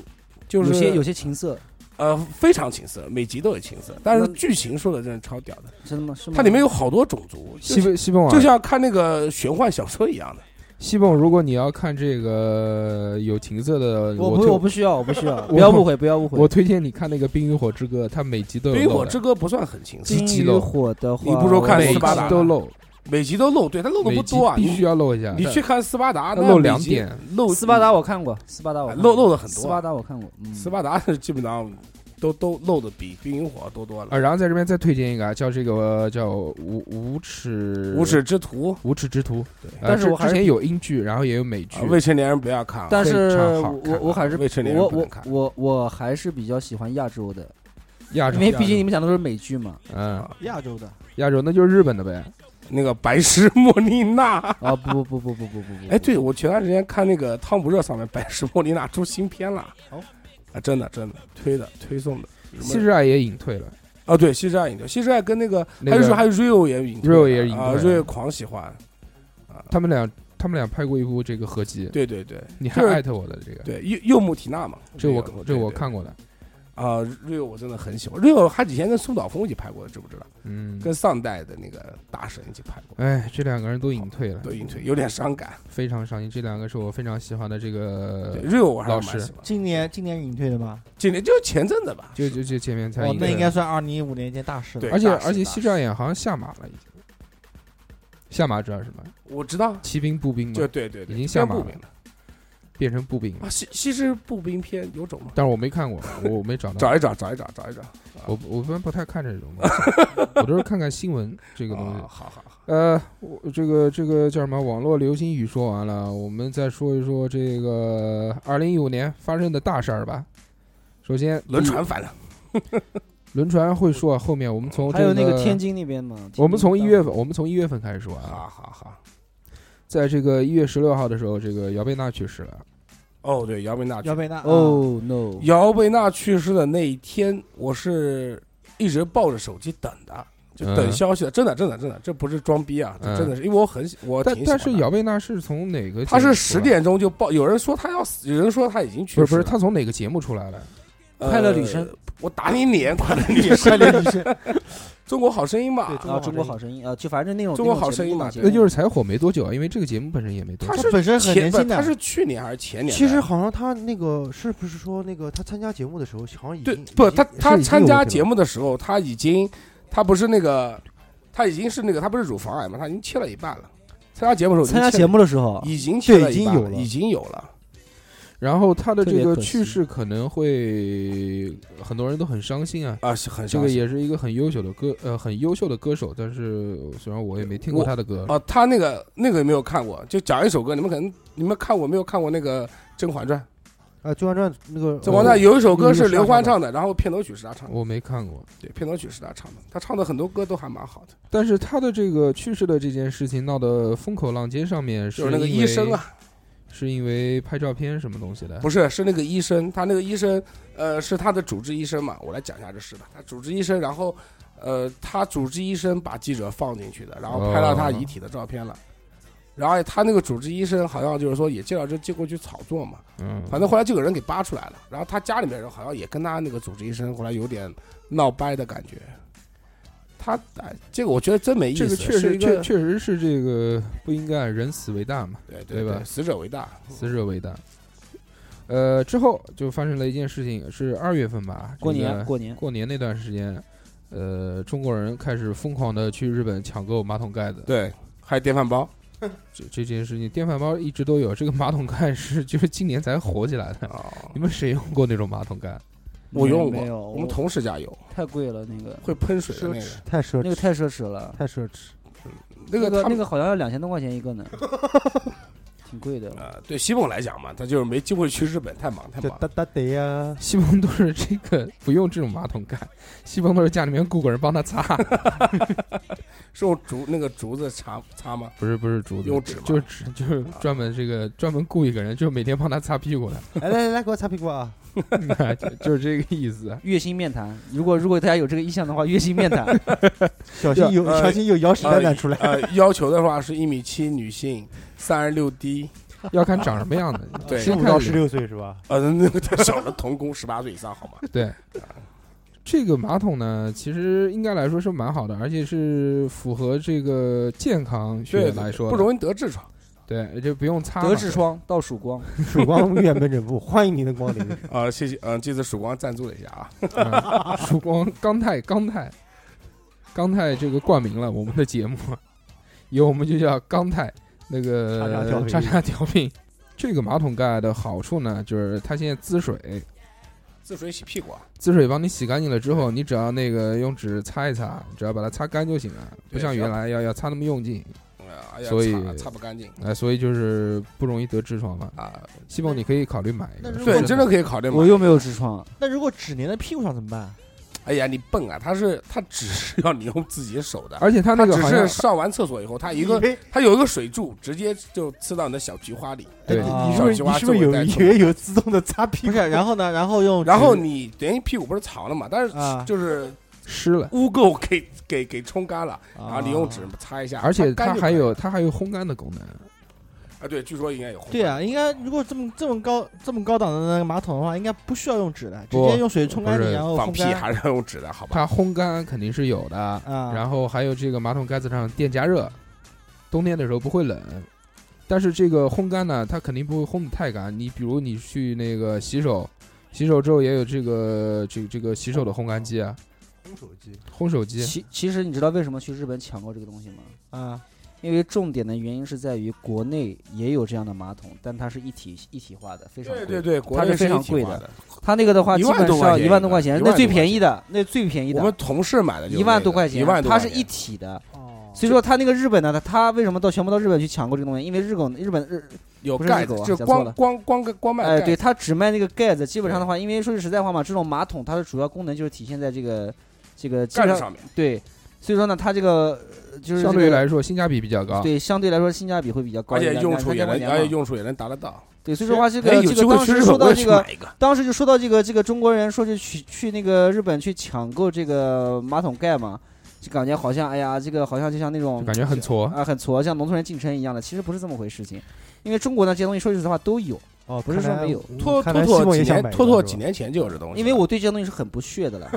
[SPEAKER 3] 就
[SPEAKER 7] 有些有
[SPEAKER 3] 是
[SPEAKER 7] 些情色，
[SPEAKER 3] 呃非常情色，每集都有情色，但是
[SPEAKER 7] 那
[SPEAKER 3] 剧情说的真是超屌的。
[SPEAKER 7] 真的吗？是吗？
[SPEAKER 3] 它里面有好多种族，就
[SPEAKER 5] 西
[SPEAKER 3] 是
[SPEAKER 5] 凤西凤
[SPEAKER 3] 就
[SPEAKER 5] 啊，
[SPEAKER 3] 像看那个玄幻小说一样的。
[SPEAKER 5] 西凤，如果你要看这个有情色的，
[SPEAKER 7] 我
[SPEAKER 5] 我
[SPEAKER 7] 不
[SPEAKER 5] 推
[SPEAKER 7] 我不需要，我不 需要，不要误会，不要误
[SPEAKER 5] 我
[SPEAKER 7] 会。
[SPEAKER 5] 推荐你看那个《冰与火之歌》，它每集都有
[SPEAKER 3] 《冰与火
[SPEAKER 5] 漏的
[SPEAKER 3] 之歌》不算很情色，
[SPEAKER 5] 极
[SPEAKER 7] 金
[SPEAKER 5] 其
[SPEAKER 7] 鱼
[SPEAKER 5] 漏
[SPEAKER 7] 火的话，
[SPEAKER 3] 你不如看
[SPEAKER 7] 我
[SPEAKER 5] 每
[SPEAKER 3] 斯巴
[SPEAKER 5] 集
[SPEAKER 3] 达
[SPEAKER 5] 都漏，
[SPEAKER 3] 每集都漏，对它漏的
[SPEAKER 5] 每
[SPEAKER 3] 不
[SPEAKER 5] 集
[SPEAKER 3] 多啊。
[SPEAKER 5] 必
[SPEAKER 3] 你
[SPEAKER 5] 须要漏一下。
[SPEAKER 3] 你去看斯巴达，那
[SPEAKER 5] 漏
[SPEAKER 3] 每
[SPEAKER 5] 两
[SPEAKER 3] 集
[SPEAKER 5] 点，
[SPEAKER 3] 漏
[SPEAKER 7] 斯巴达我看过，斯巴达我看过
[SPEAKER 3] 漏漏的很多啊
[SPEAKER 7] 斯巴达我看过，嗯
[SPEAKER 3] 斯巴达是基本上都都漏的比冰与火多多
[SPEAKER 5] 啊，
[SPEAKER 3] 了。
[SPEAKER 5] 然后在这边再推荐一个啊，叫这个呃叫无无耻
[SPEAKER 3] 无耻之徒，
[SPEAKER 5] 无耻之徒。
[SPEAKER 3] 对
[SPEAKER 5] 呃
[SPEAKER 7] 但是
[SPEAKER 5] 之
[SPEAKER 7] 我还
[SPEAKER 5] 之
[SPEAKER 7] 是
[SPEAKER 5] 前有英剧，然后也有美剧
[SPEAKER 3] 啊。未成年人不要看啊。
[SPEAKER 7] 但
[SPEAKER 5] 非
[SPEAKER 7] 是
[SPEAKER 5] 常好
[SPEAKER 7] 我
[SPEAKER 5] 看啊
[SPEAKER 7] 我我还是
[SPEAKER 3] 未成年人
[SPEAKER 7] 我
[SPEAKER 3] 不能
[SPEAKER 7] 我
[SPEAKER 3] 看
[SPEAKER 7] 我我还是比较喜欢亚洲的，
[SPEAKER 5] 亚洲
[SPEAKER 7] 因，为毕竟你们讲的都是美剧嘛。
[SPEAKER 5] 嗯，
[SPEAKER 3] 啊
[SPEAKER 6] 亚洲的
[SPEAKER 5] 亚洲那就是日本的呗。
[SPEAKER 3] 那个白石莫莉娜。
[SPEAKER 7] 啊不不不不不不不不，
[SPEAKER 3] 哎，对，我前段时间看那个《汤姆热》上面，白石莫莉娜出新片了。
[SPEAKER 6] 哦，
[SPEAKER 3] 啊，真的真的推的推送的。
[SPEAKER 5] 西
[SPEAKER 3] 什么
[SPEAKER 5] 之爱也隐退了，
[SPEAKER 3] 啊，对，西之爱引退，西之爱跟那个
[SPEAKER 5] 那
[SPEAKER 3] 还有
[SPEAKER 5] 个
[SPEAKER 3] 说还有 Rio 也引退
[SPEAKER 5] Rio
[SPEAKER 3] 了
[SPEAKER 5] 也引
[SPEAKER 3] 啊
[SPEAKER 5] 退了
[SPEAKER 3] ，Rio 狂喜欢。
[SPEAKER 5] 他们俩他们俩拍过一部这个合集，
[SPEAKER 3] 对对对
[SPEAKER 5] 你还
[SPEAKER 3] 就是
[SPEAKER 5] 艾特我的这个，
[SPEAKER 3] 对，柚柚木缇娜嘛，
[SPEAKER 5] 这我这我
[SPEAKER 3] 对对
[SPEAKER 5] 看过的，
[SPEAKER 3] 啊，Rio 我真的很喜欢，Rio 他以前跟松岛枫一起拍过的，知不知道？
[SPEAKER 5] 嗯，
[SPEAKER 3] 跟上代的那个大神一起拍过，
[SPEAKER 5] 哎，这两个人都隐退了，
[SPEAKER 3] 都引退，有点伤感。
[SPEAKER 5] 非常伤心。这两个是我非常喜欢的这个
[SPEAKER 3] 对，，Rio 我还
[SPEAKER 5] 嗯老
[SPEAKER 3] 是蛮
[SPEAKER 5] 师
[SPEAKER 3] 喜欢。
[SPEAKER 6] 今年今年隐退的吧？
[SPEAKER 3] 今年就前阵子吧，
[SPEAKER 5] 就就就前面才
[SPEAKER 6] 哦
[SPEAKER 5] 隐，
[SPEAKER 6] 那
[SPEAKER 5] 退
[SPEAKER 6] 应该
[SPEAKER 5] 的，
[SPEAKER 6] 算二零一五年一件大事了。
[SPEAKER 3] 对
[SPEAKER 5] 而且
[SPEAKER 3] 大师
[SPEAKER 5] 而且
[SPEAKER 3] 大
[SPEAKER 5] 西之爱也好像下马了，已经下马知道是什么？
[SPEAKER 3] 我知道，
[SPEAKER 5] 骑兵步兵嘛
[SPEAKER 3] 就，对对对，
[SPEAKER 5] 嗯已经下马
[SPEAKER 3] 步
[SPEAKER 5] 了
[SPEAKER 3] 兵了。
[SPEAKER 5] 变成步兵了
[SPEAKER 3] 啊，。西西施步兵篇有种吗？
[SPEAKER 5] 但是我没看过，我我没找到，
[SPEAKER 3] 找一找，找一找，找一找。
[SPEAKER 5] 我我一般不太看这种东西， 我都是看看新闻这个东西
[SPEAKER 3] 啊，。好好好，
[SPEAKER 5] 呃，我这个这个叫什么？网络流行语说完了，我们再说一说这个二零一五年发生的大事儿吧。首先，
[SPEAKER 3] 轮
[SPEAKER 5] 第一
[SPEAKER 3] 船反了，
[SPEAKER 5] 轮船会说啊，后面我们从、这
[SPEAKER 7] 还有那个天，津那边嘛，天津
[SPEAKER 5] 我们从一
[SPEAKER 7] 大
[SPEAKER 5] 月份，我们从一月份开始说啊，
[SPEAKER 3] 好好好。
[SPEAKER 5] 在这个一月十六号的时候，这个姚贝娜去世了。
[SPEAKER 3] 哦，对，姚贝娜去
[SPEAKER 6] 姚贝娜，
[SPEAKER 7] 哦 no，
[SPEAKER 3] 姚贝娜去世的那一天，我是一直抱着手机等的，就等
[SPEAKER 5] 嗯
[SPEAKER 3] 消息的。真的，真的，真的，这不是装逼啊，这
[SPEAKER 5] 嗯
[SPEAKER 3] 真的是因为我很喜我
[SPEAKER 5] 但
[SPEAKER 3] 哦挺喜
[SPEAKER 5] 但
[SPEAKER 3] 欢
[SPEAKER 5] 是
[SPEAKER 3] 她
[SPEAKER 5] 姚贝娜是从哪个节目出来的？
[SPEAKER 3] 她是十点钟就报，有人说她要死，有人说她已经去世
[SPEAKER 5] 不
[SPEAKER 3] 了。
[SPEAKER 5] 是不是，她从哪个节目出来的？
[SPEAKER 3] 呃
[SPEAKER 7] 快乐女声，
[SPEAKER 3] 我打你脸，快乐女声， 中国好声音吧
[SPEAKER 6] 对，
[SPEAKER 7] 啊中国
[SPEAKER 6] 好
[SPEAKER 7] 好声音啊，就反正那种
[SPEAKER 3] 中国
[SPEAKER 7] 那种
[SPEAKER 3] 好
[SPEAKER 7] 节
[SPEAKER 3] 声音
[SPEAKER 7] 目
[SPEAKER 3] 嘛
[SPEAKER 7] 节目
[SPEAKER 5] 那就是才火没多久啊，因为这个节目本身也没多
[SPEAKER 3] 她
[SPEAKER 5] 久。
[SPEAKER 3] 是
[SPEAKER 6] 本身很年
[SPEAKER 3] 前不是
[SPEAKER 6] 轻
[SPEAKER 3] 她
[SPEAKER 6] 的，
[SPEAKER 3] 是去年还是前年的？
[SPEAKER 1] 其实好像他那个是不是说那个他参加节目的时候，好像已
[SPEAKER 3] 对
[SPEAKER 1] 经，
[SPEAKER 3] 不，他他参加节
[SPEAKER 1] 目
[SPEAKER 3] 目的时候，他已经，他不是那个，他已经是那个，他不是乳房癌嘛，他已经切了一半了。参加节目的时候已经
[SPEAKER 7] 参加
[SPEAKER 3] 切了
[SPEAKER 7] 节目的时候，
[SPEAKER 3] 已经切
[SPEAKER 1] 对
[SPEAKER 3] 了
[SPEAKER 1] 已
[SPEAKER 3] 一
[SPEAKER 1] 经
[SPEAKER 3] 半
[SPEAKER 1] 有
[SPEAKER 3] 了，
[SPEAKER 1] 了
[SPEAKER 3] 已经有了。
[SPEAKER 5] 然后他的
[SPEAKER 7] 特
[SPEAKER 5] 这
[SPEAKER 7] 别
[SPEAKER 5] 个
[SPEAKER 7] 可惜
[SPEAKER 5] 去世可能会很多人都很伤心啊。
[SPEAKER 3] 啊，是很
[SPEAKER 5] 这
[SPEAKER 3] 伤
[SPEAKER 5] 个
[SPEAKER 3] 心。
[SPEAKER 5] 也是一个很优秀的歌，呃，很优秀的歌手，但是虽然我也没听过
[SPEAKER 3] 我
[SPEAKER 5] 他的歌，
[SPEAKER 3] 哦，他那个那个有没有看过？就讲一首歌，你们可能你们看过没有看过那个《甄嬛传》？
[SPEAKER 1] 啊，《甄嬛传》那个呃
[SPEAKER 3] 这王大有一首歌是
[SPEAKER 1] 是
[SPEAKER 3] 刘欢
[SPEAKER 1] 唱
[SPEAKER 3] 唱的，然后片头曲是他唱的，
[SPEAKER 5] 我没看过。
[SPEAKER 3] 对，片头曲是他唱的，他唱的很多歌都还蛮好的，
[SPEAKER 5] 但是他的这个去世的这件事情闹得风口浪尖上面，
[SPEAKER 3] 就是那个医生啊，，
[SPEAKER 5] 是因为拍照片什么东西的？
[SPEAKER 3] 不是，是那个医生，他那个医生，呃，是他的主治医生嘛？我来讲一下这事吧。他主治医生，然后，呃，他主治医生把记者放进去的，然后拍到他遗体的照片了。然后他那个主治医生好像就是说也介绍这结果去炒作嘛，
[SPEAKER 5] 嗯，
[SPEAKER 3] 反正后来就有人给扒出来了。然后他家里面人好像也跟他那个主治医生后来有点闹掰的感觉。他哎，这个我觉得真没意思，
[SPEAKER 5] 这个确
[SPEAKER 3] 是
[SPEAKER 5] 实
[SPEAKER 3] 一
[SPEAKER 5] 确
[SPEAKER 3] 个
[SPEAKER 5] 确实是这个不应该人死为大嘛，
[SPEAKER 3] 对
[SPEAKER 5] 对吧
[SPEAKER 3] 对，死者为大。
[SPEAKER 5] 死者为大。呃，之后就发生了一件事情，是二月份吧，
[SPEAKER 7] 过
[SPEAKER 5] 这个
[SPEAKER 7] 年过年，
[SPEAKER 5] 过年那段时间，呃，中国人开始疯狂的去日本抢购马桶盖子。
[SPEAKER 3] 对，还有电 饭煲
[SPEAKER 5] 这这件事情，电饭煲一直都有，这个马桶盖是就是今年才火起来的。
[SPEAKER 3] 哦，
[SPEAKER 5] 你们谁用过那种马桶盖？
[SPEAKER 3] 我用
[SPEAKER 7] 没
[SPEAKER 3] 过，
[SPEAKER 7] 有，
[SPEAKER 3] 我们同事家有。
[SPEAKER 7] 太贵了，那个
[SPEAKER 3] 会喷水的那个，
[SPEAKER 1] 太奢侈，
[SPEAKER 7] 那个太奢侈了，
[SPEAKER 1] 太奢侈。
[SPEAKER 3] 那
[SPEAKER 7] 那
[SPEAKER 3] 个
[SPEAKER 7] 个
[SPEAKER 3] 他
[SPEAKER 7] 那
[SPEAKER 3] 们
[SPEAKER 7] 个好像要两千多块钱一个呢，挺贵的。
[SPEAKER 3] 呃，对西蒙来讲嘛，他就是没机会去日本，太忙太
[SPEAKER 1] 这
[SPEAKER 3] 忙
[SPEAKER 1] 哒。哒得呀，
[SPEAKER 5] 西蒙都是这个不用这种马桶盖，西蒙都是家里面雇个人帮他 擦，
[SPEAKER 3] 是用竹那个竹子擦擦吗？
[SPEAKER 5] 不是不是竹子，
[SPEAKER 3] 用纸吗
[SPEAKER 5] 就是纸，就是专门这个专门雇一个人，就是每天帮他擦屁 股的，
[SPEAKER 1] 哎来来来，给我擦屁股啊！
[SPEAKER 5] 就就是这个意思。
[SPEAKER 7] 月薪面谈，如果如果大家有这个意向的话，月薪面谈
[SPEAKER 1] 小心有
[SPEAKER 3] 呃
[SPEAKER 1] 小心有咬屎蛋蛋出来。
[SPEAKER 3] 呃，要求的话是一米七女性，三十六 D，
[SPEAKER 5] 要看长什么样的，
[SPEAKER 3] 对
[SPEAKER 1] 十
[SPEAKER 5] 先
[SPEAKER 1] 呃五
[SPEAKER 5] 看
[SPEAKER 1] 到
[SPEAKER 5] 脸
[SPEAKER 1] 十六岁是吧？
[SPEAKER 3] 呃，那个太小了，童工十八岁以上好吗？
[SPEAKER 5] 对，这个马桶呢，其实应该来说是蛮好的，而且是符合这个健康学
[SPEAKER 3] 对，
[SPEAKER 5] 来说
[SPEAKER 3] 不
[SPEAKER 5] 的，
[SPEAKER 3] 容易得痔疮
[SPEAKER 5] 对，就不用擦嘛。
[SPEAKER 7] 得痔疮到 曙光，
[SPEAKER 1] 曙光医院门诊部，欢迎您的 光临。
[SPEAKER 3] 啊！谢谢，嗯，这次曙光赞助了一下啊，
[SPEAKER 5] 嗯 曙光刚泰刚泰刚泰这个冠名了我们的节目，以后我们就叫刚泰那个叉
[SPEAKER 1] 叉叉
[SPEAKER 5] 叉调频。这个马桶盖的好处呢，就是它现在滋水，
[SPEAKER 3] 自水洗屁股啊，
[SPEAKER 5] 滋水帮你洗干净了之后，你只要那个用纸擦一擦，只要把它擦干就行了，不
[SPEAKER 3] 对
[SPEAKER 5] 像
[SPEAKER 3] 只要
[SPEAKER 5] 原来要要擦那么用劲，
[SPEAKER 3] 呃哎呀，
[SPEAKER 5] 所以
[SPEAKER 3] 擦擦不干净
[SPEAKER 5] 哎、所以就是不容易得痔疮嘛。
[SPEAKER 3] 啊。
[SPEAKER 5] 西蒙，你可以考虑买一个
[SPEAKER 1] 那，如果
[SPEAKER 3] 对，
[SPEAKER 5] 是
[SPEAKER 3] 真的可以考虑
[SPEAKER 7] 我
[SPEAKER 3] 嘛。
[SPEAKER 7] 又没有痔疮，
[SPEAKER 1] 那如果纸粘在屁股上怎么办？
[SPEAKER 3] 哎呀，你笨啊！他是他只是要你用自己手的，
[SPEAKER 5] 而且它那个
[SPEAKER 3] 只
[SPEAKER 5] 好
[SPEAKER 3] 是
[SPEAKER 5] 像
[SPEAKER 3] 上完厕所以后，他一个
[SPEAKER 6] 哎
[SPEAKER 1] 你
[SPEAKER 3] 它有一个水柱，直接就刺到你的小菊花里，
[SPEAKER 5] 对
[SPEAKER 7] 啊
[SPEAKER 1] 哎你是
[SPEAKER 3] 小
[SPEAKER 1] 不是
[SPEAKER 3] 菊花
[SPEAKER 1] 你是不是
[SPEAKER 3] 周围
[SPEAKER 1] 有
[SPEAKER 3] 带刺
[SPEAKER 1] 也有自动的擦屁
[SPEAKER 6] 不
[SPEAKER 1] 股？
[SPEAKER 6] 是，然后呢，然后用
[SPEAKER 3] 然后
[SPEAKER 6] 纸
[SPEAKER 3] 你等于屁股不是藏了嘛，但是
[SPEAKER 1] 啊
[SPEAKER 3] 就是
[SPEAKER 5] 湿了，
[SPEAKER 3] 污垢给给给冲干了，然
[SPEAKER 1] 啊
[SPEAKER 3] 后你用纸擦一下，
[SPEAKER 5] 而且
[SPEAKER 3] 干
[SPEAKER 5] 它
[SPEAKER 3] 就
[SPEAKER 5] 还
[SPEAKER 3] 可以
[SPEAKER 5] 有它还有烘干的功能。
[SPEAKER 3] 啊，对，据说应该有红
[SPEAKER 6] 对
[SPEAKER 3] 斑
[SPEAKER 6] 啊，应该如果这么这么高这么高档的那个马桶的话，应该不需要用纸的，直
[SPEAKER 5] 不
[SPEAKER 6] 接用水冲干
[SPEAKER 5] 不
[SPEAKER 6] 净，
[SPEAKER 5] 是
[SPEAKER 6] 然后
[SPEAKER 3] 放
[SPEAKER 6] 烘
[SPEAKER 3] 屁
[SPEAKER 6] 干。
[SPEAKER 3] 还是要用纸的，好吧？
[SPEAKER 5] 它烘干肯定是有的，
[SPEAKER 6] 啊
[SPEAKER 5] 然后还有这个马桶盖子上电加热，冬天的时候不会冷。但是这个烘干呢，它肯定不会烘得太干。你比如你去那个洗手，洗手之后也有这个这个这个洗手的烘干机啊，
[SPEAKER 1] 红手机
[SPEAKER 5] 烘手机。
[SPEAKER 7] 其其实你知道为什么去日本抢购这个东西吗？
[SPEAKER 1] 啊，
[SPEAKER 7] 因为重点的原因是在于国内也有这样的马桶，但它是一体一体化的，非常
[SPEAKER 3] 对
[SPEAKER 7] 贵。
[SPEAKER 3] 对对，国
[SPEAKER 7] 它
[SPEAKER 3] 内
[SPEAKER 7] 是非
[SPEAKER 3] 一
[SPEAKER 7] 常
[SPEAKER 3] 体
[SPEAKER 7] 贵
[SPEAKER 3] 化
[SPEAKER 7] 的
[SPEAKER 3] 的。
[SPEAKER 7] 它那个的话，
[SPEAKER 3] 一
[SPEAKER 7] 基
[SPEAKER 3] 万
[SPEAKER 7] 本
[SPEAKER 3] 多块
[SPEAKER 7] 上
[SPEAKER 3] 钱
[SPEAKER 7] 一万多块钱
[SPEAKER 3] 一，万
[SPEAKER 7] 那
[SPEAKER 3] 多
[SPEAKER 7] 最
[SPEAKER 3] 块
[SPEAKER 7] 便宜的，那最便宜的，
[SPEAKER 3] 我们同事买的就是
[SPEAKER 7] 一万
[SPEAKER 3] 那
[SPEAKER 7] 多
[SPEAKER 3] 个
[SPEAKER 7] 块钱，
[SPEAKER 3] 一万多
[SPEAKER 7] 它
[SPEAKER 3] 块
[SPEAKER 7] 是
[SPEAKER 3] 钱
[SPEAKER 7] 一体的。
[SPEAKER 1] 哦，
[SPEAKER 7] 所以说它那个日本呢，它它为什么到全部到日本去抢购这个东西？因为日本日本日
[SPEAKER 3] 有
[SPEAKER 7] 不是
[SPEAKER 3] 盖
[SPEAKER 7] 那
[SPEAKER 3] 子
[SPEAKER 7] 个，啊
[SPEAKER 3] 就
[SPEAKER 7] 讲错
[SPEAKER 3] 光
[SPEAKER 7] 了
[SPEAKER 3] 光光个光卖
[SPEAKER 7] 哎，
[SPEAKER 3] 盖
[SPEAKER 7] 对，
[SPEAKER 3] 子
[SPEAKER 7] 它只卖那个盖子。基本上的话，因为说句实在话嘛，这种马桶它的主要功能就是体现在这个这个基
[SPEAKER 3] 盖
[SPEAKER 7] 本
[SPEAKER 3] 子
[SPEAKER 7] 上
[SPEAKER 3] 上面，
[SPEAKER 7] 对，所以说呢，它这个呃就是
[SPEAKER 5] 相
[SPEAKER 7] 这
[SPEAKER 5] 对于
[SPEAKER 7] 个
[SPEAKER 5] 来说，性价比比较高。
[SPEAKER 7] 对相对来说性价比会比较高
[SPEAKER 3] 而
[SPEAKER 7] 一
[SPEAKER 3] 且
[SPEAKER 7] 点，
[SPEAKER 3] 用处也哎
[SPEAKER 7] 两
[SPEAKER 3] 能，而
[SPEAKER 7] 三千块
[SPEAKER 3] 且
[SPEAKER 7] 钱嘛
[SPEAKER 3] 用处也能达得到。
[SPEAKER 7] 对，所以说话这
[SPEAKER 3] 哎
[SPEAKER 7] 个
[SPEAKER 3] 有
[SPEAKER 7] 这
[SPEAKER 3] 机会
[SPEAKER 7] 个当
[SPEAKER 3] 去
[SPEAKER 7] 时
[SPEAKER 3] 日
[SPEAKER 7] 说
[SPEAKER 3] 本，我
[SPEAKER 7] 到
[SPEAKER 3] 也
[SPEAKER 7] 这
[SPEAKER 3] 去
[SPEAKER 7] 个
[SPEAKER 3] 买一个。
[SPEAKER 7] 当时就说到这个这个中国人说是去去那个日本去抢购这个马桶盖嘛，就感觉好像哎呀，这个好像就像那种
[SPEAKER 5] 就感觉很挫，
[SPEAKER 7] 啊很挫，像农村人进城一样的，其实不是这么回事情。因为中国呢，这些东西说实话都有，
[SPEAKER 1] 哦，
[SPEAKER 7] 不是
[SPEAKER 1] 看
[SPEAKER 7] 说
[SPEAKER 1] 来
[SPEAKER 7] 没有
[SPEAKER 1] 嗯
[SPEAKER 3] 托
[SPEAKER 1] 看
[SPEAKER 3] 托
[SPEAKER 1] 来西
[SPEAKER 3] 托
[SPEAKER 1] 蒙
[SPEAKER 3] 几
[SPEAKER 1] 也想
[SPEAKER 3] 年，
[SPEAKER 1] 买一个
[SPEAKER 3] 托托
[SPEAKER 1] 是吧
[SPEAKER 3] 几年前就有这东西了，
[SPEAKER 7] 因为我对这些东西是很不屑的了，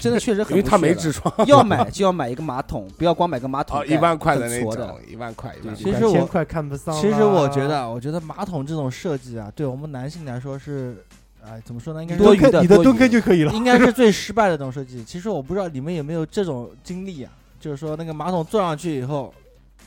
[SPEAKER 7] 真的确实很不屑
[SPEAKER 3] 因为他没
[SPEAKER 7] 了
[SPEAKER 3] 痔疮
[SPEAKER 7] 要买就要买一个马桶，不要光买个马桶
[SPEAKER 3] 啊，
[SPEAKER 7] 盖，
[SPEAKER 3] 一万块
[SPEAKER 7] 很
[SPEAKER 3] 那
[SPEAKER 7] 挫
[SPEAKER 3] 种，一万块一万
[SPEAKER 7] 对
[SPEAKER 3] 块
[SPEAKER 6] 其实我
[SPEAKER 1] 两千块看不上啦。啊
[SPEAKER 6] 其实我觉
[SPEAKER 7] 啊
[SPEAKER 6] 得，我觉得马桶这种设计啊，对我们男性来说是，哎，怎么说呢？应该是
[SPEAKER 7] 多
[SPEAKER 1] 蹲
[SPEAKER 7] 余的
[SPEAKER 1] 坑，你的
[SPEAKER 7] 多余
[SPEAKER 1] 蹲坑
[SPEAKER 7] 的
[SPEAKER 1] 就可以了。
[SPEAKER 6] 应该是最失败的这种设计。其实我不知道你们有没有这种经历啊，就是说那个马桶坐上去以后，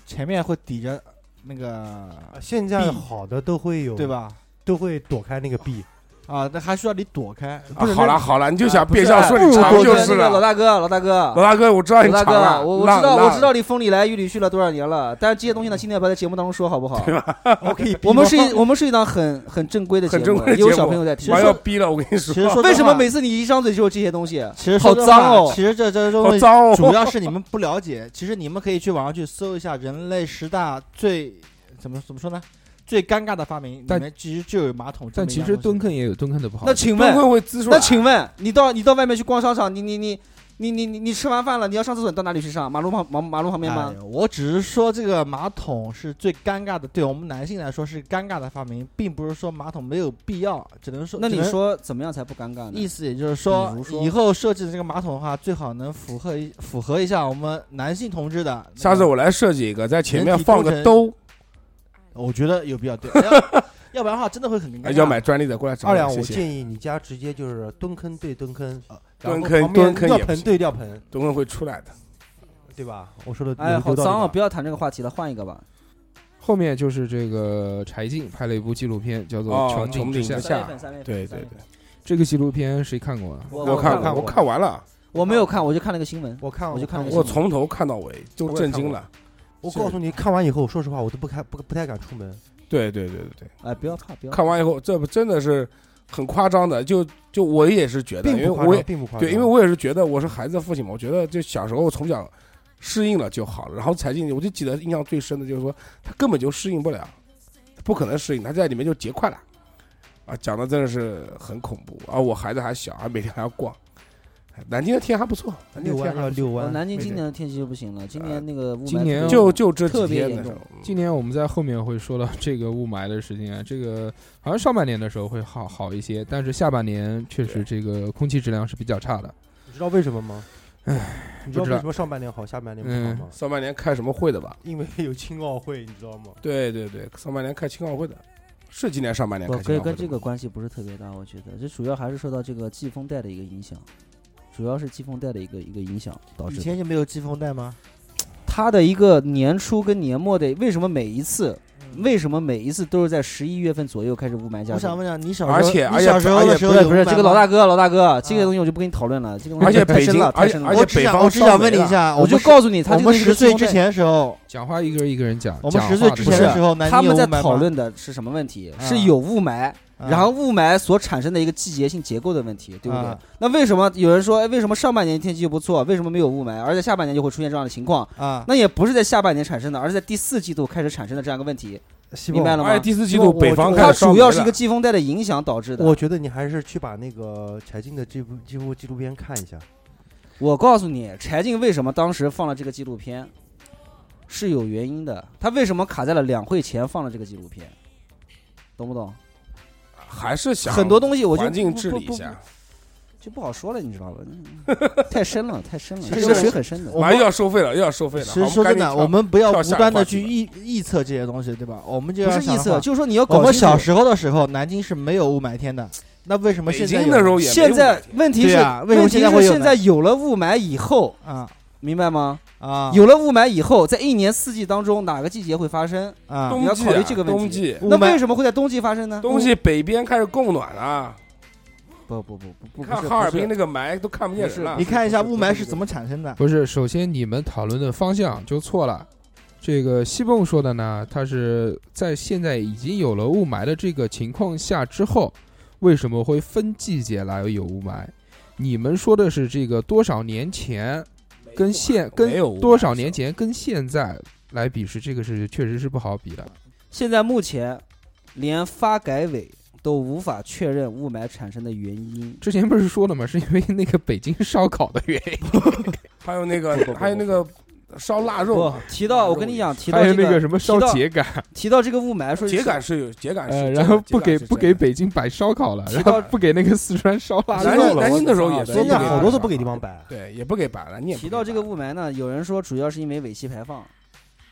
[SPEAKER 6] 前面会抵着那个，
[SPEAKER 1] 现在
[SPEAKER 6] 壁
[SPEAKER 1] 好的都会有，
[SPEAKER 6] 对？吧？
[SPEAKER 3] 哦
[SPEAKER 1] 都会躲开那个壁，
[SPEAKER 6] 啊，那还需要你躲开。
[SPEAKER 3] 啊
[SPEAKER 6] 不是
[SPEAKER 3] 好了，好了，你就想变相说
[SPEAKER 6] 不
[SPEAKER 3] 你
[SPEAKER 6] 如
[SPEAKER 3] 长
[SPEAKER 6] 过
[SPEAKER 3] 就
[SPEAKER 6] 去
[SPEAKER 3] 是
[SPEAKER 7] 那个老
[SPEAKER 3] 了。
[SPEAKER 7] 大哥，老大哥，
[SPEAKER 3] 老大哥，我知道你
[SPEAKER 7] 老大
[SPEAKER 3] 长
[SPEAKER 7] 哥，
[SPEAKER 3] 了，
[SPEAKER 7] 啊我我
[SPEAKER 3] 那
[SPEAKER 7] 知道，我
[SPEAKER 3] 那
[SPEAKER 7] 知道你风里来雨里去了多少年了，但是这些东西呢，今天要不要在节目当中说好不好？
[SPEAKER 1] 我可以
[SPEAKER 7] 我们是一我们是一档很很正规的节
[SPEAKER 3] 很正
[SPEAKER 7] 目
[SPEAKER 3] 规，的
[SPEAKER 7] 也有
[SPEAKER 3] 节
[SPEAKER 7] 小
[SPEAKER 3] 目
[SPEAKER 7] 朋友在
[SPEAKER 3] 我
[SPEAKER 7] 听
[SPEAKER 3] 还。要逼了，我跟你说，
[SPEAKER 6] 其实说
[SPEAKER 7] 为什么每
[SPEAKER 6] 没？
[SPEAKER 7] 次你一张嘴就有这些东西？啊
[SPEAKER 6] 其实
[SPEAKER 7] 好
[SPEAKER 6] 说真
[SPEAKER 7] 脏
[SPEAKER 6] 话
[SPEAKER 7] 哦
[SPEAKER 6] 其实这这
[SPEAKER 3] 好
[SPEAKER 6] 东西
[SPEAKER 3] 脏哦，
[SPEAKER 6] 主要是你们不了解。其实你们可以去网上去搜一下人类十大最怎么怎么说呢？最尴尬的发明，里
[SPEAKER 5] 但
[SPEAKER 6] 面其实就有马桶这
[SPEAKER 5] 但
[SPEAKER 6] 么一
[SPEAKER 5] 其
[SPEAKER 6] 样东西。
[SPEAKER 5] 实蹲坑也有蹲坑的不好
[SPEAKER 7] 那。请
[SPEAKER 3] 会
[SPEAKER 7] 问，
[SPEAKER 3] 会滋出来
[SPEAKER 7] 那。请问你到你到外面去逛商场，你你你你你你你吃完饭了，你要上厕所，你到哪里去上？马路旁马马路旁边吗
[SPEAKER 6] 哎？我只是说这个马桶是最尴尬的，对我们男性来说是尴尬的发明，并不是说马桶没有必要，只能说
[SPEAKER 7] 那你
[SPEAKER 6] 只能
[SPEAKER 7] 说怎么样才不尴尬
[SPEAKER 6] 意
[SPEAKER 7] 呢？
[SPEAKER 6] 思也就是说
[SPEAKER 7] 比如，说
[SPEAKER 6] 以后设计的这个马桶的话，最好能符合一符合一下我们男性同志的。
[SPEAKER 3] 下次我来设计一个，在前面
[SPEAKER 6] 人体
[SPEAKER 3] 放
[SPEAKER 6] 工
[SPEAKER 3] 个
[SPEAKER 6] 程
[SPEAKER 3] 兜，
[SPEAKER 6] 我觉得有必要对， 要要不然的话真的会很尴
[SPEAKER 3] 哎
[SPEAKER 6] 尬。
[SPEAKER 3] 要买专利的过来找
[SPEAKER 1] 二两，
[SPEAKER 3] 谢
[SPEAKER 1] 我
[SPEAKER 3] 谢。
[SPEAKER 1] 建议你家直接就是蹲坑对蹲坑，然
[SPEAKER 3] 蹲
[SPEAKER 1] 后
[SPEAKER 3] 坑
[SPEAKER 1] 旁边
[SPEAKER 3] 蹲坑
[SPEAKER 1] 尿
[SPEAKER 3] 也不
[SPEAKER 1] 盆
[SPEAKER 3] 行
[SPEAKER 1] 对尿盆，
[SPEAKER 3] 东东会出来的。
[SPEAKER 1] 对吧？我说的
[SPEAKER 7] 哎，好脏哦！
[SPEAKER 1] 哦，
[SPEAKER 7] 不要谈这个话题了，换一个吧。
[SPEAKER 5] 后面就是这个柴静拍了一部纪录片，叫做
[SPEAKER 3] 哦
[SPEAKER 5] 《
[SPEAKER 3] 穹
[SPEAKER 5] 顶
[SPEAKER 3] 顶
[SPEAKER 5] 下
[SPEAKER 3] 之》。下
[SPEAKER 7] 三月
[SPEAKER 3] 对
[SPEAKER 7] 份三
[SPEAKER 3] 对
[SPEAKER 7] 月份
[SPEAKER 3] 对，
[SPEAKER 5] 这个纪录片谁看过啊？
[SPEAKER 7] 我
[SPEAKER 3] 我
[SPEAKER 7] 看
[SPEAKER 3] 看过，
[SPEAKER 1] 过
[SPEAKER 3] 我看完了，
[SPEAKER 7] 我没有看，我就看了个新闻。
[SPEAKER 1] 我看
[SPEAKER 7] 我就看了
[SPEAKER 1] 过
[SPEAKER 3] 我从头看到尾，都震惊了。
[SPEAKER 1] 我告诉你，看完以后，说实话，我都不开不不太敢出门。
[SPEAKER 3] 对对对对对。
[SPEAKER 7] 哎，不要怕，不要怕。
[SPEAKER 3] 看完以后，这不真的是很夸张的，就就我也是觉得，
[SPEAKER 1] 并
[SPEAKER 3] 因为
[SPEAKER 1] 不夸
[SPEAKER 3] 我
[SPEAKER 1] 张，
[SPEAKER 3] 也
[SPEAKER 1] 并不夸张。
[SPEAKER 3] 对，因为我也是觉得我是孩子的父亲嘛，我觉得就小时候从小适应了就好了，然后才进去，我就记得印象最深的就是说他根本就适应不了，不可能适应，他在里面就结块了，啊，讲的真的是很恐怖啊！我孩子还小，还每天还要逛，哎南京的天还不错，南京
[SPEAKER 1] 遛
[SPEAKER 3] 的天
[SPEAKER 1] 弯
[SPEAKER 3] 还
[SPEAKER 1] 要
[SPEAKER 3] 不错，
[SPEAKER 1] 遛
[SPEAKER 7] 呃
[SPEAKER 1] 弯，
[SPEAKER 7] 南京今年的天气就不行了，今年那个雾霾
[SPEAKER 5] 今年
[SPEAKER 7] 特别
[SPEAKER 3] 就就这
[SPEAKER 7] 哎特
[SPEAKER 3] 几
[SPEAKER 7] 别
[SPEAKER 3] 天
[SPEAKER 7] 严
[SPEAKER 3] 的时
[SPEAKER 7] 重
[SPEAKER 3] 候，嗯
[SPEAKER 5] 今年我们在后面会说到这个雾霾的事情啊，这个好像上半年的时候会好好一些，但是下半年确实
[SPEAKER 3] 对
[SPEAKER 5] 这个空气质量是比较差的。
[SPEAKER 1] 你知道为什么吗？你知道
[SPEAKER 5] 不知
[SPEAKER 1] 为
[SPEAKER 5] 道
[SPEAKER 1] 什么上半年好，下半年不好吗？
[SPEAKER 3] 上半年开什么会的吧？
[SPEAKER 1] 因为有青奥会，你知道吗？
[SPEAKER 3] 对对对，上半年开青奥会的，是今年上半年
[SPEAKER 7] 不
[SPEAKER 3] 开青
[SPEAKER 7] 跟
[SPEAKER 3] 奥会
[SPEAKER 7] 跟
[SPEAKER 3] 的
[SPEAKER 7] 这
[SPEAKER 3] 吗
[SPEAKER 7] 个关系不是特别大，我觉得这主要还是受到这个季风带的一个影响，主要是季风带的一个一个影响导
[SPEAKER 6] 以
[SPEAKER 7] 致的。
[SPEAKER 6] 前就没有季风带吗？
[SPEAKER 7] 它的一个年初跟年末的，为什么每一次，为什么每一次都是在十一月份左右开始雾霾加
[SPEAKER 6] 嗯我想
[SPEAKER 7] 重？
[SPEAKER 6] 问一下，你小时候，
[SPEAKER 3] 而且
[SPEAKER 6] 你
[SPEAKER 3] 而且
[SPEAKER 6] 小时候
[SPEAKER 3] 而且
[SPEAKER 6] 的时候
[SPEAKER 7] 不是
[SPEAKER 6] 有
[SPEAKER 7] 不是，
[SPEAKER 6] 雾霾
[SPEAKER 7] 这个老
[SPEAKER 6] 吗啊
[SPEAKER 7] 大哥老大哥，这个东西我就不跟你讨论了，这个东西
[SPEAKER 3] 而且
[SPEAKER 7] 太
[SPEAKER 3] 北
[SPEAKER 7] 深
[SPEAKER 3] 京，
[SPEAKER 7] 了
[SPEAKER 3] 而
[SPEAKER 7] 太
[SPEAKER 3] 且
[SPEAKER 7] 深了。
[SPEAKER 3] 而
[SPEAKER 6] 我
[SPEAKER 3] 且
[SPEAKER 6] 只
[SPEAKER 3] 北
[SPEAKER 6] 想
[SPEAKER 3] 方
[SPEAKER 6] 我只
[SPEAKER 3] 烧
[SPEAKER 6] 想
[SPEAKER 3] 煤
[SPEAKER 6] 问你一
[SPEAKER 3] 了
[SPEAKER 6] 下，
[SPEAKER 7] 我就
[SPEAKER 6] 们
[SPEAKER 7] 告诉你，他
[SPEAKER 6] 我
[SPEAKER 7] 这个
[SPEAKER 6] 们
[SPEAKER 7] 东西
[SPEAKER 6] 十
[SPEAKER 7] 是
[SPEAKER 6] 岁
[SPEAKER 7] 自动
[SPEAKER 6] 之
[SPEAKER 7] 带
[SPEAKER 6] 前的时候，
[SPEAKER 5] 讲话一个一个人讲，
[SPEAKER 6] 我们
[SPEAKER 5] 讲
[SPEAKER 6] 十岁
[SPEAKER 5] 话
[SPEAKER 6] 之
[SPEAKER 5] 不
[SPEAKER 6] 前
[SPEAKER 5] 是
[SPEAKER 6] 的时候，南
[SPEAKER 7] 他
[SPEAKER 6] 京有
[SPEAKER 7] 们在
[SPEAKER 6] 雾霾吗
[SPEAKER 7] 讨，论的是什么问题？
[SPEAKER 6] 啊
[SPEAKER 7] 是有雾霾，
[SPEAKER 6] 啊
[SPEAKER 7] 然后雾霾所产生的一个季节性结构的问题，对不对
[SPEAKER 6] 啊？
[SPEAKER 7] 那为什么有人说，哎，为什么上半年天气就不错，为什么没有雾霾，而在下半年就会出现这样的情况？
[SPEAKER 6] 啊，
[SPEAKER 7] 那也不是在下半年产生的，而是在第四季度开始产生的这样一个问题，
[SPEAKER 1] 希
[SPEAKER 7] 明白
[SPEAKER 1] 望
[SPEAKER 7] 了
[SPEAKER 3] 哎，
[SPEAKER 7] 吗？
[SPEAKER 3] 第四季度
[SPEAKER 1] 我
[SPEAKER 3] 北方
[SPEAKER 1] 我
[SPEAKER 3] 开
[SPEAKER 7] 它
[SPEAKER 3] 始烧
[SPEAKER 7] 主
[SPEAKER 3] 煤
[SPEAKER 7] 要是一
[SPEAKER 3] 了
[SPEAKER 7] 个季风带的影响导致的。
[SPEAKER 1] 我觉得你还是去把那个柴静的这部这部纪录片看一下。
[SPEAKER 7] 我告诉你，柴静为什么当时放了这个纪录片，是有原因的。他为什么卡在了两会前放了这个纪录片，懂不懂？
[SPEAKER 3] 还是想
[SPEAKER 7] 很多东西我就
[SPEAKER 3] 啊
[SPEAKER 7] 嗯
[SPEAKER 3] 环境
[SPEAKER 7] 不
[SPEAKER 3] 治
[SPEAKER 7] 不
[SPEAKER 3] 理
[SPEAKER 7] 不
[SPEAKER 3] 一下，
[SPEAKER 7] 就不好说了，你知道吧？太深了，太深了，
[SPEAKER 6] 其
[SPEAKER 7] 这
[SPEAKER 6] 实
[SPEAKER 7] 个水很深的。
[SPEAKER 6] 我
[SPEAKER 3] 完
[SPEAKER 6] 们
[SPEAKER 3] 又要收费了，又要收费了。
[SPEAKER 6] 其实
[SPEAKER 3] 好
[SPEAKER 6] 说真的，我们不要
[SPEAKER 3] 跳
[SPEAKER 6] 无
[SPEAKER 3] 下一
[SPEAKER 6] 端的
[SPEAKER 3] 个话
[SPEAKER 6] 去
[SPEAKER 3] 题吧
[SPEAKER 6] 臆臆测这些东西，对吧？我们就
[SPEAKER 7] 不
[SPEAKER 6] 要
[SPEAKER 7] 是
[SPEAKER 6] 想
[SPEAKER 7] 臆
[SPEAKER 6] 的
[SPEAKER 7] 测，
[SPEAKER 6] 话
[SPEAKER 7] 就是说你要
[SPEAKER 6] 我
[SPEAKER 7] 搞
[SPEAKER 6] 们
[SPEAKER 7] 清楚。
[SPEAKER 6] 小时候的时候，南京是没有雾霾天的，那为什么
[SPEAKER 3] 赶紧
[SPEAKER 6] 现在有
[SPEAKER 3] 跳北京的时候也没
[SPEAKER 7] 现
[SPEAKER 3] 有
[SPEAKER 7] 在
[SPEAKER 3] 问题
[SPEAKER 7] 问题
[SPEAKER 6] 对
[SPEAKER 7] 是，
[SPEAKER 6] 啊为什
[SPEAKER 7] 问
[SPEAKER 6] 么
[SPEAKER 7] 题
[SPEAKER 6] 现在
[SPEAKER 7] 是
[SPEAKER 6] 会有
[SPEAKER 7] 现
[SPEAKER 6] 呢
[SPEAKER 7] 在有了雾霾以后，
[SPEAKER 6] 啊
[SPEAKER 7] 明白吗？
[SPEAKER 6] 啊
[SPEAKER 7] 有了雾霾以后，在一年四季当中，哪个季节会发生？
[SPEAKER 6] 啊
[SPEAKER 7] 你
[SPEAKER 3] 冬
[SPEAKER 7] 要
[SPEAKER 3] 季
[SPEAKER 7] 考虑
[SPEAKER 3] 啊
[SPEAKER 7] 这个问题
[SPEAKER 3] 冬季
[SPEAKER 6] 雾
[SPEAKER 7] 那
[SPEAKER 6] 霾
[SPEAKER 7] 为什么会在冬季发生呢？
[SPEAKER 3] 冬季北边开始供暖了，
[SPEAKER 7] 不不不不不，
[SPEAKER 3] 你
[SPEAKER 7] 不
[SPEAKER 3] 看
[SPEAKER 7] 是
[SPEAKER 3] 哈尔
[SPEAKER 7] 不是
[SPEAKER 3] 滨那个霾都看不见人了
[SPEAKER 6] 你。看一下雾霾是怎么产生的？
[SPEAKER 5] 不是，首先你们讨论的方向就错了。这个西蹦说的呢，他是在现在已经有了雾霾的这个情况下之后，为什么会分季节来有雾霾？你们说的是这个多少年前跟现跟
[SPEAKER 3] 没有雾霾
[SPEAKER 5] 多少年前跟现在来比是这个是确实是不好比的。
[SPEAKER 7] 现在目前，连发改委都无法确认雾霾产生的原因。
[SPEAKER 5] 之前不是说了吗？是因为那个北京烧烤的原 因，
[SPEAKER 3] 还有那个还有那个烧腊肉
[SPEAKER 7] 不，提到我跟你讲，提到
[SPEAKER 5] 还有
[SPEAKER 7] 这
[SPEAKER 5] 那个什么烧
[SPEAKER 7] 提到
[SPEAKER 5] 秸秆，
[SPEAKER 7] 提到这个雾霾，说
[SPEAKER 3] 秸秆是有秸秆 是
[SPEAKER 5] 呃，
[SPEAKER 3] 真的，
[SPEAKER 5] 然后不
[SPEAKER 3] 秸秆
[SPEAKER 5] 给
[SPEAKER 3] 是
[SPEAKER 5] 不
[SPEAKER 3] 真
[SPEAKER 5] 给
[SPEAKER 3] 的。
[SPEAKER 5] 北京摆烧烤了，
[SPEAKER 7] 提
[SPEAKER 5] 然
[SPEAKER 7] 到
[SPEAKER 5] 后不给那个四川烧腊
[SPEAKER 3] 南
[SPEAKER 5] 肉
[SPEAKER 3] 京
[SPEAKER 5] 了。
[SPEAKER 3] 南京的时候也
[SPEAKER 7] 对
[SPEAKER 3] 是，
[SPEAKER 1] 现
[SPEAKER 7] 现
[SPEAKER 1] 在
[SPEAKER 7] 在
[SPEAKER 1] 好
[SPEAKER 7] 好
[SPEAKER 1] 多
[SPEAKER 7] 多
[SPEAKER 1] 都不给地方摆，
[SPEAKER 3] 对，也不给摆了。你也不
[SPEAKER 7] 提
[SPEAKER 3] 给
[SPEAKER 7] 到
[SPEAKER 3] 摆
[SPEAKER 7] 这个雾霾呢，有人说主要是因为尾气排放，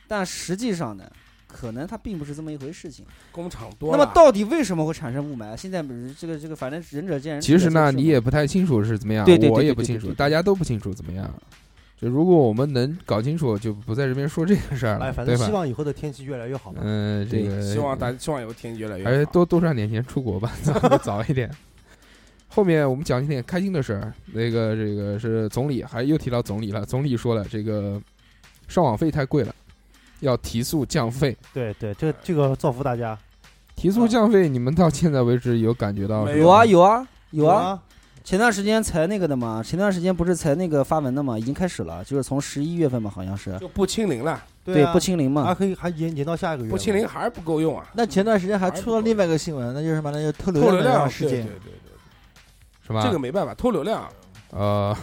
[SPEAKER 7] 但实际上呢，可能它并不是这么一回事情。
[SPEAKER 3] 工厂多
[SPEAKER 7] 那
[SPEAKER 3] 了，
[SPEAKER 7] 么到底为什么会产生雾霾？现在不是这个这个，反正仁者见仁。
[SPEAKER 5] 其实呢，
[SPEAKER 7] 智者见智
[SPEAKER 5] 你也不太清楚是怎么样，
[SPEAKER 7] 对对对
[SPEAKER 5] 我也
[SPEAKER 7] 对
[SPEAKER 5] 不
[SPEAKER 7] 对
[SPEAKER 5] 清
[SPEAKER 7] 对
[SPEAKER 5] 楚，
[SPEAKER 7] 对对
[SPEAKER 5] 大家都不清楚怎么样。就如果我们能搞清楚，就不在这边说这个事儿
[SPEAKER 1] 哎，
[SPEAKER 5] 了，
[SPEAKER 1] 反
[SPEAKER 5] 对
[SPEAKER 1] 正
[SPEAKER 5] 吧
[SPEAKER 1] 希？望以后的天气越来越好吧。
[SPEAKER 5] 嗯，这
[SPEAKER 7] 对
[SPEAKER 5] 个
[SPEAKER 3] 希望大希望以后天气越来越
[SPEAKER 5] 还是
[SPEAKER 3] 好。
[SPEAKER 5] 多多赚点钱出国吧，早早一点。后面我们讲一点开心的事儿，那个这个是总理，还又提到总理了。总理说了，这个上网费太贵了，要提速降费。
[SPEAKER 9] 对对，这这个造福大家。
[SPEAKER 5] 提速降费，你们到现在为止有感觉到
[SPEAKER 3] 没
[SPEAKER 5] 是吧
[SPEAKER 7] 有啊有啊有啊，
[SPEAKER 9] 啊，
[SPEAKER 7] 前段时间才那个的嘛，前段时间不是才那个发文的嘛，已经开始了，就是从十一月份嘛，好像是
[SPEAKER 3] 就不清零了，
[SPEAKER 7] 对
[SPEAKER 1] 啊
[SPEAKER 7] 不清零
[SPEAKER 1] 还
[SPEAKER 7] 嘛，
[SPEAKER 1] 可以还延延到下一个月。
[SPEAKER 3] 不清零，还是不够用啊，
[SPEAKER 6] 那前段时间还出了另外一个新闻，那就是什么呢？就是偷流
[SPEAKER 3] 偷
[SPEAKER 6] 量
[SPEAKER 3] 流
[SPEAKER 6] 的那
[SPEAKER 3] 量
[SPEAKER 6] 个事
[SPEAKER 3] 对
[SPEAKER 6] 件
[SPEAKER 3] 对。对对，
[SPEAKER 5] 是吧？
[SPEAKER 3] 这个没办法，偷流量
[SPEAKER 5] 呃，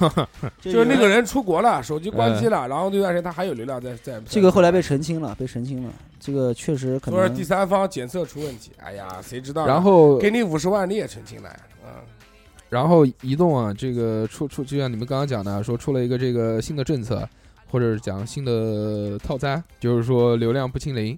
[SPEAKER 3] 就是那个人出国了，手机关
[SPEAKER 5] 呃
[SPEAKER 3] 机了，然后那段时间他还有流量在在。
[SPEAKER 7] 这个后来被澄清了，被澄清了，这个确实可
[SPEAKER 3] 说是第
[SPEAKER 7] 能
[SPEAKER 3] 三方检测出问题，哎呀，谁知道呢？
[SPEAKER 5] 然后
[SPEAKER 3] 给你五十万你也澄清了，嗯，
[SPEAKER 5] 然后移动啊，这个出出就像你们刚刚讲的，啊说出了一个这个新的政策，或者是讲新的套餐，就是说流量不清零，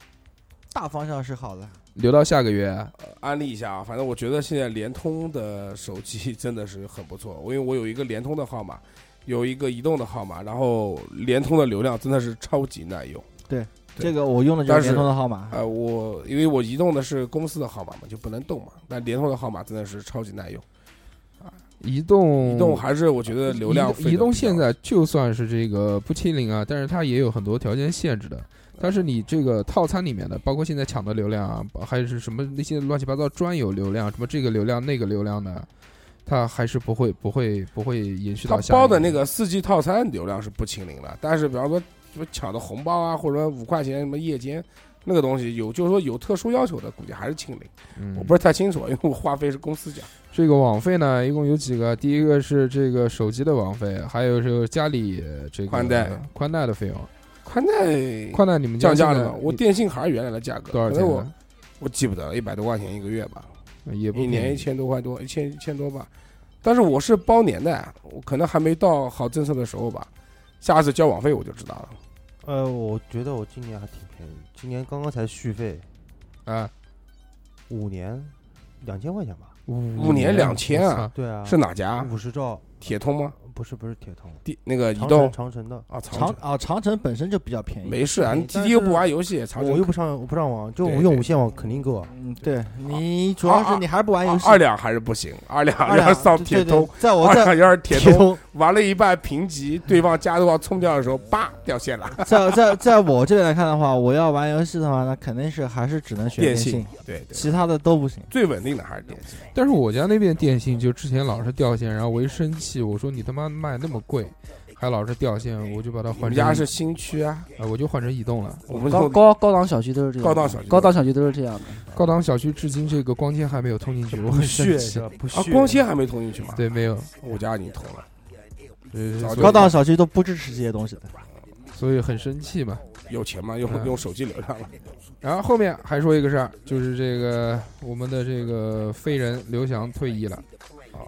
[SPEAKER 6] 大方向是好的，
[SPEAKER 5] 留到下个月。
[SPEAKER 3] 安利一下啊，反正我觉得现在联通的手机真的是很不错，我因为我有一个联通的号码，有一个移动的号码，然后联通的流量真的是超级耐用。对
[SPEAKER 6] 这个我用的就
[SPEAKER 3] 但
[SPEAKER 6] 是
[SPEAKER 3] 是
[SPEAKER 6] 联通的号
[SPEAKER 5] 嗯
[SPEAKER 6] 码。
[SPEAKER 3] 呃，我因为我移动的是公司的号码嘛，就不能动嘛，但联通的号码真的是超级耐用。
[SPEAKER 5] 移动
[SPEAKER 3] 移动还是我觉得流量
[SPEAKER 5] 移
[SPEAKER 3] 费
[SPEAKER 5] 动移
[SPEAKER 3] 得
[SPEAKER 5] 动
[SPEAKER 3] 比较
[SPEAKER 5] 现在就算是这个不清零啊，但是它也有很多条件限制的。但是你这个套餐里面的，包括现在抢的流量啊，还是什么那些乱七八糟专有流量，什么这个流量那个流量的，它还是不会不会不会延续
[SPEAKER 3] 它
[SPEAKER 5] 到下一
[SPEAKER 3] 包
[SPEAKER 5] 个
[SPEAKER 3] 的那个四 G 套餐流量是不清零了，但是比方说什么抢的红包啊，或者说五块钱什么夜间那个东西有，就是说有特殊要求的，估计还是清零。
[SPEAKER 5] 嗯
[SPEAKER 3] 我不是太清楚，因为我话费是公司讲。
[SPEAKER 5] 这个网费呢，一共有几个？第一个是这个手机的网费，还有是家里呃这个
[SPEAKER 3] 宽带
[SPEAKER 5] 宽带的费用。
[SPEAKER 3] 宽带
[SPEAKER 5] 宽带你们家
[SPEAKER 3] 降价
[SPEAKER 5] 现
[SPEAKER 3] 了
[SPEAKER 5] 在
[SPEAKER 3] 嘛？我
[SPEAKER 5] 你
[SPEAKER 3] 电信还是原来的价格，
[SPEAKER 5] 多少
[SPEAKER 3] 可
[SPEAKER 5] 钱
[SPEAKER 3] 能我
[SPEAKER 5] 呢？
[SPEAKER 3] 我记不得了，一百多块钱一个月吧，
[SPEAKER 5] 也不
[SPEAKER 3] 一
[SPEAKER 5] 便
[SPEAKER 3] 年
[SPEAKER 5] 宜
[SPEAKER 3] 一千多块多，一千一千多吧。但是我是包年的，啊我可能还没到好政策的时候吧。下次交网费我就知道了。
[SPEAKER 1] 呃，我觉得我今年还挺便宜，今年刚刚才续费
[SPEAKER 5] 啊，
[SPEAKER 1] 五年，两千块钱吧。
[SPEAKER 5] 五
[SPEAKER 3] 五年两千啊！
[SPEAKER 5] 我操
[SPEAKER 1] 对啊，
[SPEAKER 3] 是哪家？
[SPEAKER 1] 五十兆，
[SPEAKER 3] 铁通吗？
[SPEAKER 1] 呃不是不是铁通，
[SPEAKER 3] 地那个移
[SPEAKER 1] 长
[SPEAKER 3] 动
[SPEAKER 1] 城长城的，
[SPEAKER 3] 啊？长
[SPEAKER 6] 长
[SPEAKER 3] 城
[SPEAKER 6] 啊，长城本身就比较便宜。
[SPEAKER 3] 没事啊，
[SPEAKER 1] 对
[SPEAKER 3] 你
[SPEAKER 1] 但
[SPEAKER 3] TT 又
[SPEAKER 1] 是
[SPEAKER 3] 不玩游戏，长
[SPEAKER 1] 我
[SPEAKER 3] 城
[SPEAKER 1] 又不上我不上网，就
[SPEAKER 3] 对
[SPEAKER 1] 我用
[SPEAKER 3] 对
[SPEAKER 1] 无线网肯定够啊。
[SPEAKER 6] 嗯，对你主要
[SPEAKER 3] 啊
[SPEAKER 6] 是你还是不玩游戏。
[SPEAKER 3] 二两还是不行，二两
[SPEAKER 6] 二
[SPEAKER 3] 要
[SPEAKER 6] 两
[SPEAKER 3] 上
[SPEAKER 6] 对
[SPEAKER 3] 铁
[SPEAKER 6] 对
[SPEAKER 3] 通
[SPEAKER 6] 对，在我
[SPEAKER 3] 二
[SPEAKER 6] 在
[SPEAKER 3] 两要是铁
[SPEAKER 6] 铁
[SPEAKER 3] 通
[SPEAKER 6] 通，
[SPEAKER 3] 玩了一半评级，对方加多少冲掉的时候，叭掉线了。
[SPEAKER 6] 在在在我这边来看的话，我要玩游戏的话，那肯定是还是只能选
[SPEAKER 3] 电
[SPEAKER 6] 信
[SPEAKER 3] 信，，对对，
[SPEAKER 6] 其他的都不行。
[SPEAKER 3] 最稳定的还是电信。
[SPEAKER 5] 但是我家那边电信就之前老是掉线，然后我一生气，我说你他妈卖那么贵，还老是掉线，我就把它
[SPEAKER 3] 我
[SPEAKER 5] 换
[SPEAKER 3] 们
[SPEAKER 5] 成
[SPEAKER 3] 家是新区啊，
[SPEAKER 5] 啊我就换成移动了。
[SPEAKER 3] 我们啊
[SPEAKER 7] 高
[SPEAKER 3] 从
[SPEAKER 7] 高高档小区都是这样，
[SPEAKER 3] 高档小区
[SPEAKER 7] 高档小区都是这样的。
[SPEAKER 5] 高档小区至今这个光纤还没有通进去，我很生气。
[SPEAKER 1] 不
[SPEAKER 3] 啊，光纤还没通进去吗？，
[SPEAKER 5] 对，没有，
[SPEAKER 3] 我家已经通了，
[SPEAKER 5] 呃
[SPEAKER 3] 早
[SPEAKER 5] 所以
[SPEAKER 3] 就
[SPEAKER 6] 高档小区都不支持这些东西的。
[SPEAKER 5] 所以很生气嘛。
[SPEAKER 3] 有钱吗？用
[SPEAKER 5] 嗯
[SPEAKER 3] 用手机流量了。
[SPEAKER 5] 然后后面还说一个事儿，就是这个我们的这个飞人刘翔退役了，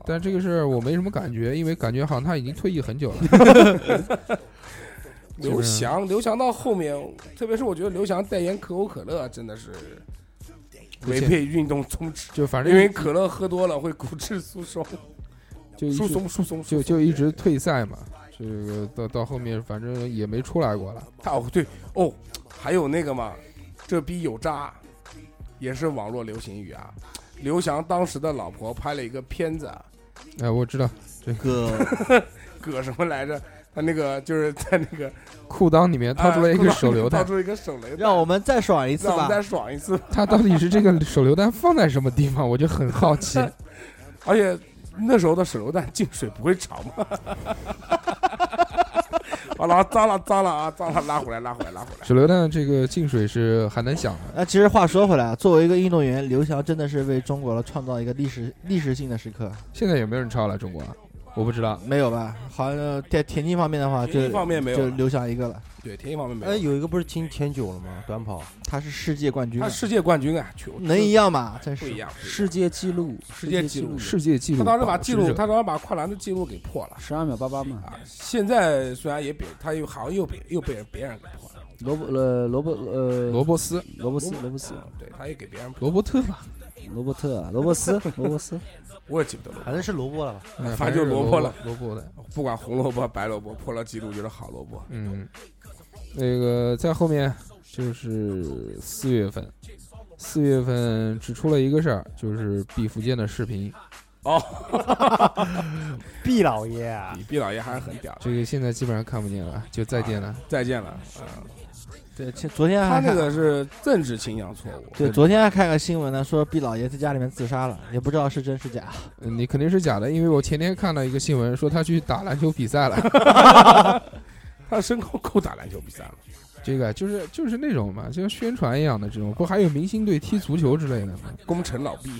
[SPEAKER 5] 但这个事儿我没什么感觉，因为感觉好像他已经退役很久了。
[SPEAKER 3] 刘翔，刘翔到后面，特别是我觉得刘翔代言可口可乐啊真的是
[SPEAKER 5] 不
[SPEAKER 3] 违
[SPEAKER 5] 见
[SPEAKER 3] 背运动宗旨，
[SPEAKER 5] 就反正
[SPEAKER 3] 因为可乐喝多了会骨质疏松，
[SPEAKER 5] 就一
[SPEAKER 3] 疏
[SPEAKER 5] 直
[SPEAKER 3] 松疏松，
[SPEAKER 5] 就
[SPEAKER 3] 疏松
[SPEAKER 5] 就一直退赛嘛，这个到到后面反正也没出来过了。
[SPEAKER 3] 他哦对哦，还有那个嘛，这逼有渣，也是网络流行语啊。刘翔当时的老婆拍了一个片子，啊
[SPEAKER 5] 哎，我知道
[SPEAKER 6] 哥，
[SPEAKER 3] 葛什么来着？他那个就是在那个啊
[SPEAKER 5] 裤哎裆里面 掏出来一个手榴
[SPEAKER 3] 掏
[SPEAKER 5] 弹，
[SPEAKER 3] 出一个手榴 弹，
[SPEAKER 6] 让我们再爽一次
[SPEAKER 3] 让我们
[SPEAKER 6] 吧。
[SPEAKER 3] 再爽一次。
[SPEAKER 5] 他到底是这个手榴弹放在什么地方，我就很好 奇。
[SPEAKER 3] 而且那时候的手榴弹进水不会潮吗？ 好了，脏了脏了啊，脏了，拉回来拉回来拉回来。
[SPEAKER 5] 手榴弹这个进水是还能响的，
[SPEAKER 6] 那其实话说回来，作为一个运动员，刘翔真的是为中国了创造一个历史历史性的时刻，
[SPEAKER 5] 现在有没有人超了中国啊？我不知道。
[SPEAKER 6] 没有吧？好像在田径方面的
[SPEAKER 5] 啊
[SPEAKER 6] 话，
[SPEAKER 3] 田
[SPEAKER 6] 就
[SPEAKER 3] 径方面没有
[SPEAKER 6] 就
[SPEAKER 3] 了，
[SPEAKER 6] 刘翔一个了，
[SPEAKER 3] 对田径方面没
[SPEAKER 1] 哎，
[SPEAKER 3] 有。
[SPEAKER 1] 有一个不是进前九了吗？短跑，
[SPEAKER 6] 他是世界冠军
[SPEAKER 3] 他
[SPEAKER 6] 啊，
[SPEAKER 3] 世界冠军啊，球
[SPEAKER 6] 能一样吗？真
[SPEAKER 3] 不
[SPEAKER 6] 是
[SPEAKER 3] 一样？不一样
[SPEAKER 7] 世界纪录，
[SPEAKER 3] 世界纪录
[SPEAKER 5] 世界纪录保
[SPEAKER 3] 他当
[SPEAKER 5] 持者，
[SPEAKER 3] 时把记录，他当时把跨栏的记录给破了
[SPEAKER 7] 十二秒八八嘛。
[SPEAKER 3] 啊！现在虽然也被他又好像又被又被人别人给破了，
[SPEAKER 7] 罗伯呃罗伯呃
[SPEAKER 5] 罗伯斯、
[SPEAKER 7] 罗伯斯罗伯斯
[SPEAKER 3] 对，他也给别人破，
[SPEAKER 5] 罗伯特吧，
[SPEAKER 7] 罗伯特啊罗 伯斯罗伯斯
[SPEAKER 3] 我也记不得了。
[SPEAKER 1] 反正是萝卜了吧？
[SPEAKER 5] 嗯
[SPEAKER 3] 反正就
[SPEAKER 5] 反正
[SPEAKER 3] 萝
[SPEAKER 5] 是
[SPEAKER 3] 卜
[SPEAKER 5] 卜
[SPEAKER 3] 了，
[SPEAKER 5] 萝卜的。
[SPEAKER 3] 不管红萝卜白萝卜，破了记录就是好萝卜。
[SPEAKER 5] 嗯，那个在后面就是四月份，四月份只出了一个事儿，就是毕福剑的视频
[SPEAKER 9] 毕老爷，
[SPEAKER 5] 啊
[SPEAKER 3] 比毕老爷还是很屌的。
[SPEAKER 5] 这个现在基本上看不见了，就再见了。
[SPEAKER 3] 再见了，嗯，
[SPEAKER 5] 啊
[SPEAKER 6] 对，前昨天
[SPEAKER 3] 他
[SPEAKER 6] 还
[SPEAKER 3] 那
[SPEAKER 6] 看
[SPEAKER 3] 个是政治倾向错误，啊
[SPEAKER 6] 对，昨天还看个新闻呢，说毕老爷在家里面自杀了，也不知道是真是假。
[SPEAKER 5] 嗯你肯定是假的，因为我前天看到一个新闻说他去打篮球比赛了。
[SPEAKER 3] 他身高够打篮球比赛了。
[SPEAKER 5] 这个就是就是那种嘛，就像宣传一样的这种，不还有明星队踢足球之类的吗？
[SPEAKER 3] 功臣老毕，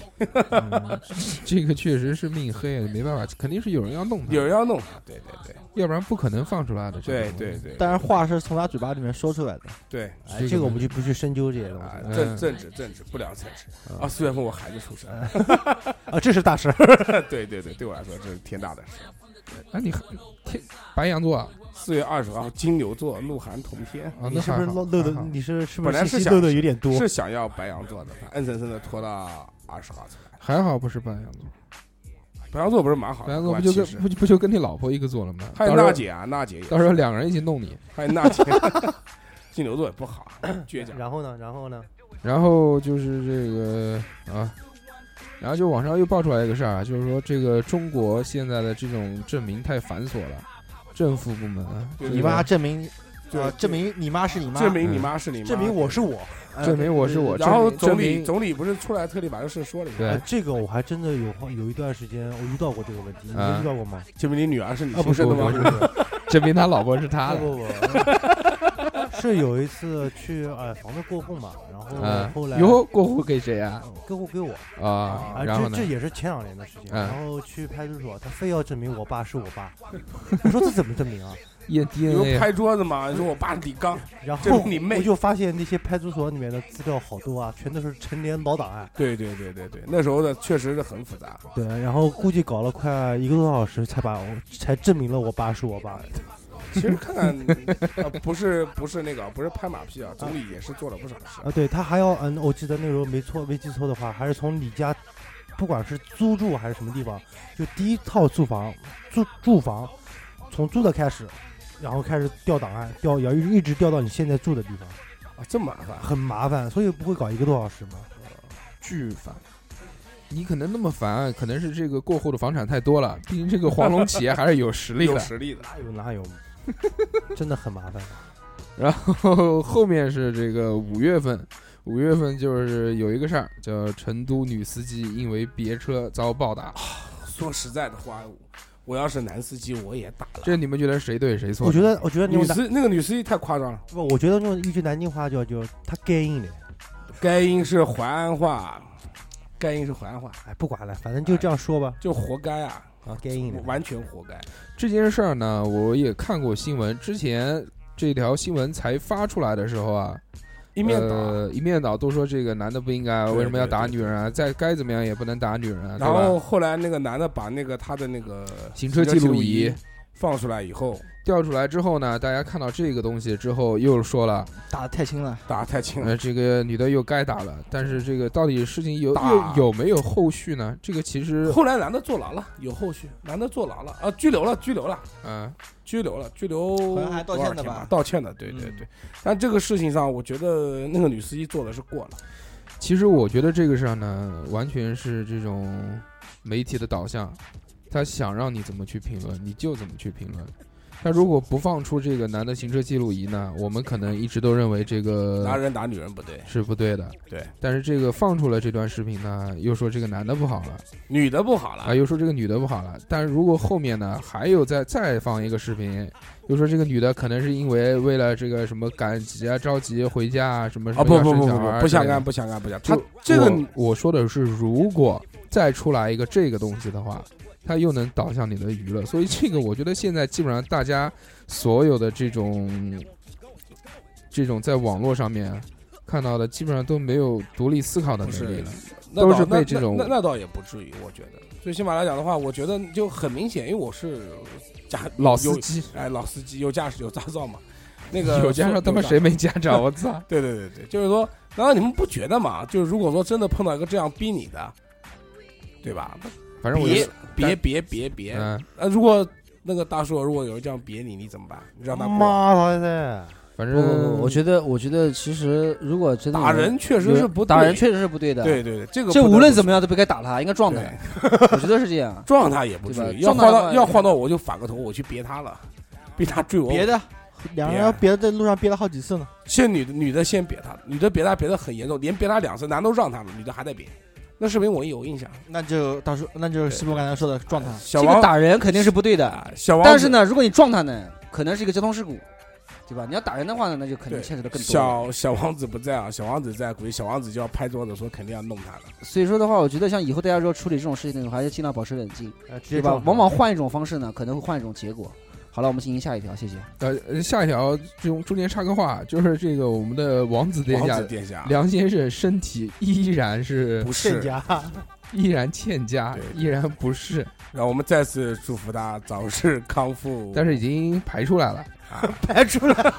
[SPEAKER 5] 嗯这个确实是命黑，没办法，肯定是有人要弄他，
[SPEAKER 3] 有人要弄他，对对对
[SPEAKER 5] 要不然不可能放出来的。这
[SPEAKER 3] 对
[SPEAKER 5] 种
[SPEAKER 3] 对对
[SPEAKER 6] 但是话是从他嘴巴里面说出来的。
[SPEAKER 3] 对
[SPEAKER 1] 哎，这个我们就不去深究这些东西
[SPEAKER 3] 啊，
[SPEAKER 1] 了
[SPEAKER 5] 嗯
[SPEAKER 3] 政政治政治不良政治啊，四月份我孩子出生，
[SPEAKER 1] 啊，这是大事儿。
[SPEAKER 3] 对对对，对我来说这是天大的事。
[SPEAKER 5] 哎，你天白羊座啊，
[SPEAKER 3] 四月二十号，金牛座鹿晗同天，
[SPEAKER 5] 啊
[SPEAKER 1] 你
[SPEAKER 5] 那
[SPEAKER 1] 是不
[SPEAKER 5] 还
[SPEAKER 1] 是
[SPEAKER 5] 好
[SPEAKER 1] 漏漏的
[SPEAKER 5] 还好？
[SPEAKER 1] 你是是不
[SPEAKER 3] 本来
[SPEAKER 1] 是
[SPEAKER 3] 是
[SPEAKER 1] 信息
[SPEAKER 3] 想
[SPEAKER 1] 漏的有点多？
[SPEAKER 3] 是想要白羊座的，他硬生生的拖到二十号出来。
[SPEAKER 5] 还好不是白羊座，
[SPEAKER 3] 白羊座不是蛮好
[SPEAKER 5] 白
[SPEAKER 3] 的，
[SPEAKER 5] 羊座
[SPEAKER 3] 不
[SPEAKER 5] 不
[SPEAKER 3] 管
[SPEAKER 5] 就
[SPEAKER 3] 其
[SPEAKER 5] 跟
[SPEAKER 3] 实
[SPEAKER 5] 不就不 就跟你老婆一个座了吗？
[SPEAKER 3] 还
[SPEAKER 5] 到时
[SPEAKER 3] 有
[SPEAKER 5] 候
[SPEAKER 3] 娜姐啊，娜姐也
[SPEAKER 5] 到时候两个人一起弄你。
[SPEAKER 3] 还有娜姐，哎金牛座也不好，倔强。
[SPEAKER 1] 然后呢？然后呢？
[SPEAKER 5] 然后就是这个啊，然后就网上又爆出来一个事儿啊，就是说这个中国现在的这种证明太繁琐了，政府部门啊，
[SPEAKER 3] 对
[SPEAKER 5] 这
[SPEAKER 6] 你
[SPEAKER 5] 个
[SPEAKER 6] 妈证明，
[SPEAKER 3] 对
[SPEAKER 6] 啊，证明你妈是你妈，
[SPEAKER 3] 证明你妈是你妈，
[SPEAKER 1] 嗯证明我是我。
[SPEAKER 6] 哎
[SPEAKER 5] 证明我是我，
[SPEAKER 3] 然后
[SPEAKER 5] 证
[SPEAKER 3] 总
[SPEAKER 5] 明
[SPEAKER 3] 理
[SPEAKER 5] 证
[SPEAKER 3] 总理不是出来特地把这事说了一
[SPEAKER 5] 对
[SPEAKER 3] 下，
[SPEAKER 1] 哎，这个我还真的有有一段时间我遇到过这个问题，你
[SPEAKER 5] 啊
[SPEAKER 1] 们遇到过吗？
[SPEAKER 3] 证明你女儿是你
[SPEAKER 1] 啊，不
[SPEAKER 3] 亲
[SPEAKER 1] 是
[SPEAKER 3] 生的
[SPEAKER 1] 不是
[SPEAKER 3] 吗？
[SPEAKER 1] 不是，
[SPEAKER 5] 明证明他老婆是他的，
[SPEAKER 1] 啊不 不不，是有一次去呃房子过户嘛，然后
[SPEAKER 5] 嗯
[SPEAKER 1] 后来，
[SPEAKER 5] 哟，过户给谁啊？
[SPEAKER 1] 呃过户给我
[SPEAKER 5] 啊，
[SPEAKER 1] 啊，
[SPEAKER 5] 然后
[SPEAKER 1] 这
[SPEAKER 5] 呢
[SPEAKER 1] 这？也是前两年的事情。
[SPEAKER 5] 嗯
[SPEAKER 1] 然后去派出所，他非要证明我爸是我爸，我说这怎么证明啊？
[SPEAKER 5] 验
[SPEAKER 3] 你不
[SPEAKER 5] DNA 啊
[SPEAKER 3] 拍桌子吗？你说我爸是李刚，
[SPEAKER 1] 然
[SPEAKER 3] 这
[SPEAKER 1] 后
[SPEAKER 3] 是你妹
[SPEAKER 1] 我就发现那些派出所里面的资料好多啊，全都是陈年老档案。
[SPEAKER 3] 对对对对对，那时候的确实是很复杂。
[SPEAKER 1] 对，然后估计搞了快一个多小时才把我才证明了我爸是我爸。
[SPEAKER 3] 其实看看，呃，不是不是那个，不是拍马屁啊，总理也是做了不少事
[SPEAKER 1] 啊，。对他还要嗯，我记得那时候没错没记错的话，还是从李家，不管是租住还是什么地方，就第一套住房住住房，从租的开始，然后开始调档案，调要一一直调到你现在住的地方，
[SPEAKER 3] 啊，这么麻烦，
[SPEAKER 1] 很麻烦，所以不会搞一个多小时嘛。
[SPEAKER 5] 巨烦。你可能那么烦，可能是这个过户的房产太多了。毕竟这个黄龙企业还是有实力
[SPEAKER 3] 有
[SPEAKER 5] 的。
[SPEAKER 3] 实力的。
[SPEAKER 1] 哪有哪有， 真的很麻烦。
[SPEAKER 5] 然后 后面是这个五月份，五月份就是有一个事儿，叫成都女司机因为别车遭暴打。
[SPEAKER 3] 说实在的话，我要是男司机，我也打了。
[SPEAKER 5] 这你们觉得谁对谁错？
[SPEAKER 1] 我觉得，我觉得那种
[SPEAKER 3] 女
[SPEAKER 1] 打
[SPEAKER 3] 司那个女司机太夸张了，
[SPEAKER 1] 不，我觉得那种一句南京话叫就他该硬的，
[SPEAKER 3] 该音是淮安话，该音是淮安话，
[SPEAKER 1] 哎，不管了，反正就这样说吧。
[SPEAKER 3] 就活该啊，
[SPEAKER 1] 啊，该硬
[SPEAKER 5] 嗯
[SPEAKER 1] 的，
[SPEAKER 3] 完全活该。
[SPEAKER 5] 这件事儿呢，我也看过新闻，之前这条新闻才发出来的时候啊，
[SPEAKER 3] 一面倒，
[SPEAKER 5] 呃、一面倒都说这个男的不应该，
[SPEAKER 3] 对
[SPEAKER 5] 为什么要打
[SPEAKER 3] 对
[SPEAKER 5] 女人啊？再该怎么样也不能打女人啊，
[SPEAKER 3] 然
[SPEAKER 5] 对
[SPEAKER 3] 后
[SPEAKER 5] 吧
[SPEAKER 3] 后来那个男的把那个他的那个
[SPEAKER 5] 行车记录仪
[SPEAKER 3] 放出来以后，
[SPEAKER 5] 调出来之后呢，大家看到这个东西之后又说 了，
[SPEAKER 6] 打的太轻了，
[SPEAKER 3] 打得太轻了，
[SPEAKER 5] 呃，这个女的又该打了，但是这个到底事情有
[SPEAKER 3] 打
[SPEAKER 5] 有有没有后续呢？这个其实，
[SPEAKER 3] 后来男的坐牢了，有后续，男的坐牢了啊，拘留了，拘留了。
[SPEAKER 5] 嗯、
[SPEAKER 3] 拘留了，拘留
[SPEAKER 6] 好像还道歉的吧嗯
[SPEAKER 3] 多少天道歉的，对对对。但这个事情上，我觉得那个女司机做的是过了，
[SPEAKER 5] 其实我觉得这个事儿呢，完全是这种媒体的导向，他想让你怎么去评论，你就怎么去评论。他如果不放出这个男的行车记录仪呢，我们可能一直都认为这
[SPEAKER 3] 拿
[SPEAKER 5] 个
[SPEAKER 3] 人打女人不对，
[SPEAKER 5] 是不对的。
[SPEAKER 3] 对，
[SPEAKER 5] 但是这个放出了这段视频呢，又说这个男的不好了
[SPEAKER 3] 女的不好
[SPEAKER 5] 啊，
[SPEAKER 3] 了，
[SPEAKER 5] 又说这个女的不好了。但是如果后面呢还有再再放一个视频，又说这个女的可能是因为为了这个什么赶集啊、着急回家啊什么什
[SPEAKER 3] 啊
[SPEAKER 5] 么
[SPEAKER 3] 不
[SPEAKER 5] 要
[SPEAKER 3] 不
[SPEAKER 5] 生
[SPEAKER 3] 不
[SPEAKER 5] 小孩
[SPEAKER 3] 不
[SPEAKER 5] 儿
[SPEAKER 3] 不不
[SPEAKER 5] 之类
[SPEAKER 3] 相
[SPEAKER 5] 的
[SPEAKER 3] 干不相干不相干，
[SPEAKER 5] 就
[SPEAKER 3] 他这个
[SPEAKER 5] 我我说的是，如果再出来一个这个东西的话，它又能导向你的娱乐，所以这个我觉得现在基本上大家所有的这种这种在网络上面看到的，基本上都没有独立思考的
[SPEAKER 3] 不是
[SPEAKER 5] 能力了。
[SPEAKER 3] 那倒
[SPEAKER 5] 都是被
[SPEAKER 3] 那
[SPEAKER 5] 这种
[SPEAKER 3] 那那那倒也不至于，我觉得最起码来讲的话，我觉得就很明显，因为我是驾
[SPEAKER 5] 老司
[SPEAKER 3] 有
[SPEAKER 5] 机，
[SPEAKER 3] 哎老司机有驾驶有驾 照嘛，那个
[SPEAKER 5] 有驾照他妈谁？没驾照？我操！
[SPEAKER 3] 对对对对，就是说，难道你们不觉得吗？就是如果说真的碰到一个这样逼你的，对吧？
[SPEAKER 5] 反正我
[SPEAKER 3] 别
[SPEAKER 5] 就
[SPEAKER 3] 别别别别，
[SPEAKER 5] 嗯，
[SPEAKER 3] 呃，如果那个大叔如果有人这样别你，你怎么办？你让他过
[SPEAKER 1] 妈的！
[SPEAKER 5] 反
[SPEAKER 7] 不
[SPEAKER 5] 正
[SPEAKER 7] 不不，我觉得我觉得其实如果真的有
[SPEAKER 3] 打人确实是不对
[SPEAKER 7] 打人确实是不对的，
[SPEAKER 3] 对对对，这个
[SPEAKER 7] 这
[SPEAKER 3] 不得
[SPEAKER 7] 无论
[SPEAKER 3] 不
[SPEAKER 7] 怎么样都不该打他，应该撞他
[SPEAKER 3] 对，
[SPEAKER 7] 我觉得是这样。
[SPEAKER 3] 撞他也不至
[SPEAKER 7] 对吧
[SPEAKER 3] 于，要
[SPEAKER 7] 撞他
[SPEAKER 3] 晃
[SPEAKER 7] 的
[SPEAKER 3] 到
[SPEAKER 7] 话
[SPEAKER 3] 要晃到我就反个头，我去别他了，逼他追我。
[SPEAKER 6] 别的，两个人别的在路上憋了好几次呢。
[SPEAKER 3] 现在女的女的先别他，女的别他别的很严重，连别他两次，男都让他了，女的还在别，那视频我有印象。
[SPEAKER 6] 那就到时候那就是西蒙刚才说的撞他，
[SPEAKER 3] 小
[SPEAKER 7] 这
[SPEAKER 3] 王
[SPEAKER 7] 个打人肯定是不对的，
[SPEAKER 3] 啊，小王，
[SPEAKER 7] 但是，呢，如果你撞他呢，可能是一个交通事故，对吧？你要打人的话呢，那就可能
[SPEAKER 3] 对
[SPEAKER 7] 牵扯的更多。
[SPEAKER 3] 小小王子不在啊，小王子在，估计小王子就要拍桌子说肯定要弄他了。
[SPEAKER 7] 所以说的话，我觉得像以后大家说处理这种事情的话，还是尽量保持冷静，
[SPEAKER 1] 呃直
[SPEAKER 7] 对
[SPEAKER 1] 接
[SPEAKER 7] 吧
[SPEAKER 1] 撞？
[SPEAKER 7] 往往换一种方式呢，可能会换一种结果。好了，我们进行下一条，谢谢。
[SPEAKER 5] 呃下一条中中间插个话，就是这个我们的王子殿
[SPEAKER 3] 王
[SPEAKER 5] 下
[SPEAKER 3] 子殿下
[SPEAKER 5] 梁先生身体依然是
[SPEAKER 3] 不
[SPEAKER 1] 欠
[SPEAKER 3] 是，
[SPEAKER 1] 家，
[SPEAKER 5] 依然欠佳
[SPEAKER 3] 对，
[SPEAKER 5] 依然不是，
[SPEAKER 3] 让我们再次祝福他早日康复。
[SPEAKER 5] 但是已经排出来了，
[SPEAKER 3] 啊，
[SPEAKER 1] 排出来。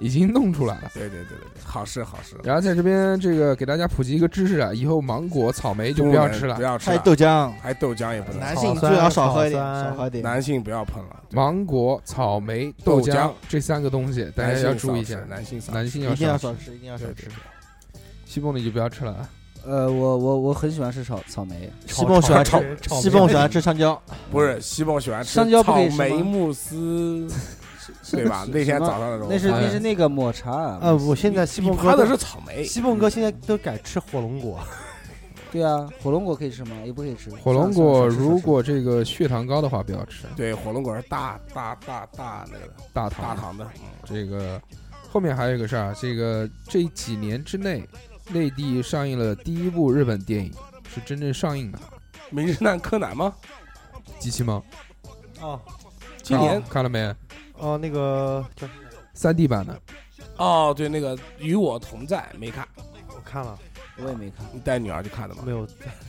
[SPEAKER 5] 已经弄出来了。
[SPEAKER 3] 对对对对对，好事好事。
[SPEAKER 5] 然后在这边这个给大家普及一个知识啊，以后芒果、草莓就不要吃了
[SPEAKER 3] 不。要吃
[SPEAKER 6] 还有
[SPEAKER 3] 了，
[SPEAKER 6] 豆浆，
[SPEAKER 3] 还豆浆也不能
[SPEAKER 6] 男
[SPEAKER 3] 吃，
[SPEAKER 6] 性
[SPEAKER 1] 草酸
[SPEAKER 6] 最好少喝一点，
[SPEAKER 1] 草酸
[SPEAKER 6] 少喝一点。
[SPEAKER 3] 男性不要碰了。
[SPEAKER 5] 芒果、草莓、豆
[SPEAKER 3] 豆浆
[SPEAKER 5] 这三个东西，大
[SPEAKER 3] 男
[SPEAKER 5] 家
[SPEAKER 3] 性
[SPEAKER 5] 要注意一
[SPEAKER 3] 少
[SPEAKER 5] 下
[SPEAKER 3] 吃，男性少
[SPEAKER 5] 男性
[SPEAKER 6] 一定
[SPEAKER 5] 要
[SPEAKER 6] 要
[SPEAKER 5] 少
[SPEAKER 6] 少
[SPEAKER 5] 吃。
[SPEAKER 6] 吃，一定要少
[SPEAKER 3] 对
[SPEAKER 6] 吃
[SPEAKER 3] 对。
[SPEAKER 5] 西凤你就不要吃了啊。
[SPEAKER 7] 呃，我我我很喜欢吃草草莓，
[SPEAKER 6] 西凤喜欢
[SPEAKER 1] 炒
[SPEAKER 6] 吃，
[SPEAKER 1] 炒
[SPEAKER 6] 西凤喜欢吃香蕉，
[SPEAKER 3] 不是西蒙喜欢吃
[SPEAKER 7] 香蕉不
[SPEAKER 3] 草
[SPEAKER 7] 可以吃吗
[SPEAKER 3] 莓慕斯，
[SPEAKER 7] 是
[SPEAKER 3] 对吧？
[SPEAKER 7] 是
[SPEAKER 3] 那天
[SPEAKER 7] 什么
[SPEAKER 3] 早上的时候，
[SPEAKER 7] 那是
[SPEAKER 5] 哎
[SPEAKER 7] 那是那个抹茶啊，
[SPEAKER 1] 呃，我现在西
[SPEAKER 3] 你
[SPEAKER 1] 凤
[SPEAKER 3] 怕
[SPEAKER 1] 哥
[SPEAKER 3] 的
[SPEAKER 1] 都
[SPEAKER 3] 是草莓，
[SPEAKER 1] 西凤哥现在都改吃火龙果，
[SPEAKER 7] 对啊，火龙果可以吃吗？也不可以吃。
[SPEAKER 5] 火龙果
[SPEAKER 7] 算了算了算了
[SPEAKER 5] 如果这个血糖高的话，不要吃
[SPEAKER 3] 对，火龙果是大大大大那个的
[SPEAKER 5] 大
[SPEAKER 3] 大
[SPEAKER 5] 糖。
[SPEAKER 3] 糖的，嗯
[SPEAKER 5] 这个后面还有一个事儿啊，这个这几年之内，内地上映了第一部日本电影，是真正上映的《
[SPEAKER 3] 《名侦探柯南》吗？
[SPEAKER 5] 机器猫》。
[SPEAKER 1] 哦
[SPEAKER 3] 今年
[SPEAKER 5] 看了没？
[SPEAKER 1] 哦，那个叫
[SPEAKER 5] 三 D 版的，
[SPEAKER 3] 哦，对，那个《与我同在》没看，
[SPEAKER 1] 我看了
[SPEAKER 7] 我也没看，
[SPEAKER 3] 你带女儿去看的吗
[SPEAKER 1] 没？有？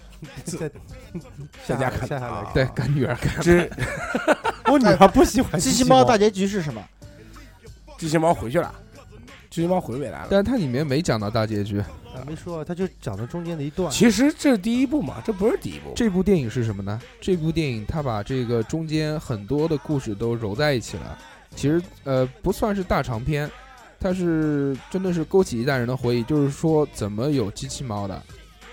[SPEAKER 1] 在
[SPEAKER 3] 在
[SPEAKER 1] 下下
[SPEAKER 3] 家看
[SPEAKER 1] 下来
[SPEAKER 3] 啊
[SPEAKER 1] 看，
[SPEAKER 5] 对，干女儿看。
[SPEAKER 3] 这
[SPEAKER 1] 我女儿不喜欢
[SPEAKER 6] 机器
[SPEAKER 1] 器
[SPEAKER 6] 猫
[SPEAKER 1] 猫
[SPEAKER 6] 大结局是什么？
[SPEAKER 3] 机器猫回去了，机器猫回北来了。
[SPEAKER 5] 但是它里面没讲到大结局。
[SPEAKER 1] 啊没说，他就讲了中间的一段，
[SPEAKER 3] 其实这是第一部嘛，这不是第一部，
[SPEAKER 5] 这部电影是什么呢？这部电影它把这个中间很多的故事都揉在一起了。其实呃，不算是大长篇，它是真的是勾起一代人的回忆，就是说怎么有机器猫的。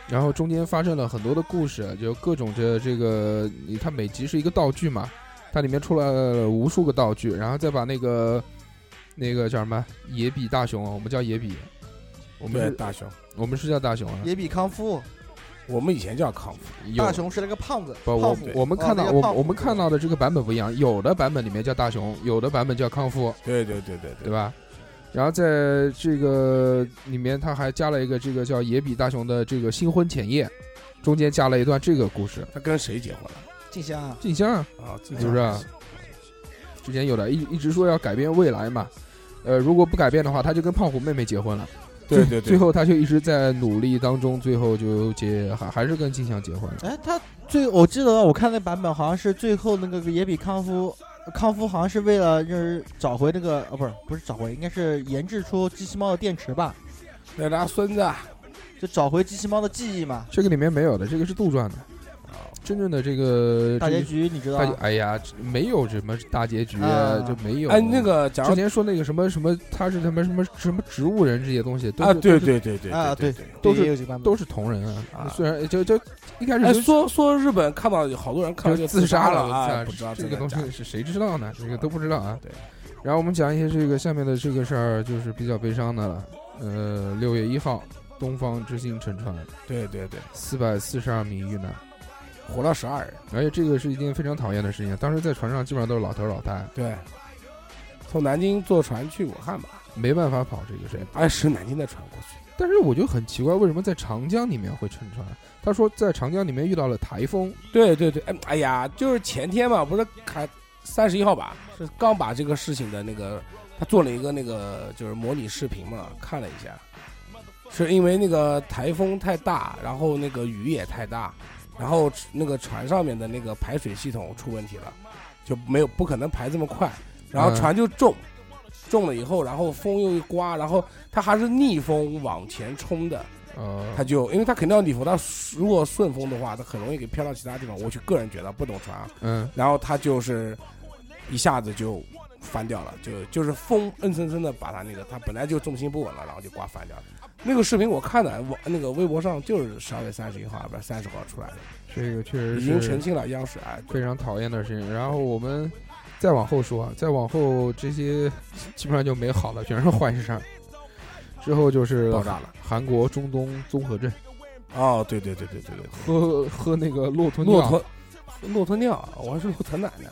[SPEAKER 5] 然后中间发生了很多的故事，就各种这这个，你它每集是一个道具嘛，它里面出来了无数个道具，然后再把那个那个叫什么野比大熊，我们叫野比，我们
[SPEAKER 3] 对
[SPEAKER 5] 是
[SPEAKER 3] 大熊，
[SPEAKER 5] 我们是叫大熊啊，
[SPEAKER 6] 比康夫，
[SPEAKER 3] 我们以前叫康复，
[SPEAKER 5] 有
[SPEAKER 6] 熊是那个胖子，
[SPEAKER 5] 不，我
[SPEAKER 3] 虎
[SPEAKER 5] 我们
[SPEAKER 6] 哦
[SPEAKER 5] 看
[SPEAKER 6] 那
[SPEAKER 5] 到
[SPEAKER 6] 个
[SPEAKER 5] 我
[SPEAKER 6] 胖虎
[SPEAKER 5] 我们看到的这个版本不一样，有的版本里面叫大熊，有的版本叫康夫，
[SPEAKER 3] 对对对对
[SPEAKER 5] 对，吧？然后在这个里面，他还加了一个这个叫野比大雄的这个新婚前夜，中间加了一段这个故事。
[SPEAKER 3] 他跟谁结婚了
[SPEAKER 6] 静香啊，
[SPEAKER 5] 静香
[SPEAKER 3] 啊？这
[SPEAKER 5] 是不是啊之前有的一一直说要改变未来嘛，呃，如果不改变的话，他就跟胖虎妹妹结婚了。
[SPEAKER 3] 对
[SPEAKER 5] 最
[SPEAKER 3] 对对，
[SPEAKER 5] 最后他就一直在努力当中，最后就结还还是跟静香结婚了。
[SPEAKER 6] 哎，他最我记得我看那版本好像是最后那个野比康夫，康夫好像是为了就是找回那个哦，不是不是找回，应该是研制出机器猫的电池吧，
[SPEAKER 3] 那是他孙子啊，
[SPEAKER 6] 就找回机器猫的记忆嘛。
[SPEAKER 5] 这个里面没有的，这个是杜撰的，
[SPEAKER 3] 哦
[SPEAKER 5] 真正的这个
[SPEAKER 6] 大
[SPEAKER 5] 这
[SPEAKER 6] 结
[SPEAKER 5] 个
[SPEAKER 6] 局你知道
[SPEAKER 5] 大结
[SPEAKER 6] 吗？
[SPEAKER 5] 哎呀，这没有什么大结局，
[SPEAKER 6] 啊
[SPEAKER 5] 就没有。
[SPEAKER 3] 哎，那个假
[SPEAKER 5] 之
[SPEAKER 3] 如
[SPEAKER 5] 前说那个什么什么，他是他妈什么什么植物人这些东西，都是
[SPEAKER 3] 啊，对
[SPEAKER 5] 都是
[SPEAKER 3] 对对对
[SPEAKER 6] 啊
[SPEAKER 3] 对
[SPEAKER 6] 对
[SPEAKER 3] 对。
[SPEAKER 5] 都是
[SPEAKER 6] 也有这个版本，
[SPEAKER 5] 都是同人啊
[SPEAKER 3] 啊。
[SPEAKER 5] 虽然就就一开
[SPEAKER 3] 哎，
[SPEAKER 5] 始就
[SPEAKER 3] 说说日本看到有好多人看到
[SPEAKER 5] 就
[SPEAKER 3] 自
[SPEAKER 5] 杀
[SPEAKER 3] 了啊，
[SPEAKER 5] 了，
[SPEAKER 3] 不知道
[SPEAKER 5] 这
[SPEAKER 3] 真
[SPEAKER 5] 个
[SPEAKER 3] 的
[SPEAKER 5] 东
[SPEAKER 3] 假的
[SPEAKER 5] 西是谁知道呢？这个都不知道啊。
[SPEAKER 3] 对。
[SPEAKER 5] 然后我们讲一些这个下面的这个事儿，就是比较悲伤的了。呃，六月一号，东方之星沉船，
[SPEAKER 3] 对对对，
[SPEAKER 5] 四百四十二名遇难，
[SPEAKER 3] 活了十二人，
[SPEAKER 5] 而且这个是一件非常讨厌的事情。当时在船上基本上都是老头老太，
[SPEAKER 3] 对，从南京坐船去武汉吧，
[SPEAKER 5] 没办法跑这个事情。
[SPEAKER 3] 哎，是南京的船过去，
[SPEAKER 5] 但是我就很奇怪，为什么在长江里面会沉船？他说在长江里面遇到了台风，
[SPEAKER 3] 对对对，哎哎呀，就是前天嘛，不是卡三十一号吧，是刚把这个事情的那个，他做了一个那个就是模拟视频嘛，看了一下，是因为那个台风太大，然后那个雨也太大，然后那个船上面的那个排水系统出问题了，就没有不可能排这么快，然后
[SPEAKER 5] 嗯
[SPEAKER 3] 船就重。重了以后，然后风又一刮，然后它还是逆风往前冲的，
[SPEAKER 5] 呃，
[SPEAKER 3] 他就因为他肯定要逆风，他如果顺风的话，他很容易给飘到其他地方。我去个人觉得不懂船啊，
[SPEAKER 5] 嗯，
[SPEAKER 3] 然后他就是一下子就翻掉了，就就是风硬生生的把他那个他本来就重心不稳了，然后就刮翻掉了。那个视频我看的，我那个微博上就是十二月三十一号，不是三十号出来的，
[SPEAKER 5] 这个确实
[SPEAKER 3] 已经
[SPEAKER 5] 是
[SPEAKER 3] 澄清了央视啊，哎
[SPEAKER 5] 非常讨厌的事情。然后我们再往后说，啊，再往后这些基本上就没好了，全是坏事儿。之后就是
[SPEAKER 3] 爆炸了。
[SPEAKER 5] 韩国中东综合症，
[SPEAKER 3] 哦，对对对对对对，
[SPEAKER 5] 喝喝那个骆驼尿，
[SPEAKER 3] 骆驼骆驼尿，我还是骆驼奶呢。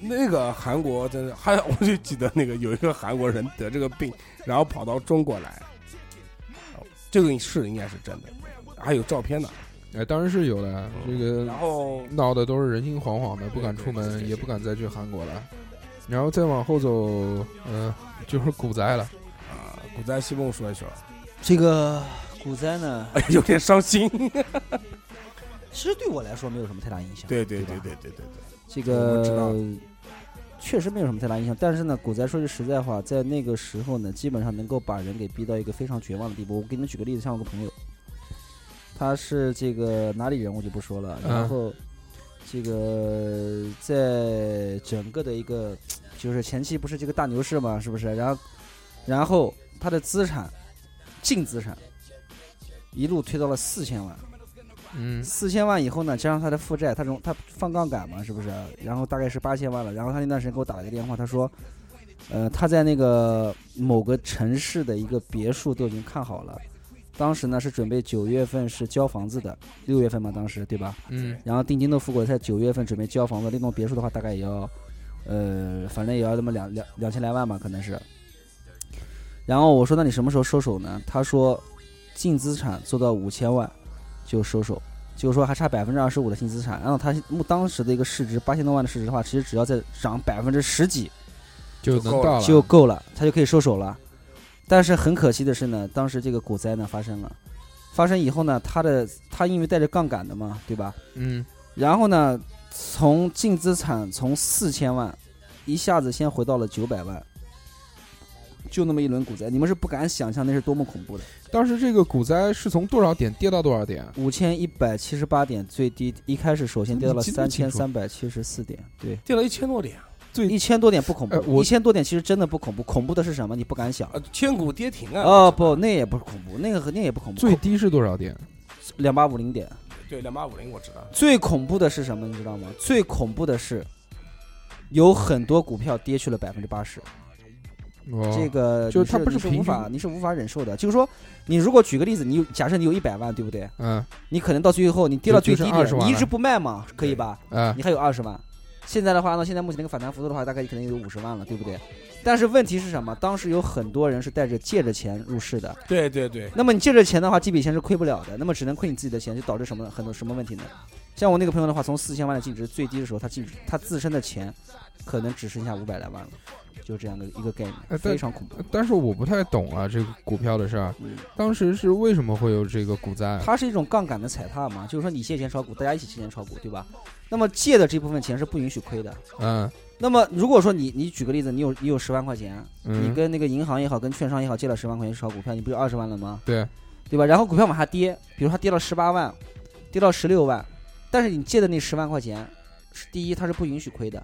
[SPEAKER 3] 那个韩国真的，还有我就记得那个有一个韩国人得这个病，然后跑到中国来，哦这个是应该是真的，还有照片呢。
[SPEAKER 5] 哎，当然是有的。这个
[SPEAKER 3] 然后
[SPEAKER 5] 闹得都是人心惶惶的，不敢出
[SPEAKER 3] 嗯对对
[SPEAKER 5] 门，
[SPEAKER 3] 对
[SPEAKER 5] 也不敢再去韩国了。然后再往后走，呃，就是股灾了。
[SPEAKER 3] 啊，古代西梦说一说，
[SPEAKER 7] 这个股灾呢，
[SPEAKER 3] 哎，有点伤心。
[SPEAKER 7] 其实对我来说没有什么太大影响。
[SPEAKER 3] 对对对
[SPEAKER 7] 对吧
[SPEAKER 3] 对对对对，
[SPEAKER 7] 这
[SPEAKER 3] 我知道
[SPEAKER 7] 个确实没有什么太大影响，但是呢，股灾说句实在话，在那个时候呢，基本上能够把人给逼到一个非常绝望的地步。我给你们举个例子，像我个朋友，他是这个哪里人我就不说了，
[SPEAKER 5] 嗯
[SPEAKER 7] 然后这个在整个的一个就是前期不是这个大牛市嘛，是不是？然后然后他的资产净资产一路推到了四千万。
[SPEAKER 5] 嗯，
[SPEAKER 7] 四千万以后呢，加上他的负债，他容他放杠杆嘛，是不是？然后大概是八千万了。然后他那段时间给我打了个电话，他说，呃，他在那个某个城市的一个别墅都已经看好了，当时呢是准备九月份是交房子的，六月份嘛，当时对吧？
[SPEAKER 5] 嗯，
[SPEAKER 7] 然后定金都付过，在九月份准备交房子，那栋别墅的话大概也要，呃，反正也要那么两两两千来万吧，可能是。然后我说：“那你什么时候收手呢？”他说：“净资产做到五千万就收手，就是说还差百分之二十五的净资产。按照他当时的一个市值八千多万的市值的话，其实只要再涨百分之十几
[SPEAKER 5] 就能到了。
[SPEAKER 7] 就够了，他就可以收手了。但是很可惜的是呢，当时这个股灾呢发生了，发生以后呢，他的他因为带着杠杆的嘛，对吧？
[SPEAKER 5] 嗯，
[SPEAKER 7] 然后呢，从净资产从四千万一下子先回到了九百万，就那么一轮股灾，你们是不敢想象那是多么恐怖的。
[SPEAKER 5] 当时这个股灾是从多少点跌到多少点？
[SPEAKER 7] 五千一百七十八点最低，一开始首先跌到了
[SPEAKER 5] 你记得
[SPEAKER 7] 三
[SPEAKER 5] 清
[SPEAKER 7] 千
[SPEAKER 5] 楚
[SPEAKER 7] 三百七十四点，对，
[SPEAKER 3] 掉了一千多点
[SPEAKER 7] 一千多点不恐
[SPEAKER 5] 哎
[SPEAKER 7] 怖，
[SPEAKER 5] 我
[SPEAKER 7] 一千多点其实真的不恐怖，恐怖的是什么？你不敢想。
[SPEAKER 3] 啊，千股跌停啊！
[SPEAKER 7] 哦不，那也不恐怖，那个和那也不恐怖，
[SPEAKER 5] 最低是多少点？
[SPEAKER 7] 两八五零点。
[SPEAKER 3] 对，两八五零我知道，
[SPEAKER 7] 最恐怖的是什么？你知道吗？最恐怖的是，有很多股票跌去了百分之八十。
[SPEAKER 5] 哦，
[SPEAKER 7] 这个
[SPEAKER 5] 就是它
[SPEAKER 7] 你
[SPEAKER 5] 不是
[SPEAKER 7] 你是
[SPEAKER 5] 平
[SPEAKER 7] 无法
[SPEAKER 5] 均
[SPEAKER 7] 你是无法忍受的。就是说，你如果举个例子，你有假设你有一百万，对不对？
[SPEAKER 5] 嗯
[SPEAKER 7] 你可能到最后你跌到
[SPEAKER 5] 就
[SPEAKER 7] 最
[SPEAKER 5] 就
[SPEAKER 7] 低
[SPEAKER 5] 剩
[SPEAKER 7] 点
[SPEAKER 5] 20，万
[SPEAKER 7] 你一
[SPEAKER 5] 了
[SPEAKER 7] 直不卖嘛，可以吧？
[SPEAKER 5] 啊，
[SPEAKER 7] 你还有二十万。现在的话，呢，现在目前那个反弹幅度的话，大概可能有五十万了，对不对？但是问题是什么？当时有很多人是带着借着钱入市的，
[SPEAKER 3] 对对对，
[SPEAKER 7] 那么你借着钱的话，这笔钱是亏不了的，那么只能亏你自己的钱，就导致什么很多什么问题呢？像我那个朋友的话，从四千万的净值最低的时候，他净值他自身的钱可能只剩下五百来万了，就这样的一个概
[SPEAKER 5] 哎但
[SPEAKER 7] 念，非常恐怖。
[SPEAKER 5] 但是我不太懂啊，这个股票的事儿，啊
[SPEAKER 7] 嗯。
[SPEAKER 5] 当时是为什么会有这个股灾？啊
[SPEAKER 7] 它是一种杠杆的踩踏嘛，就是说你借钱炒股，大家一起借钱炒股，对吧？那么借的这部分钱是不允许亏的。
[SPEAKER 5] 嗯
[SPEAKER 7] 那么如果说你你举个例子，你有你有十万块钱，你
[SPEAKER 5] 嗯，
[SPEAKER 7] 跟那个银行也好，跟券商也好借了十万块钱炒股票，你不就二十万了吗？
[SPEAKER 5] 对，
[SPEAKER 7] 对吧？然后股票往下跌，比如它跌到十八万，跌到十六万，但是你借的那十万块钱，是第一它是不允许亏的，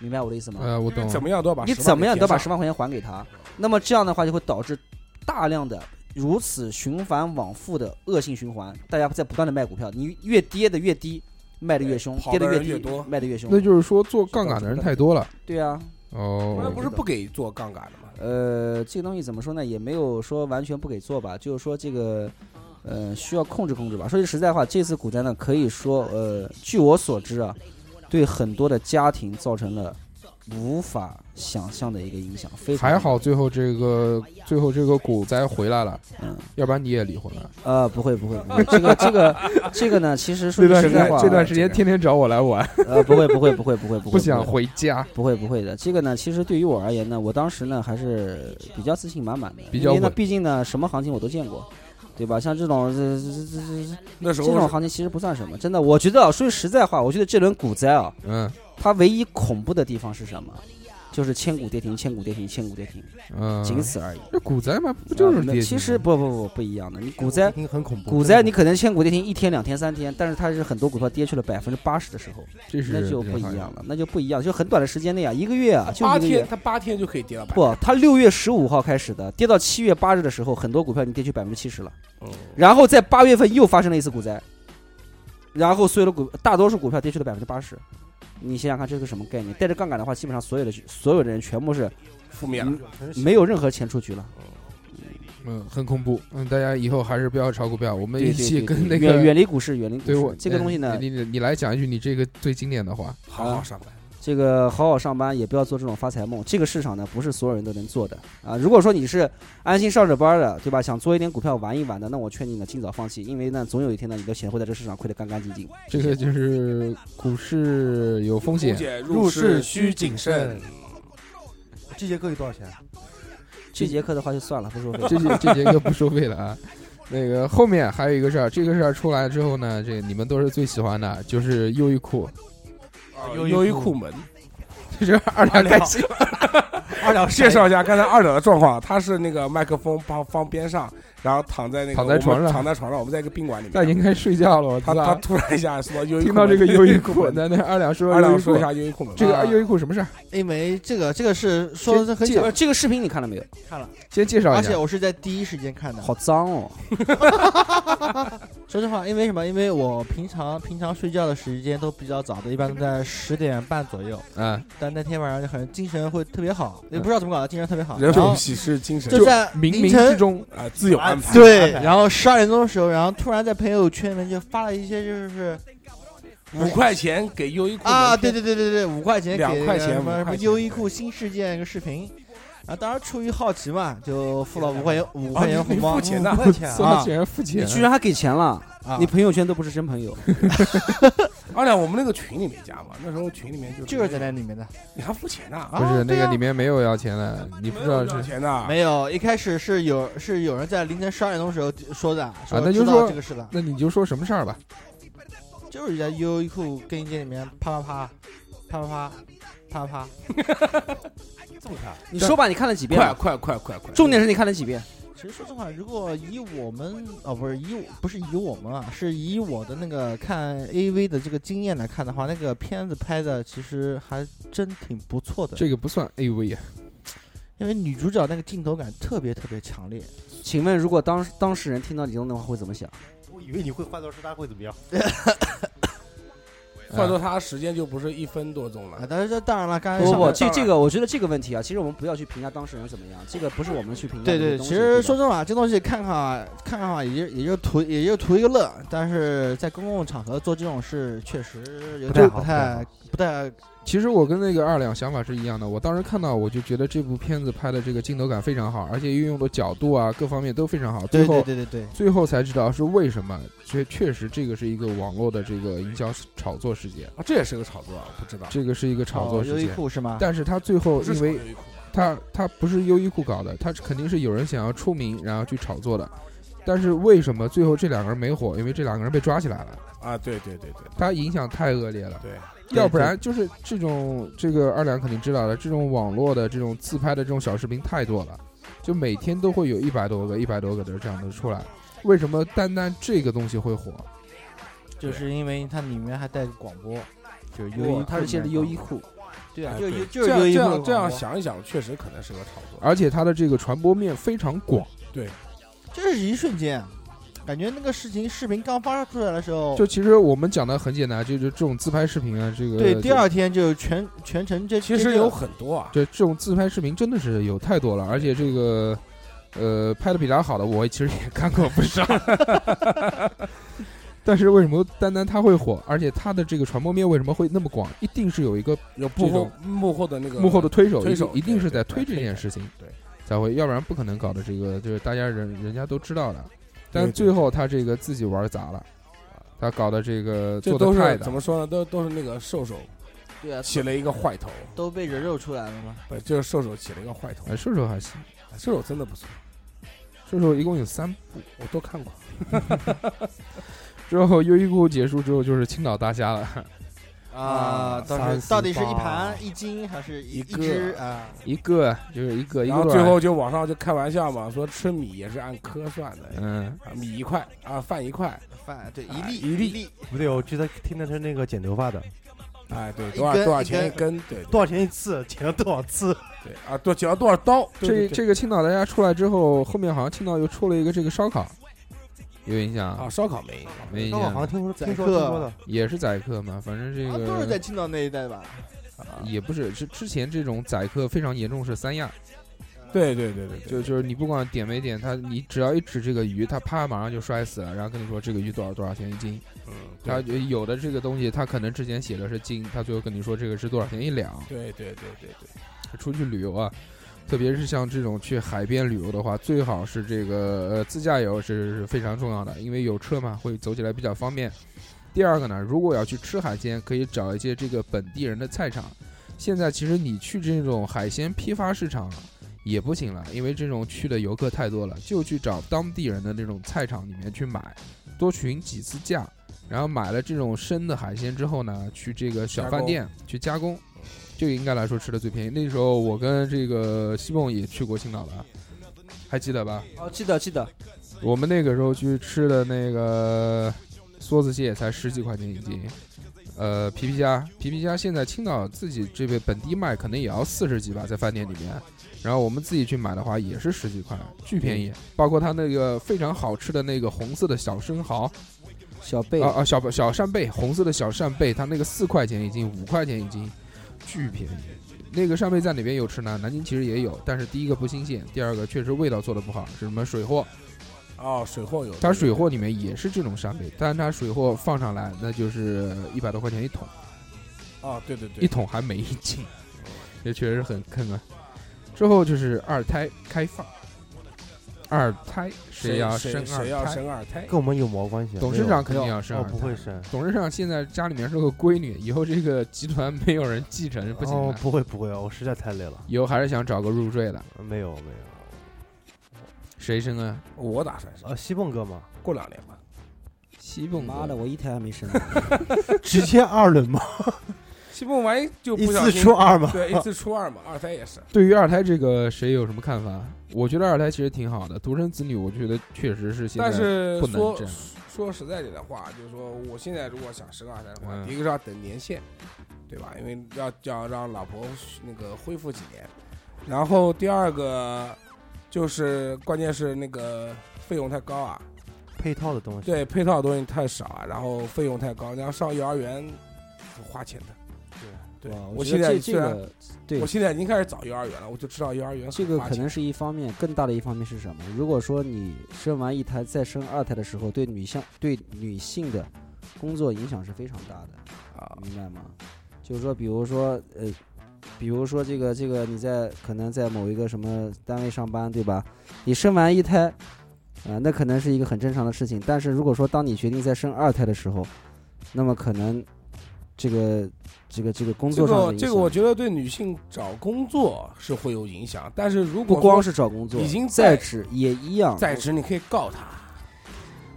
[SPEAKER 7] 明白我的意思吗？
[SPEAKER 5] 呃，我懂。
[SPEAKER 3] 怎么样都要把
[SPEAKER 7] 你
[SPEAKER 3] 10万
[SPEAKER 7] 怎么样
[SPEAKER 3] 给
[SPEAKER 7] 都要把
[SPEAKER 3] 填
[SPEAKER 7] 十万块钱还给他。那么这样的话，就会导致大量的如此循环往复的恶性循环，大家在不断的卖股票，你越跌的越低，卖的越凶
[SPEAKER 3] 对，跑
[SPEAKER 7] 跌
[SPEAKER 3] 的
[SPEAKER 7] 的越
[SPEAKER 3] 人
[SPEAKER 7] 低，
[SPEAKER 3] 越多
[SPEAKER 7] 卖的越凶。
[SPEAKER 5] 那就是说做杠杆的人太多了。
[SPEAKER 7] 对啊，
[SPEAKER 3] 上那
[SPEAKER 5] 哦
[SPEAKER 3] 不，是不给做杠杆的吗？
[SPEAKER 7] 呃，这个东西怎么说呢？也没有说完全不给做吧，就是说这个。呃，需要控制控制吧。说句实在话，这次股灾呢，可以说，呃，据我所知啊，对很多的家庭造成了无法想象的一个影响，非常
[SPEAKER 5] 还好最后这个最后这个股灾回来了，
[SPEAKER 7] 嗯，
[SPEAKER 5] 要不然你也离婚了。
[SPEAKER 7] 呃，不会不会不会，这个 这个这个呢，其实说句实在话啊，
[SPEAKER 5] 这段时间天天找我来玩，
[SPEAKER 7] 呃，不会不会不会不会不会，
[SPEAKER 5] 不想回家。
[SPEAKER 7] 不会不会的。这个呢，其实对于我而言呢，我当时呢还是比较自信满满的，
[SPEAKER 5] 比较
[SPEAKER 7] 因为呢，
[SPEAKER 5] 稳
[SPEAKER 7] 毕竟呢什么行情我都见过，对吧？像这种这这这
[SPEAKER 3] 那时
[SPEAKER 7] 这
[SPEAKER 3] 候
[SPEAKER 7] 这种
[SPEAKER 3] 是
[SPEAKER 7] 行情其实不算什么，真的。我觉得啊，说句实在话，我觉得这轮股灾啊，
[SPEAKER 5] 嗯，
[SPEAKER 7] 它唯一恐怖的地方是什么？就是千古跌停，千古跌停，千古跌停，
[SPEAKER 5] 嗯，
[SPEAKER 7] 仅此而已。
[SPEAKER 5] 这股灾嘛，不就是
[SPEAKER 7] 啊
[SPEAKER 5] 跌
[SPEAKER 7] 没
[SPEAKER 5] 停吗
[SPEAKER 7] 其实不不不不一样的，你股灾
[SPEAKER 1] 一定很恐怖。
[SPEAKER 7] 股灾你可能千股跌停一天、两天、三天，但是它是很多股票跌去了百分之八十的时候，
[SPEAKER 5] 这是
[SPEAKER 7] 那就不一样了，那就不一样，就很短的时间内啊，一个月啊，就
[SPEAKER 3] 八
[SPEAKER 7] 一个
[SPEAKER 3] 天
[SPEAKER 7] 月。
[SPEAKER 3] 它八天就可以跌到百分
[SPEAKER 7] 不，它六月十五号开始的，跌到七月八日的时候，很多股票已经跌去百分之七十了。
[SPEAKER 5] 哦
[SPEAKER 7] 然后在八月份又发生了一次股灾，然后所有的股大多数股票跌去了百分之八十。你想想看，这是个什么概念？带着杠杆的话，基本上所有的所有的人全部是
[SPEAKER 3] 负面了
[SPEAKER 7] 嗯。没有任何钱出局了。
[SPEAKER 5] 嗯，很恐怖。嗯，大家以后还是不要炒股票，我们
[SPEAKER 7] 对
[SPEAKER 5] 一
[SPEAKER 7] 对
[SPEAKER 5] 起
[SPEAKER 7] 对
[SPEAKER 5] 跟那
[SPEAKER 7] 对
[SPEAKER 5] 个
[SPEAKER 7] 远远离股市，远离股
[SPEAKER 5] 对我哎
[SPEAKER 7] 市。这个东西呢
[SPEAKER 5] 你，你你来讲一句你这个最经典的话，
[SPEAKER 3] 好好上班，
[SPEAKER 7] 这个好好上班，也不要做这种发财梦。这个市场呢，不是所有人都能做的啊。如果说你是安心上着班的，对吧？想做一点股票玩一玩的，那我劝你呢，尽早放弃，因为呢，总有一天呢，你的钱会在这个市场亏得干干净净。
[SPEAKER 5] 这个就是股市有风险，
[SPEAKER 3] 入市需谨慎。
[SPEAKER 1] 这节课有多少钱？
[SPEAKER 7] 这节课的话就算了，不收费。
[SPEAKER 5] 这节这节课不收费了啊。那个后面还有一个事儿，这个事儿出来之后呢，这个你们都是最喜欢的，就是优衣库，
[SPEAKER 3] 啊优衣库门，
[SPEAKER 5] 就是二两开心。
[SPEAKER 3] 二两介绍一下刚才二两的状况，他是那个麦克风放放边上，然后躺在那个
[SPEAKER 5] 躺在
[SPEAKER 3] 我们
[SPEAKER 5] 床上
[SPEAKER 3] 躺在床上，我们在一个宾馆里
[SPEAKER 5] 他已
[SPEAKER 3] 面。
[SPEAKER 5] 经该睡觉了，我
[SPEAKER 3] 他
[SPEAKER 5] 操！
[SPEAKER 3] 他突然一下说到优衣库
[SPEAKER 5] 听
[SPEAKER 3] 门，
[SPEAKER 5] 到这个优衣库，
[SPEAKER 3] 门
[SPEAKER 5] 那那二两说
[SPEAKER 3] 二
[SPEAKER 5] 优
[SPEAKER 3] 两
[SPEAKER 5] 衣
[SPEAKER 3] 说
[SPEAKER 5] 库
[SPEAKER 3] 一，下优衣库门吧，
[SPEAKER 5] 这个优衣库什么事儿？
[SPEAKER 6] 因为这个这个是说的很
[SPEAKER 5] 这
[SPEAKER 6] 久，
[SPEAKER 7] 呃，这个视频你看了没有？
[SPEAKER 5] 先介绍
[SPEAKER 6] 而
[SPEAKER 5] 一下
[SPEAKER 6] 且，我是在第一时间看的。
[SPEAKER 7] 好脏哦！
[SPEAKER 6] 说实话，因为什么？因为我平常平常睡觉的时间都比较早的，一般都在十点半左右。
[SPEAKER 5] 嗯，
[SPEAKER 6] 但那天晚上就很精神会特别好，也不知道怎么搞的，精神特别好。
[SPEAKER 3] 人
[SPEAKER 6] 然
[SPEAKER 3] 逢
[SPEAKER 6] 后
[SPEAKER 3] 喜事精神
[SPEAKER 6] 就在
[SPEAKER 5] 冥
[SPEAKER 6] 凌
[SPEAKER 5] 冥
[SPEAKER 6] 晨
[SPEAKER 5] 之中，
[SPEAKER 3] 啊，自有安排。
[SPEAKER 6] 对，然后十二点钟的时候，然后突然在朋友圈里面就发了一些就是
[SPEAKER 3] 五块钱给优衣库门
[SPEAKER 6] 啊，对对对对对，五块钱给
[SPEAKER 3] 两块钱
[SPEAKER 6] 什么
[SPEAKER 3] 五
[SPEAKER 6] 什
[SPEAKER 3] 块
[SPEAKER 6] 么
[SPEAKER 3] 钱
[SPEAKER 6] 优衣库新事件一个视频，啊，当时出于好奇嘛，就付了五块钱五
[SPEAKER 3] 啊，
[SPEAKER 6] 块
[SPEAKER 3] 你
[SPEAKER 6] 钱红
[SPEAKER 3] 你
[SPEAKER 6] 包嗯
[SPEAKER 3] 付钱的
[SPEAKER 1] 五，块钱啊！
[SPEAKER 5] 算钱付
[SPEAKER 7] 你
[SPEAKER 5] 钱，
[SPEAKER 7] 居然还给钱了，
[SPEAKER 6] 啊
[SPEAKER 7] 你。朋友圈都不是真朋友。
[SPEAKER 3] 二两我们那个群里面加嘛，那时候群里面就
[SPEAKER 6] 就是在那里面的，
[SPEAKER 3] 你还付钱呢？
[SPEAKER 5] 不是
[SPEAKER 6] 啊
[SPEAKER 5] 那
[SPEAKER 6] 对
[SPEAKER 5] 个
[SPEAKER 6] 啊
[SPEAKER 5] 里面没有要钱的，你不知道
[SPEAKER 3] 多少
[SPEAKER 5] 是
[SPEAKER 3] 钱的？
[SPEAKER 6] 没有，一开始是有是有人在凌晨十二点钟的时候说的，说
[SPEAKER 5] 啊那就
[SPEAKER 6] 知道
[SPEAKER 5] 说
[SPEAKER 6] 这个事了，
[SPEAKER 5] 那你就说什么事儿吧。
[SPEAKER 6] 就是在优衣库更衣间里面啪啪啪啪啪啪啪，
[SPEAKER 1] 这么看，
[SPEAKER 7] 你说吧，你看了几遍
[SPEAKER 3] 快
[SPEAKER 7] 了？
[SPEAKER 3] 快快快快！
[SPEAKER 7] 重点是你看了几遍？
[SPEAKER 6] 其实说实话，如果以我们哦，不是以我不是以我们啊，是以我的那个看 AV 的这个经验来看的话，那个片子拍的其实还真挺不错的，
[SPEAKER 5] 这个不算 A V 啊，
[SPEAKER 6] 因为女主角那个镜头感特别特别强烈。
[SPEAKER 7] 请问，如果当当事人听到你这种的话，会怎么想？
[SPEAKER 1] 我以为你会换到师大会怎么样？
[SPEAKER 5] 嗯
[SPEAKER 3] 换
[SPEAKER 5] 啊
[SPEAKER 3] 做他时间就不是一分多钟
[SPEAKER 6] 啊，
[SPEAKER 3] 了。
[SPEAKER 6] 但是这当然了，刚才
[SPEAKER 7] 不
[SPEAKER 6] 上
[SPEAKER 7] 不，
[SPEAKER 6] 面
[SPEAKER 7] 这
[SPEAKER 3] 当然
[SPEAKER 7] 这个我觉得这个问题啊，其实我们不要去评价当事人怎么样，这个不是我们去评价
[SPEAKER 6] 对
[SPEAKER 7] 这
[SPEAKER 6] 对，
[SPEAKER 7] 个东
[SPEAKER 6] 其
[SPEAKER 7] 西。
[SPEAKER 6] 实
[SPEAKER 7] 对
[SPEAKER 6] 说
[SPEAKER 7] 吧
[SPEAKER 6] 真话，这东西看看啊，看看啊，也就也就图也就图一个乐，但是在公共场合做这种事，确实有
[SPEAKER 1] 不
[SPEAKER 6] 点
[SPEAKER 1] 太
[SPEAKER 6] 不
[SPEAKER 1] 好
[SPEAKER 6] 太不太
[SPEAKER 5] 其实我跟那个二两想法是一样的，我当时看到我就觉得这部片子拍的这个镜头感非常好，而且运用的角度啊各方面都非常好。最
[SPEAKER 6] 对
[SPEAKER 5] 后
[SPEAKER 6] 对对对对，
[SPEAKER 5] 最后才知道是为什么，确确实这个是一个网络的这个营销炒作事件，
[SPEAKER 3] 啊，这也是个炒作，啊，我不知道。
[SPEAKER 5] 这个是一个炒作
[SPEAKER 6] 哦优
[SPEAKER 5] 事
[SPEAKER 6] 衣
[SPEAKER 5] 件。
[SPEAKER 6] 库是吗？
[SPEAKER 5] 但是他最后
[SPEAKER 3] 不是
[SPEAKER 5] 因
[SPEAKER 3] 炒
[SPEAKER 5] 为
[SPEAKER 3] 优衣库
[SPEAKER 5] 他他不是优衣库搞的，他是肯定是有人想要出名然后去炒作的。但是为什么最后这两个人没火？因为这两个人被抓起来了，
[SPEAKER 3] 啊，对对对对
[SPEAKER 5] 他影响太恶劣了。
[SPEAKER 3] 对，
[SPEAKER 5] 要不然就是这种这个二两肯定知道的，这种网络的这种自拍的这种小视频太多了，就每天都会有一百多个、一百多个的这样的出来。为什么单单这个东西会火？
[SPEAKER 6] 就是因为它里面还带个广播，就是优衣
[SPEAKER 7] 不
[SPEAKER 6] 库，
[SPEAKER 7] 他是借着优衣库，
[SPEAKER 6] 对
[SPEAKER 3] 哎
[SPEAKER 6] 啊，
[SPEAKER 3] 对
[SPEAKER 6] 就就
[SPEAKER 3] 这
[SPEAKER 6] 是
[SPEAKER 3] 样
[SPEAKER 6] 优衣
[SPEAKER 3] 这
[SPEAKER 6] 库
[SPEAKER 3] 样这样
[SPEAKER 6] 广播，
[SPEAKER 3] 想一想，确实可能是个炒作。
[SPEAKER 5] 而且它的这个传播面非常广，
[SPEAKER 6] 就是一瞬间，感觉那个事情视频刚发出来的时候，
[SPEAKER 5] 就其实我们讲的很简单，就是这种自拍视频啊，这个
[SPEAKER 6] 对，
[SPEAKER 5] 就
[SPEAKER 6] 第二天就全全程这
[SPEAKER 3] 其实有很多啊，
[SPEAKER 5] 对这种自拍视频真的是有太多了，而且这个呃拍的比他好的，我其实也看过不少。 但是为什么单单他会火，而且他的这个传播面为什么会那么广，一定是有一个
[SPEAKER 3] 有幕后幕后的那个
[SPEAKER 5] 幕后的推手，
[SPEAKER 3] 推手
[SPEAKER 5] 一定一定是在
[SPEAKER 3] 对对
[SPEAKER 5] 推
[SPEAKER 3] 对
[SPEAKER 5] 这件事情，
[SPEAKER 3] 对，
[SPEAKER 5] 才会，要不然不可能搞的这个就是大家人人家都知道的，但
[SPEAKER 3] 对对
[SPEAKER 5] 最后他这个自己玩砸了，他搞的这个
[SPEAKER 3] 这
[SPEAKER 5] 做
[SPEAKER 3] 都
[SPEAKER 5] 的太
[SPEAKER 3] 是
[SPEAKER 5] 大
[SPEAKER 3] 怎，么说呢？都都是那个兽手
[SPEAKER 6] 对啊，
[SPEAKER 3] 起了一个坏头，
[SPEAKER 6] 都被人肉出来了嘛。
[SPEAKER 3] 不就是兽手起了一个坏头。
[SPEAKER 5] 哎，射手还行，
[SPEAKER 3] 射手真的不错，
[SPEAKER 5] 射手一共有三部，
[SPEAKER 3] 我都看过。
[SPEAKER 5] 之后优衣库结束之后就是青岛大虾了。
[SPEAKER 6] 啊，到
[SPEAKER 1] 三
[SPEAKER 6] 底
[SPEAKER 1] 四
[SPEAKER 6] 到底是一
[SPEAKER 1] 八
[SPEAKER 6] 盘一斤还是
[SPEAKER 3] 一
[SPEAKER 6] 一
[SPEAKER 3] 个
[SPEAKER 6] 只啊？
[SPEAKER 5] 一个就是一个，一
[SPEAKER 3] 然
[SPEAKER 5] 个
[SPEAKER 3] 后
[SPEAKER 5] 多
[SPEAKER 3] 最
[SPEAKER 5] 少
[SPEAKER 3] 后就网上就开玩笑嘛，说吃米也是按颗算的，
[SPEAKER 5] 嗯，
[SPEAKER 3] 啊米一块啊，饭一块，
[SPEAKER 6] 饭对一
[SPEAKER 3] 啊
[SPEAKER 6] 粒
[SPEAKER 3] 一粒
[SPEAKER 6] 粒，
[SPEAKER 1] 不对，我记得听的是那个剪头发的，
[SPEAKER 3] 哎，对，
[SPEAKER 6] 一
[SPEAKER 3] 多少
[SPEAKER 6] 根
[SPEAKER 3] 多少
[SPEAKER 6] 一
[SPEAKER 3] 钱一
[SPEAKER 6] 根
[SPEAKER 3] 根，对
[SPEAKER 1] 多少钱一次，剪了多少次？
[SPEAKER 3] 对啊，多只要多少刀，
[SPEAKER 5] 这
[SPEAKER 3] 对对对
[SPEAKER 5] 这个青岛大家出来之后，后面好像青岛又出了一个这个烧烤，有印象
[SPEAKER 3] 啊，？烧烤没印象，
[SPEAKER 5] 没印
[SPEAKER 1] 刚好好像
[SPEAKER 5] 象，
[SPEAKER 1] 听说
[SPEAKER 6] 宰
[SPEAKER 1] 听说听
[SPEAKER 6] 客
[SPEAKER 1] 说的，
[SPEAKER 5] 也是宰客嘛，反正这
[SPEAKER 6] 啊
[SPEAKER 5] 个
[SPEAKER 6] 都是在青岛那一带吧？
[SPEAKER 5] 也不是，是之前这种宰客非常严重，是三亚，
[SPEAKER 3] 对对对对，
[SPEAKER 5] 就就是你不管点没点，他你只要一指这个鱼，他啪马上就摔死了，然后跟你说这个鱼多少多少钱一斤，
[SPEAKER 3] 嗯，
[SPEAKER 5] 他
[SPEAKER 3] 对
[SPEAKER 5] 有的这个东西他可能之前写的是斤，他最后跟你说这个是多少钱一两。
[SPEAKER 3] 对对对对对，
[SPEAKER 5] 出去旅游啊，特别是像这种去海边旅游的话，最好是这个呃自驾游是是非常重要的，因为有车嘛，会走起来比较方便。第二个呢，如果要去吃海鲜，可以找一些这个本地人的菜场。现在其实你去这种海鲜批发市场也不行了，因为这种去的游客太多了，就去找当地人的那种菜场里面去买，多询几次价，然后买了这种生的海鲜之后呢，去这个小饭店去加工，这个应该来说吃的最便宜。那时候我跟这个西梦也去过青岛了，还记得吧？
[SPEAKER 7] 哦，记得记得，
[SPEAKER 5] 我们那个时候去吃的那个梭子蟹才十几块钱一斤，呃，皮皮虾，皮皮虾现在青岛自己这边本地卖可能也要四十几吧，在饭店里面，然后我们自己去买的话也是十几块，巨便宜。包括它那个非常好吃的那个红色的小生蚝，
[SPEAKER 7] 小贝
[SPEAKER 5] 啊啊，小小扇贝，红色的小扇贝，它那个四块钱一斤，五块钱一斤，巨便宜。那个扇贝在哪边有吃呢？南京其实也有，但是第一个不新鲜，第二个确实味道做的不好，是什么水货。
[SPEAKER 3] 哦，水货有，
[SPEAKER 5] 它水货里面也是这种扇贝，但是它水货放上来那就是一百多块钱一桶，
[SPEAKER 3] 哦，对对对，
[SPEAKER 5] 一桶还没一斤，这确实很坑啊。之后就是二胎开放，二胎
[SPEAKER 3] 谁
[SPEAKER 5] 要
[SPEAKER 3] 谁
[SPEAKER 5] 生
[SPEAKER 3] 谁
[SPEAKER 5] 二
[SPEAKER 3] 要
[SPEAKER 5] 胎？
[SPEAKER 3] 生二胎？
[SPEAKER 1] 跟我们有毛关系啊？
[SPEAKER 5] 董事长肯定要生
[SPEAKER 1] 哦
[SPEAKER 5] 二，
[SPEAKER 1] 不
[SPEAKER 5] 胎。
[SPEAKER 1] 会生，
[SPEAKER 5] 董事长现在家里面是个闺女，以后这个集团没有人继承不行啊
[SPEAKER 1] 哦
[SPEAKER 5] 的，，
[SPEAKER 1] 不会不会，我实在太累了，
[SPEAKER 5] 以后还是想找个入赘的。
[SPEAKER 1] 没有没有。
[SPEAKER 5] 谁生啊？
[SPEAKER 3] 我打算生，
[SPEAKER 1] 呃，西蹦哥嘛，
[SPEAKER 3] 过两年吧。
[SPEAKER 5] 西蹦
[SPEAKER 7] 妈的，
[SPEAKER 5] 哥，
[SPEAKER 7] 我一胎还没生呢。
[SPEAKER 1] 直接二轮 嘛，
[SPEAKER 3] 西部万一就
[SPEAKER 1] 一
[SPEAKER 3] 不小
[SPEAKER 1] 次
[SPEAKER 3] 心
[SPEAKER 1] 出二嘛。
[SPEAKER 3] 对，一次出二嘛，二胎也是。
[SPEAKER 5] 对于二胎这个，谁有什么看法？我觉得二胎其实挺好的，独生子女，我觉得确实是现在
[SPEAKER 3] 但是
[SPEAKER 5] 不能
[SPEAKER 3] 说
[SPEAKER 5] 这
[SPEAKER 7] 啊
[SPEAKER 5] 样
[SPEAKER 3] 说实在点的话，就是说我现在如果想生二胎的话，
[SPEAKER 5] 嗯
[SPEAKER 3] 第一个是要等年限，对吧？因为要要让老婆那个恢复几年，然后第二个就是关键是那个费用太高啊，
[SPEAKER 1] 配套的东西，
[SPEAKER 3] 对配套的东西太少啊，然后费用太高，你要上幼儿园花钱的。对，对
[SPEAKER 7] 哇
[SPEAKER 3] 我
[SPEAKER 7] 觉
[SPEAKER 3] 现
[SPEAKER 7] 得
[SPEAKER 3] 在
[SPEAKER 7] 这这
[SPEAKER 3] 虽然
[SPEAKER 7] 个对
[SPEAKER 3] 我现在已经开始找幼儿园了，我就知道幼儿园
[SPEAKER 7] 这个
[SPEAKER 3] 很花
[SPEAKER 7] 可能
[SPEAKER 3] 钱
[SPEAKER 7] 是一方面，更大的一方面是什么？如果说你生完一胎再生二胎的时候，对女性对女性的工作影响是非常大的，
[SPEAKER 3] 啊，
[SPEAKER 7] 明白吗？就是说，比如说，呃，比如说这个这个你在可能在某一个什么单位上班，对吧？你生完一胎，啊、那可能是一个很正常的事情。但是如果说当你决定再生二胎的时候，那么可能这个这个这个工
[SPEAKER 3] 这
[SPEAKER 7] 作上的
[SPEAKER 3] 个
[SPEAKER 7] 影响，
[SPEAKER 3] 这个我觉得对女性找工作是会有影响，但是如果
[SPEAKER 7] 不光
[SPEAKER 3] 说
[SPEAKER 7] 是找工作，
[SPEAKER 3] 已经在
[SPEAKER 7] 在职也一样，嗯
[SPEAKER 3] 在职你可以告他。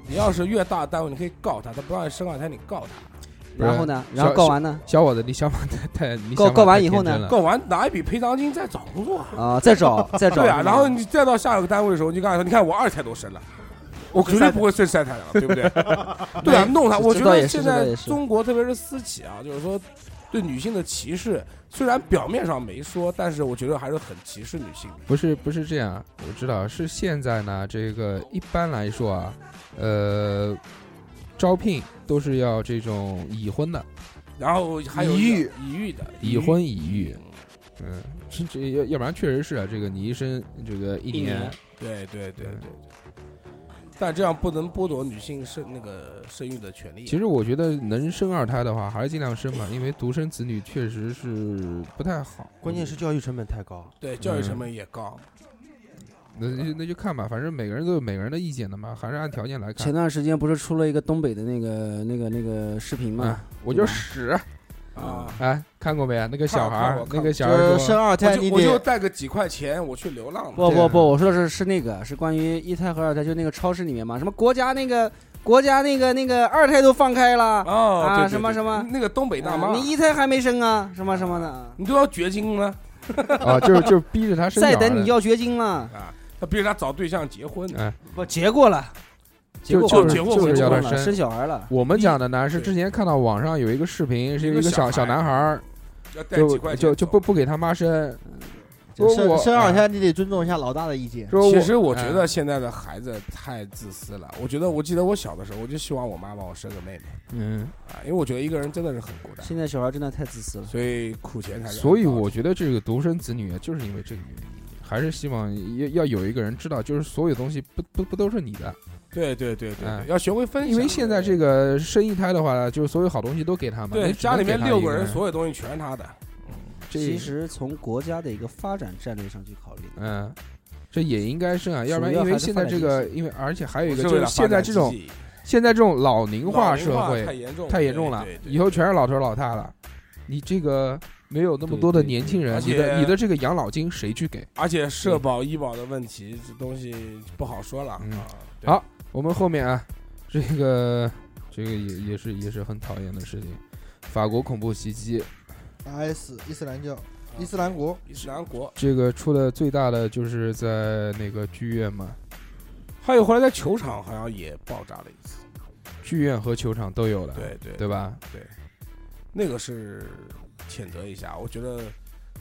[SPEAKER 3] 你要是越大的单位，你可以告他，他不让你生二胎，你告他，
[SPEAKER 5] 不是
[SPEAKER 7] 然后呢，
[SPEAKER 5] 小
[SPEAKER 7] 然后告完呢，
[SPEAKER 5] 小伙子，你想法太太，你
[SPEAKER 7] 告
[SPEAKER 5] 想法
[SPEAKER 7] 告完
[SPEAKER 5] 太
[SPEAKER 7] 以后
[SPEAKER 5] 天真
[SPEAKER 7] 呢
[SPEAKER 5] 了
[SPEAKER 3] 告完拿一笔赔偿金再找工作。
[SPEAKER 7] 啊，再找再找，
[SPEAKER 3] 对啊，然后你再到下一个单位的时候，你就跟他说：“你看我二胎都生了，我绝对不会生三胎了，对不对？” 对啊，弄他，
[SPEAKER 7] 这
[SPEAKER 3] 我觉
[SPEAKER 7] 这倒
[SPEAKER 3] 得
[SPEAKER 7] 也是
[SPEAKER 3] 现
[SPEAKER 7] 这倒
[SPEAKER 3] 在
[SPEAKER 7] 也是
[SPEAKER 3] 中国特别是私企啊，就是说对女性的歧视，虽然表面上没说，但是我觉得还是很歧视女性的。
[SPEAKER 5] 不是不是这样，我知道是现在呢，这个一般来说啊，呃，招聘都是要这种已婚的，
[SPEAKER 3] 然后还有
[SPEAKER 6] 已
[SPEAKER 3] 一
[SPEAKER 6] 育
[SPEAKER 3] 个已育的
[SPEAKER 5] 已婚已育，
[SPEAKER 3] 嗯
[SPEAKER 5] 嗯，这这要要不然确实是啊，这个你一生这个一
[SPEAKER 7] 一年
[SPEAKER 3] 对对对对
[SPEAKER 5] 嗯
[SPEAKER 3] 对。但这样不能剥夺女性生那个生育的权利。
[SPEAKER 5] 其实我觉得能生二胎的话，还是尽量生吧，因为独生子女确实是不太好。 嗯
[SPEAKER 1] 关键是教育成本太高。
[SPEAKER 3] 对教育成本也高，
[SPEAKER 5] 那就那就看吧，反正每个人都有每个人的意见的嘛，还是按条件来看
[SPEAKER 7] 前。段时间不是出了一个东北的那个那个那个视频嘛
[SPEAKER 5] 啊，，我就屎，
[SPEAKER 3] 啊
[SPEAKER 7] 嗯
[SPEAKER 3] 啊，
[SPEAKER 5] 哎，看过没啊？那个小孩
[SPEAKER 3] 看过
[SPEAKER 5] 儿
[SPEAKER 3] 看，过
[SPEAKER 5] 那个小孩
[SPEAKER 7] 就
[SPEAKER 5] 儿
[SPEAKER 7] 是生
[SPEAKER 5] 说，
[SPEAKER 7] 二
[SPEAKER 3] 我
[SPEAKER 7] 胎嗯你
[SPEAKER 3] 就我就
[SPEAKER 7] 得
[SPEAKER 3] 带个几块钱，我去流浪。
[SPEAKER 7] 不
[SPEAKER 5] 对
[SPEAKER 7] 不
[SPEAKER 5] 啊
[SPEAKER 7] 不，我说的是是那个是关于一胎和二胎，就那个超市里面嘛，什么国家那个国家那个那个二胎都放开了，
[SPEAKER 3] 哦，
[SPEAKER 7] 啊
[SPEAKER 3] 对对对
[SPEAKER 7] 什么什么
[SPEAKER 3] 那个东北大妈
[SPEAKER 7] 啊，你一胎还没生啊，什么什么的啊，
[SPEAKER 3] 你都要绝经了
[SPEAKER 5] 啊，就是就是逼着他生小孩
[SPEAKER 7] 再等你
[SPEAKER 5] 的
[SPEAKER 7] 要绝经了，
[SPEAKER 3] 啊！他逼着他找对象结婚，
[SPEAKER 5] 哎，
[SPEAKER 7] 不结过了，结
[SPEAKER 5] 就
[SPEAKER 7] 过
[SPEAKER 5] 就
[SPEAKER 7] 了
[SPEAKER 5] 是
[SPEAKER 3] 结过
[SPEAKER 5] 就
[SPEAKER 3] 婚
[SPEAKER 5] 是
[SPEAKER 7] 结
[SPEAKER 5] 要
[SPEAKER 7] 过
[SPEAKER 5] 他
[SPEAKER 7] 了，生
[SPEAKER 5] 生。
[SPEAKER 7] 小孩了，
[SPEAKER 5] 我们讲的呢是
[SPEAKER 3] 对
[SPEAKER 5] 之前看到网上有一个视频，是
[SPEAKER 3] 一
[SPEAKER 5] 一
[SPEAKER 3] 个
[SPEAKER 5] 个
[SPEAKER 3] 小
[SPEAKER 5] 小小
[SPEAKER 3] 孩
[SPEAKER 5] 男孩儿，
[SPEAKER 3] 要带
[SPEAKER 5] 就
[SPEAKER 3] 几块钱
[SPEAKER 5] 就就
[SPEAKER 3] 走
[SPEAKER 5] 不。不给他妈生，
[SPEAKER 6] 就啊
[SPEAKER 5] 说我
[SPEAKER 6] 生生二胎你得尊重一下老大的意见。
[SPEAKER 5] 说
[SPEAKER 3] 其实我
[SPEAKER 5] 哎
[SPEAKER 3] 觉
[SPEAKER 7] 嗯
[SPEAKER 3] 得现在的孩子太自私了。我觉得，我记得我小的时候，我就希望我妈帮我生个妹妹
[SPEAKER 5] 嗯，
[SPEAKER 3] 啊，因为我觉得一个人真的是很孤单，
[SPEAKER 7] 现在小孩真的太自私了，
[SPEAKER 3] 所以苦钱才是
[SPEAKER 5] 所以
[SPEAKER 3] 王道
[SPEAKER 5] 我觉得这个独生子女啊，就是因为这个原因，还是希望要要有一个人知道，就是所有东西不不不都是你的，
[SPEAKER 3] 对对对对
[SPEAKER 5] 哎
[SPEAKER 3] 对，要学会分享。
[SPEAKER 5] 因为现在这
[SPEAKER 3] 个
[SPEAKER 5] 个生一胎的话呢，就是所有好东西都给他嘛，
[SPEAKER 3] 对
[SPEAKER 5] 你只
[SPEAKER 3] 家
[SPEAKER 5] 能
[SPEAKER 3] 里面
[SPEAKER 5] 给他
[SPEAKER 3] 六
[SPEAKER 5] 一
[SPEAKER 3] 个
[SPEAKER 5] 个
[SPEAKER 3] 人，所有东西全是他的。
[SPEAKER 5] 这
[SPEAKER 7] 其实从国家的一个发展战略上去考虑，
[SPEAKER 5] 嗯，这也应该生啊，要不然
[SPEAKER 7] 主要
[SPEAKER 5] 因为
[SPEAKER 7] 还是
[SPEAKER 5] 现
[SPEAKER 7] 发
[SPEAKER 5] 在
[SPEAKER 7] 展
[SPEAKER 5] 这
[SPEAKER 7] 经
[SPEAKER 5] 个，因为而且还有一
[SPEAKER 3] 我
[SPEAKER 5] 个
[SPEAKER 3] 是
[SPEAKER 5] 就
[SPEAKER 3] 为
[SPEAKER 5] 是
[SPEAKER 3] 了
[SPEAKER 5] 现在这种现在这种老龄
[SPEAKER 3] 文
[SPEAKER 5] 化
[SPEAKER 3] 化
[SPEAKER 5] 社
[SPEAKER 3] 太
[SPEAKER 5] 会
[SPEAKER 3] 严重
[SPEAKER 5] 太严重了，以后全是老头老太了，你这个没有那么
[SPEAKER 7] 对
[SPEAKER 5] 多的
[SPEAKER 7] 对
[SPEAKER 5] 年
[SPEAKER 7] 对
[SPEAKER 5] 轻人
[SPEAKER 3] 而，
[SPEAKER 5] 你的
[SPEAKER 3] 且
[SPEAKER 5] 你的这个养老金谁去给？
[SPEAKER 3] 而且社保、医保的问题，这东西不好说了
[SPEAKER 5] 嗯
[SPEAKER 3] 啊。对
[SPEAKER 5] 好我们后面啊，这个这个也也是也是很讨厌的事情，法国恐怖袭击，
[SPEAKER 6] IS 哎伊斯兰教，伊斯兰国，
[SPEAKER 3] 伊斯兰国，
[SPEAKER 5] 这个出的最大的就是在那个剧院嘛，
[SPEAKER 3] 还有后来在球场好像也爆炸了一次。
[SPEAKER 5] 剧院和球场都有了，
[SPEAKER 3] 对对
[SPEAKER 5] 对吧？
[SPEAKER 3] 那个是谴责一下，我觉得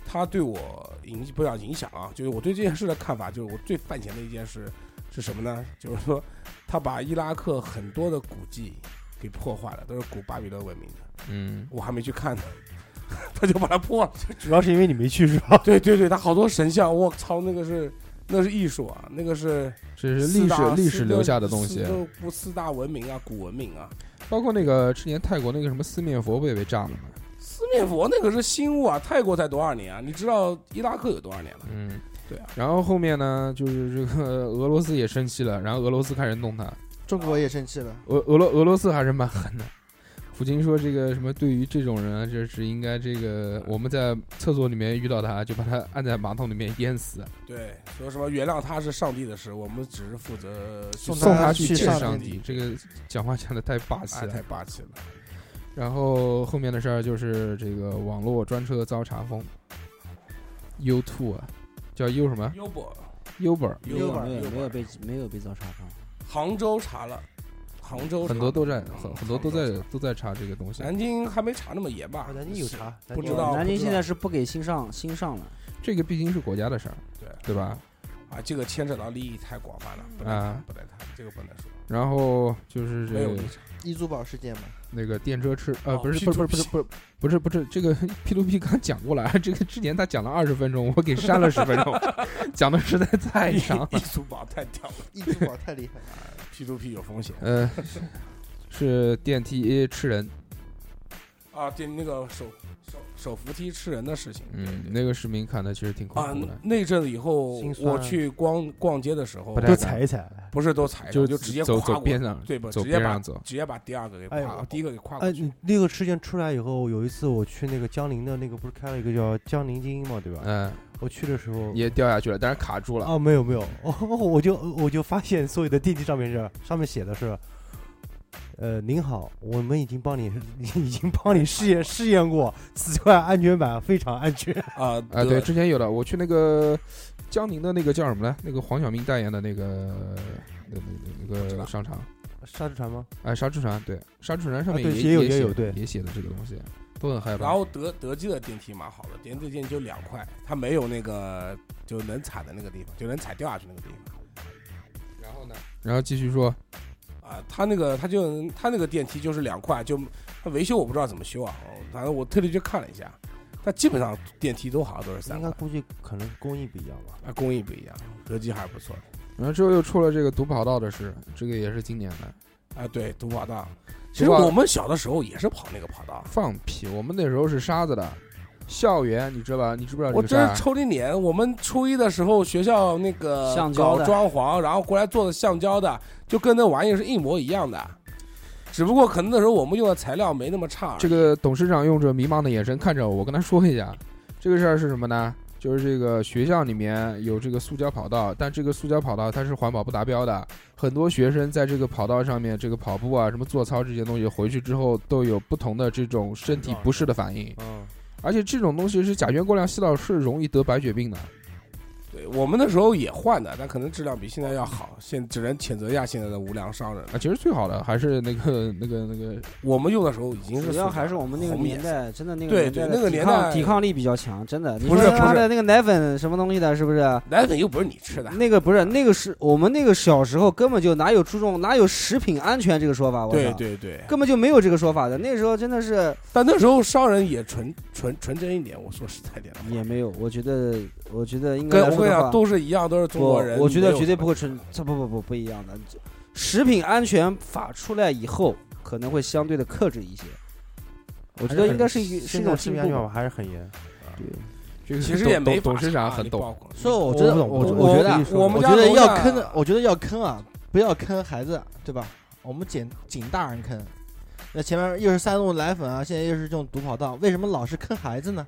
[SPEAKER 3] 他对我影不讲影响啊，就是我对这件事的看法，就是我最犯嫌的一件事是什么呢？ 就是说他把伊拉克很多的古迹给破坏了，都是古巴比伦文明的，
[SPEAKER 5] 嗯，
[SPEAKER 3] 我还没去看呢， 他就把它破了。
[SPEAKER 1] 主要是因为你没去是
[SPEAKER 5] 啊
[SPEAKER 1] 吧？
[SPEAKER 3] 对对对，他好多神像，我操，那个是那是艺术啊，那个是
[SPEAKER 5] 这是
[SPEAKER 3] 四
[SPEAKER 5] 历史
[SPEAKER 3] 大
[SPEAKER 5] 历
[SPEAKER 3] 四
[SPEAKER 5] 史
[SPEAKER 3] 个
[SPEAKER 5] 留下的东西啊
[SPEAKER 3] 四，个不四大文明啊，古文明啊，
[SPEAKER 5] 包括那个之前泰国那个什么四面佛不也被炸了吗？
[SPEAKER 3] 四面佛那个是新物啊，泰国才多少年啊？你知道伊拉克有多少年了？
[SPEAKER 5] 嗯，
[SPEAKER 3] 对啊。
[SPEAKER 5] 然后后面呢，就是这个俄罗斯也生气了，然后俄罗斯开始弄他，
[SPEAKER 6] 中国也生气了。
[SPEAKER 5] 俄俄罗俄罗斯还是蛮狠的。普京说：“这个什么，对于这种人啊，就是应该这个，我们在厕所里面遇到他，就把他按在马桶里面淹死，
[SPEAKER 3] 对，说什么原谅他是上帝的事，我们只是负责去
[SPEAKER 6] 送
[SPEAKER 5] 送
[SPEAKER 6] 他
[SPEAKER 5] 他
[SPEAKER 6] 去
[SPEAKER 5] 见
[SPEAKER 6] 上
[SPEAKER 5] 上
[SPEAKER 6] 帝
[SPEAKER 5] 帝。”这个讲话讲的太霸气
[SPEAKER 3] 哎，
[SPEAKER 5] 了
[SPEAKER 3] 太。霸气了。
[SPEAKER 5] 然后后面的事儿就是这个网络专车遭查封，U two 啊，叫 U 什么
[SPEAKER 3] u b e
[SPEAKER 5] Uber，
[SPEAKER 3] r
[SPEAKER 7] 没
[SPEAKER 3] u
[SPEAKER 7] 有
[SPEAKER 3] b
[SPEAKER 7] 没有没有
[SPEAKER 3] e
[SPEAKER 7] 被没有被遭查封，
[SPEAKER 3] 杭州查了，杭州
[SPEAKER 5] 很多
[SPEAKER 3] 查了
[SPEAKER 5] 都在很很多都在
[SPEAKER 3] 杭州查了
[SPEAKER 5] 都在查这个东西。
[SPEAKER 3] 南京还没查那么严
[SPEAKER 1] 哦
[SPEAKER 3] 吧？
[SPEAKER 1] 哎南京有查，
[SPEAKER 3] 不知道
[SPEAKER 7] 南
[SPEAKER 3] 不
[SPEAKER 7] 京
[SPEAKER 3] 知
[SPEAKER 7] 现
[SPEAKER 3] 道
[SPEAKER 7] 在是不给新上新上了，
[SPEAKER 5] 这个毕竟是国家的事儿，
[SPEAKER 3] 对
[SPEAKER 5] 对吧？
[SPEAKER 3] 啊，这个牵扯到利益太广泛了，不能
[SPEAKER 5] 啊
[SPEAKER 3] 谈，不能谈，这个不能说，
[SPEAKER 5] 然后就是这
[SPEAKER 3] 没有
[SPEAKER 5] 个
[SPEAKER 3] 立场。
[SPEAKER 6] 伊租宝事件 嘛，
[SPEAKER 5] 那个电车吃，呃，
[SPEAKER 3] 哦
[SPEAKER 5] 不是，不是，不是，不是，不是，不是，这个 P to P 刚讲过了， 这个之前他讲了二十分钟，我给删了十分钟， 讲的实在太 长了。
[SPEAKER 3] 艺术宝太屌了
[SPEAKER 6] 伊租宝太厉害了。
[SPEAKER 3] ，P to P 有风险
[SPEAKER 5] 呃，是电梯吃人，
[SPEAKER 3] 啊！对，那个手手手扶梯吃人的事情，对
[SPEAKER 5] 嗯，
[SPEAKER 3] 对
[SPEAKER 5] 那个视频看的其实挺恐
[SPEAKER 3] 啊
[SPEAKER 5] 怖的，，
[SPEAKER 3] 那阵子以后
[SPEAKER 1] 心酸
[SPEAKER 3] 我去逛逛街的时候
[SPEAKER 5] 不，太
[SPEAKER 1] 都踩一踩。
[SPEAKER 3] 不是都踩
[SPEAKER 5] 就
[SPEAKER 3] 哎就直接
[SPEAKER 5] 走
[SPEAKER 3] 跨
[SPEAKER 5] 走
[SPEAKER 3] 过
[SPEAKER 5] 边上，
[SPEAKER 3] 对不？
[SPEAKER 5] 走
[SPEAKER 3] 直接
[SPEAKER 5] 边
[SPEAKER 3] 把
[SPEAKER 5] 上走，
[SPEAKER 3] 直接把第二个给
[SPEAKER 1] 哎
[SPEAKER 3] 跨过，啊
[SPEAKER 1] 我
[SPEAKER 3] 第一个给跨过
[SPEAKER 1] 哎，
[SPEAKER 3] 去
[SPEAKER 1] 你。那个事件出来以后，有一次我去那个江宁的那个，不是开了一个叫江宁精英嘛，对吧？
[SPEAKER 5] 嗯，
[SPEAKER 1] 我去的时候，
[SPEAKER 5] 也掉下去了，但是卡住了，
[SPEAKER 1] 啊，没有没 有，我我就我就发现所有的电梯上面是上面写的是，呃，您好，我们已经帮你 已经帮你试验试验过，此款安全版非常安 全。
[SPEAKER 3] 啊
[SPEAKER 1] 哎
[SPEAKER 5] 啊，对，，之前有的，我去那个江宁的那个叫什么来，那个黄晓明代言的那个那那那
[SPEAKER 3] 知
[SPEAKER 5] 个
[SPEAKER 3] 道
[SPEAKER 5] 商场。
[SPEAKER 1] 沙之船吗？
[SPEAKER 5] 哎，杀猪船对，杀猪船上
[SPEAKER 1] 啊
[SPEAKER 5] 面
[SPEAKER 1] 对
[SPEAKER 5] 也
[SPEAKER 1] 也有
[SPEAKER 5] 也
[SPEAKER 1] 也
[SPEAKER 5] 写
[SPEAKER 1] 有
[SPEAKER 5] 的
[SPEAKER 1] 对
[SPEAKER 5] 也写的这个东西，都很害怕。
[SPEAKER 3] 然后德德基的电梯蛮好的，德基的电梯就两块，它没有那个就能踩的那个地方，就能踩掉下去那个地方。
[SPEAKER 5] 然后呢？然后继续说，
[SPEAKER 3] 啊，它那个它就它那个电梯就是两块，就它维修我不知道怎么修啊，哦反正我特地去看了一下，它基本上电梯都好像都是三
[SPEAKER 1] 应
[SPEAKER 3] 块
[SPEAKER 1] 该，估计可能工艺不一样吧。
[SPEAKER 3] 啊，工艺不一样，德基还是不错的
[SPEAKER 5] 然后之后又出了这个堵跑道的事，这个也是今年的。
[SPEAKER 3] 啊。对，独跑道，其
[SPEAKER 5] 其
[SPEAKER 3] 实我们小的时候也是跑那个跑道，
[SPEAKER 5] 放屁，我们那时候是沙子的，校园你知道吧？你知不知道
[SPEAKER 3] 我
[SPEAKER 5] 这个事
[SPEAKER 3] 真
[SPEAKER 5] 儿
[SPEAKER 3] 是？抽你脸！我们初一的时候，学校那个
[SPEAKER 7] 橡胶
[SPEAKER 3] 搞
[SPEAKER 7] 的
[SPEAKER 3] 装潢，然后过来做的橡胶的，就跟那玩意儿是一模一样的。只不过可能那时候我们用的材料没那么差而已。
[SPEAKER 5] 这个董事长用着迷茫的眼神看着我，我跟他说一下，这个事儿是什么呢？就是这个学校里面有这个塑胶跑道，但这个塑胶跑道它是环保不达标的，很多学生在这个跑道上面这个跑步啊、什么做操这些东西，回去之后都有不同的这种身体不适的反应，
[SPEAKER 1] 嗯，
[SPEAKER 5] 而且这种东西是甲醛过量吸到是容易得白血病的。
[SPEAKER 3] 对我们那时候也换的，但可能质量比现在要好。现只能谴责一下现在的无良商人了。
[SPEAKER 5] 啊，其实最好的还是那个、那个、那个，
[SPEAKER 3] 我们用的时候已经是
[SPEAKER 2] 主
[SPEAKER 3] 塑料
[SPEAKER 2] 要还是我们那个
[SPEAKER 3] 红
[SPEAKER 2] 年
[SPEAKER 3] 颜色
[SPEAKER 2] 代，真的那个
[SPEAKER 3] 对
[SPEAKER 2] 年代
[SPEAKER 3] 对
[SPEAKER 2] 的
[SPEAKER 3] 那个
[SPEAKER 2] 抵
[SPEAKER 3] 年
[SPEAKER 2] 抗
[SPEAKER 3] 代
[SPEAKER 2] 抵抗力比较强，真的。你
[SPEAKER 3] 不
[SPEAKER 2] 说
[SPEAKER 3] 是
[SPEAKER 2] 他
[SPEAKER 3] 不是
[SPEAKER 2] 的那个奶粉什么东西的，是不是？
[SPEAKER 3] 奶粉又不是你吃
[SPEAKER 7] 嗯
[SPEAKER 3] 的。
[SPEAKER 2] 那个不是，那个是我们那个小时候根本就哪有注重哪有食品安全这个说法，我
[SPEAKER 3] 对
[SPEAKER 2] 操，
[SPEAKER 3] 对对，
[SPEAKER 2] 根本就没有这个说法的。那时候真的是
[SPEAKER 3] 但那时候商人也纯纯纯真一点。我说实在点的话，
[SPEAKER 2] 也没有，我觉得，我觉得应该
[SPEAKER 3] 跟
[SPEAKER 2] 来
[SPEAKER 3] 我
[SPEAKER 2] 说的
[SPEAKER 3] 跟你讲，
[SPEAKER 2] 话，
[SPEAKER 3] 都是一样，都是中国人。
[SPEAKER 2] 我我觉
[SPEAKER 3] 没
[SPEAKER 2] 得
[SPEAKER 3] 有
[SPEAKER 2] 绝对
[SPEAKER 3] 什么
[SPEAKER 2] 不会存，这不不不不一样的。食品安全法出来以后，可能会相对的克制一些。我觉得应该是一是一
[SPEAKER 1] 现
[SPEAKER 2] 种
[SPEAKER 1] 在
[SPEAKER 2] 进
[SPEAKER 1] 食
[SPEAKER 2] 步
[SPEAKER 1] 品安全
[SPEAKER 2] 吧
[SPEAKER 1] 法还是很严，
[SPEAKER 5] 这个
[SPEAKER 3] 其实也
[SPEAKER 5] 董
[SPEAKER 3] 没
[SPEAKER 5] 董董事长
[SPEAKER 3] 法啊
[SPEAKER 5] 很
[SPEAKER 3] 你
[SPEAKER 5] 懂
[SPEAKER 3] 不，好管
[SPEAKER 6] 所以我觉
[SPEAKER 1] 我
[SPEAKER 6] 得，
[SPEAKER 1] 不懂
[SPEAKER 6] 我
[SPEAKER 1] 我
[SPEAKER 3] 我
[SPEAKER 6] 觉得啊
[SPEAKER 1] 我，
[SPEAKER 3] 我们
[SPEAKER 6] 我
[SPEAKER 3] 家
[SPEAKER 6] 觉得
[SPEAKER 3] 楼
[SPEAKER 6] 要
[SPEAKER 3] 下
[SPEAKER 6] 坑的，我觉得要坑啊，不要坑孩子，对吧？我们捡捡大人坑。那前面又是三鹿奶粉啊，现在又是这种毒跑道，为什么老是坑孩子呢？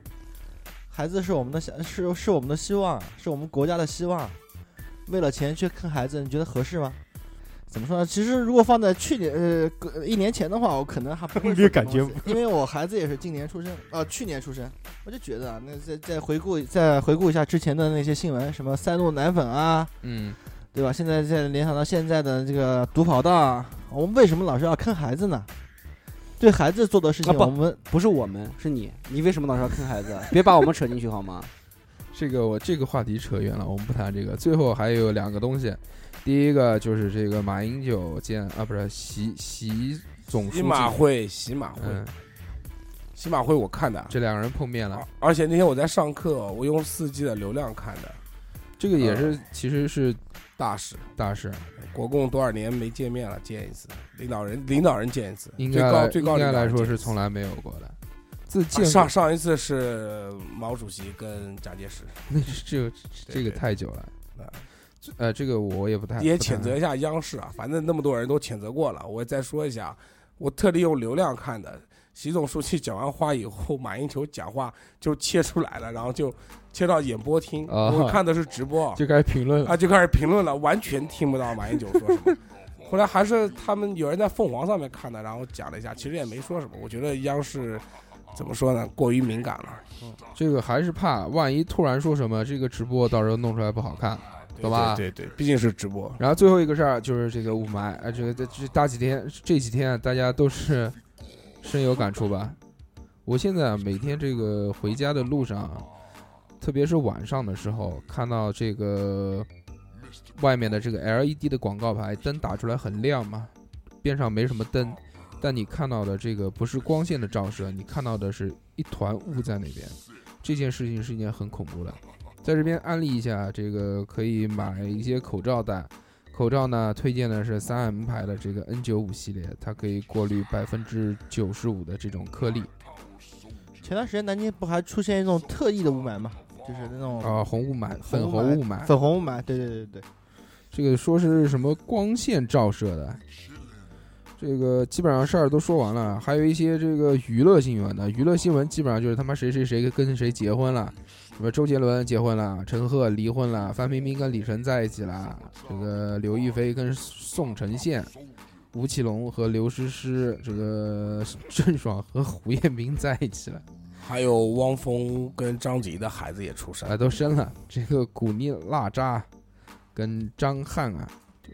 [SPEAKER 6] 孩子是我们的想，是是我们的希望啊，是我们国家的希望啊。为了钱去坑孩子，你觉得合适吗？怎么说呢？其实如果放在去年呃隔一年前的话，我可能还不会
[SPEAKER 1] 没
[SPEAKER 6] 说
[SPEAKER 1] 感
[SPEAKER 6] 这种
[SPEAKER 1] 觉
[SPEAKER 6] 东西，因为我孩子也是今年出生啊、去年出生，我就觉得啊，那再再回顾再回顾一下之前的那些新闻，什么三鹿奶粉啊，
[SPEAKER 5] 嗯，
[SPEAKER 6] 对吧？现在再联想到现在的这个毒跑道啊，我们为什么老是要坑孩子呢？对孩子做的事情，
[SPEAKER 2] 啊不
[SPEAKER 6] 我们
[SPEAKER 2] 不是我们，是你，你为什么老是要坑孩子？啊别把我们扯进去好吗？
[SPEAKER 5] 这个我这个话题扯远了，我们不谈这个。最后还有两个东西，第一个就是这个马英九见啊，不是习习总书
[SPEAKER 3] 洗
[SPEAKER 5] 记，
[SPEAKER 3] 马会，洗马会，啊
[SPEAKER 5] 嗯，
[SPEAKER 3] 洗马会，我看的。
[SPEAKER 5] 这两个人碰面了
[SPEAKER 3] 而，而且那天我在上课，我用四 G 的流量看的。
[SPEAKER 5] 这个也
[SPEAKER 3] 嗯
[SPEAKER 5] 是其实是
[SPEAKER 3] 大使，
[SPEAKER 5] 大事，
[SPEAKER 3] 国共多少年没见面了，见一次，领导人领导人见一次，
[SPEAKER 5] 应
[SPEAKER 3] 最
[SPEAKER 5] 该
[SPEAKER 3] 高
[SPEAKER 5] 来
[SPEAKER 3] 最
[SPEAKER 5] 应
[SPEAKER 3] 高领
[SPEAKER 5] 该
[SPEAKER 3] 导人
[SPEAKER 5] 来说
[SPEAKER 3] 见一
[SPEAKER 5] 是
[SPEAKER 3] 次
[SPEAKER 5] 从来没有过的。自
[SPEAKER 3] 啊
[SPEAKER 5] 建
[SPEAKER 3] 上上一次是毛主席跟蒋介石，
[SPEAKER 5] 那是这个这个
[SPEAKER 3] 对
[SPEAKER 5] 太久了
[SPEAKER 3] 啊。
[SPEAKER 5] 呃，这个我也不太嗯
[SPEAKER 3] 也
[SPEAKER 5] 不太
[SPEAKER 3] 谴责一下央视啊，反正那么多人都谴责过了，我再说一下，我特地用流量看的。习总书记讲完话以后，马英九讲话就切出来了，然后就切到演播厅，
[SPEAKER 5] 啊
[SPEAKER 3] 我看的是直播，
[SPEAKER 5] 就开始评论了。
[SPEAKER 3] 啊就开始评论了，完全听不到马英九说什么。后来还是他们有人在凤凰上面看的，然后讲了一下，其实也没说什么。我觉得央视怎么说呢，过于敏感了，
[SPEAKER 5] 这个还是怕万一突然说什么，这个直播到时候弄出来不好看。
[SPEAKER 3] 对
[SPEAKER 5] 懂吧
[SPEAKER 3] 对对对，毕竟是直播。
[SPEAKER 5] 然后最后一个事儿就是这个雾霾，啊，这个这这大几天这几天啊大家都是深有感触吧？我现在啊每天这个回家的路上，特别是晚上的时候，看到这个外面的这个 LED 的广告牌灯打出来很亮嘛，边上没什么灯，但你看到的这个不是光线的照射，你看到的是一团雾在那边。这件事情是一件很恐怖的，在这边安利一下，这个可以买一些口罩戴。口罩呢，推荐的是三 M 牌的这个 N95 系列，它可以过滤百分之九十五的这种颗粒
[SPEAKER 6] 前段时间南京不还出现一种特异的雾霾嘛，就是那种
[SPEAKER 3] 哦
[SPEAKER 5] 啊、红雾霾、粉
[SPEAKER 6] 红
[SPEAKER 5] 红
[SPEAKER 6] 雾霾
[SPEAKER 5] 雾
[SPEAKER 1] 哎
[SPEAKER 5] 霾，
[SPEAKER 6] 粉红雾霾，对对对对，
[SPEAKER 5] 这个说是什么光线照射的，这个基本上事儿都说完了，还有一些这个娱乐新闻的，娱乐新闻基本上就是他妈谁谁谁跟谁结婚了，什么周杰伦结婚了，陈赫离婚了，范冰冰跟李晨在一起了，这个刘亦菲跟宋承宪。吴奇隆和刘诗诗，这个 郑爽和胡彦斌在一起了，
[SPEAKER 3] 还有汪峰跟张杰的孩子也出生
[SPEAKER 5] 啊，，都生了。这个古力娜扎跟张翰啊，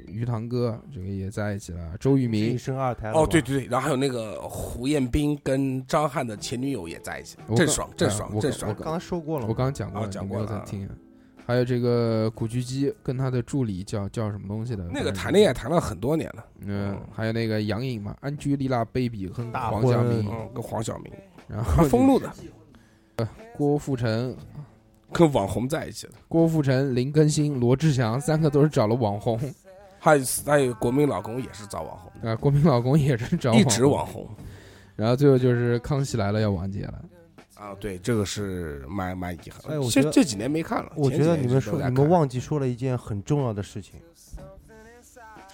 [SPEAKER 5] 鱼塘哥这个也在一起了，周渝民
[SPEAKER 1] 一生二
[SPEAKER 5] 嗯
[SPEAKER 1] 胎了
[SPEAKER 3] 哦，
[SPEAKER 1] 吧
[SPEAKER 3] 对，对对，然后还有那个胡彦斌跟张翰的前女友也在一起
[SPEAKER 5] 我，
[SPEAKER 3] 郑
[SPEAKER 5] 刚
[SPEAKER 3] 爽，郑
[SPEAKER 5] 哎
[SPEAKER 3] 爽，
[SPEAKER 5] 我
[SPEAKER 3] 郑
[SPEAKER 5] 刚
[SPEAKER 3] 爽
[SPEAKER 5] 我，
[SPEAKER 1] 刚才说过了嘛，
[SPEAKER 5] 我刚讲过了，
[SPEAKER 3] 啊讲
[SPEAKER 5] 你没
[SPEAKER 3] 过
[SPEAKER 5] 有
[SPEAKER 3] 了
[SPEAKER 5] 在
[SPEAKER 3] 啊
[SPEAKER 5] 听。还有这个古巨基跟他的助理叫叫什么东西的？
[SPEAKER 3] 那个谈恋爱谈了很多年了，
[SPEAKER 5] 嗯，还有那个杨颖嘛，安吉丽娜·贝比和
[SPEAKER 1] 大
[SPEAKER 5] 黄
[SPEAKER 1] 婚
[SPEAKER 5] 晓明，
[SPEAKER 3] 嗯，跟黄晓明，
[SPEAKER 5] 然后
[SPEAKER 3] 封路的，
[SPEAKER 5] 郭富城、
[SPEAKER 3] 跟网红在一起的，
[SPEAKER 5] 郭富城、林更新、罗志祥三个都是找了网红
[SPEAKER 3] 还有还有国民老公也是找网红
[SPEAKER 5] 啊，国民老公也是找
[SPEAKER 3] 的，一直
[SPEAKER 5] 网
[SPEAKER 3] 网
[SPEAKER 5] 红。
[SPEAKER 3] 红
[SPEAKER 5] 然后最后就是《康熙来了》要完结了，
[SPEAKER 3] 啊，对，这个是蛮蛮遗
[SPEAKER 1] 哎
[SPEAKER 3] 憾，
[SPEAKER 1] 我
[SPEAKER 3] 这
[SPEAKER 1] 觉得
[SPEAKER 3] 这几年没看了，
[SPEAKER 1] 我
[SPEAKER 3] 前
[SPEAKER 1] 觉
[SPEAKER 3] 几
[SPEAKER 1] 得
[SPEAKER 3] 年
[SPEAKER 1] 你
[SPEAKER 3] 一
[SPEAKER 1] 们
[SPEAKER 3] 直
[SPEAKER 1] 说
[SPEAKER 3] 都在
[SPEAKER 1] 你们
[SPEAKER 3] 看
[SPEAKER 1] 忘记说了一件很重要的事情，
[SPEAKER 5] 是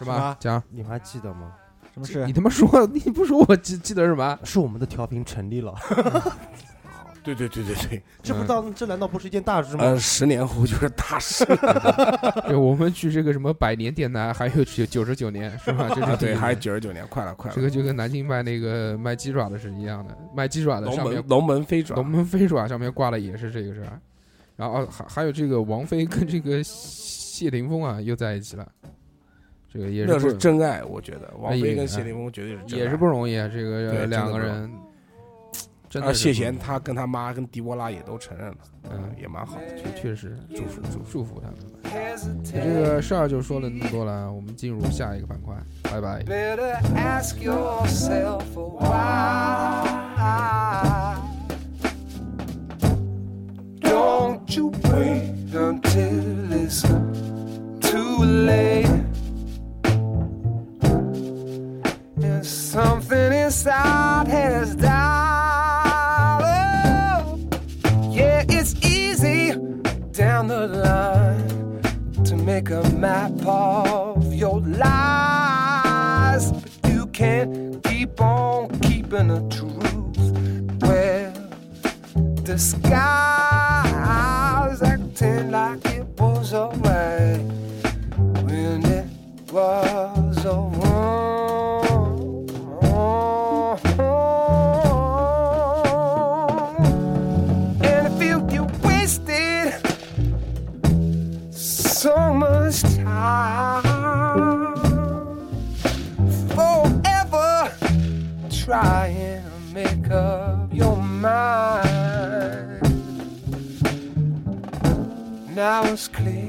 [SPEAKER 1] 是吧
[SPEAKER 5] 吧？讲
[SPEAKER 1] 你们还记得吗？
[SPEAKER 6] 什么事
[SPEAKER 5] 你？他妈说， 你不说我记记得什么？
[SPEAKER 1] 是我们的调频成立了，
[SPEAKER 3] 对对对对 对，
[SPEAKER 1] 这不
[SPEAKER 3] 嗯
[SPEAKER 1] 当这难道不是一件
[SPEAKER 5] 嗯
[SPEAKER 1] 大事吗？
[SPEAKER 3] 呃，十年后就是大事，
[SPEAKER 5] 对，我们去这个什么百年电台，还有九九十九年是吧？就是
[SPEAKER 3] 啊对，还是九十九年，快了快了。
[SPEAKER 5] 这个就跟南京卖那个卖鸡爪的是一样的，卖鸡爪的
[SPEAKER 3] 龙
[SPEAKER 5] 上面
[SPEAKER 3] 门龙门飞爪，
[SPEAKER 5] 龙门飞爪上面挂的也是这个事儿。然后、啊、还还有这个王菲跟这个谢霆锋啊又在一起了，这个也
[SPEAKER 3] 那
[SPEAKER 5] 不
[SPEAKER 3] 是真爱，我觉得王
[SPEAKER 5] 那
[SPEAKER 3] 菲
[SPEAKER 5] 也
[SPEAKER 3] 跟谢霆锋绝对是真爱
[SPEAKER 5] 也是不容易啊，这
[SPEAKER 3] 对
[SPEAKER 5] 个
[SPEAKER 3] 真的
[SPEAKER 5] 两
[SPEAKER 3] 不
[SPEAKER 5] 个
[SPEAKER 3] 容易
[SPEAKER 5] 人真的
[SPEAKER 3] 啊，
[SPEAKER 5] 是
[SPEAKER 3] 谢
[SPEAKER 5] 不容
[SPEAKER 3] 贤
[SPEAKER 5] 易
[SPEAKER 3] 他跟他妈跟迪波拉也都承认了，
[SPEAKER 5] 嗯
[SPEAKER 3] 嗯，也蛮好的。
[SPEAKER 5] 确确实
[SPEAKER 3] 祝福祝
[SPEAKER 5] 祝福他们吧。这个事儿就说了那么多了，我们进入下一个板块，拜拜。
[SPEAKER 8] Better ask yourself why. Don't you wait until it's too late. There's something inside has died. Oh, yeah, it's easy down the line to make a map of your lies. But you can't keep on keeping the truth well disguised, acting like it was alright when it was all wrong. And I feel you wasted so much time forever trying to make up your mind. Now it's clear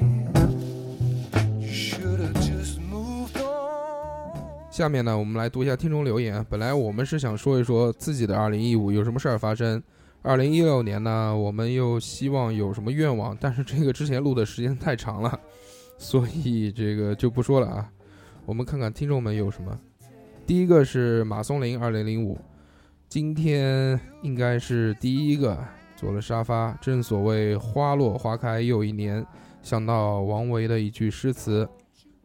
[SPEAKER 8] you should have just moved on.
[SPEAKER 5] 下面呢，我们来读一下听众留言。啊本来我们是想说一说自己的2015有什么事儿发生。2016年呢，我们又希望有什么愿望，但是这个之前录的时间太长了， 所以这个就不说了啊。我们看看听众们有什么。第一个是马松林2005，今天应该是第一个坐了沙发。正所谓花落花开又一年，想到王维的一句诗词：“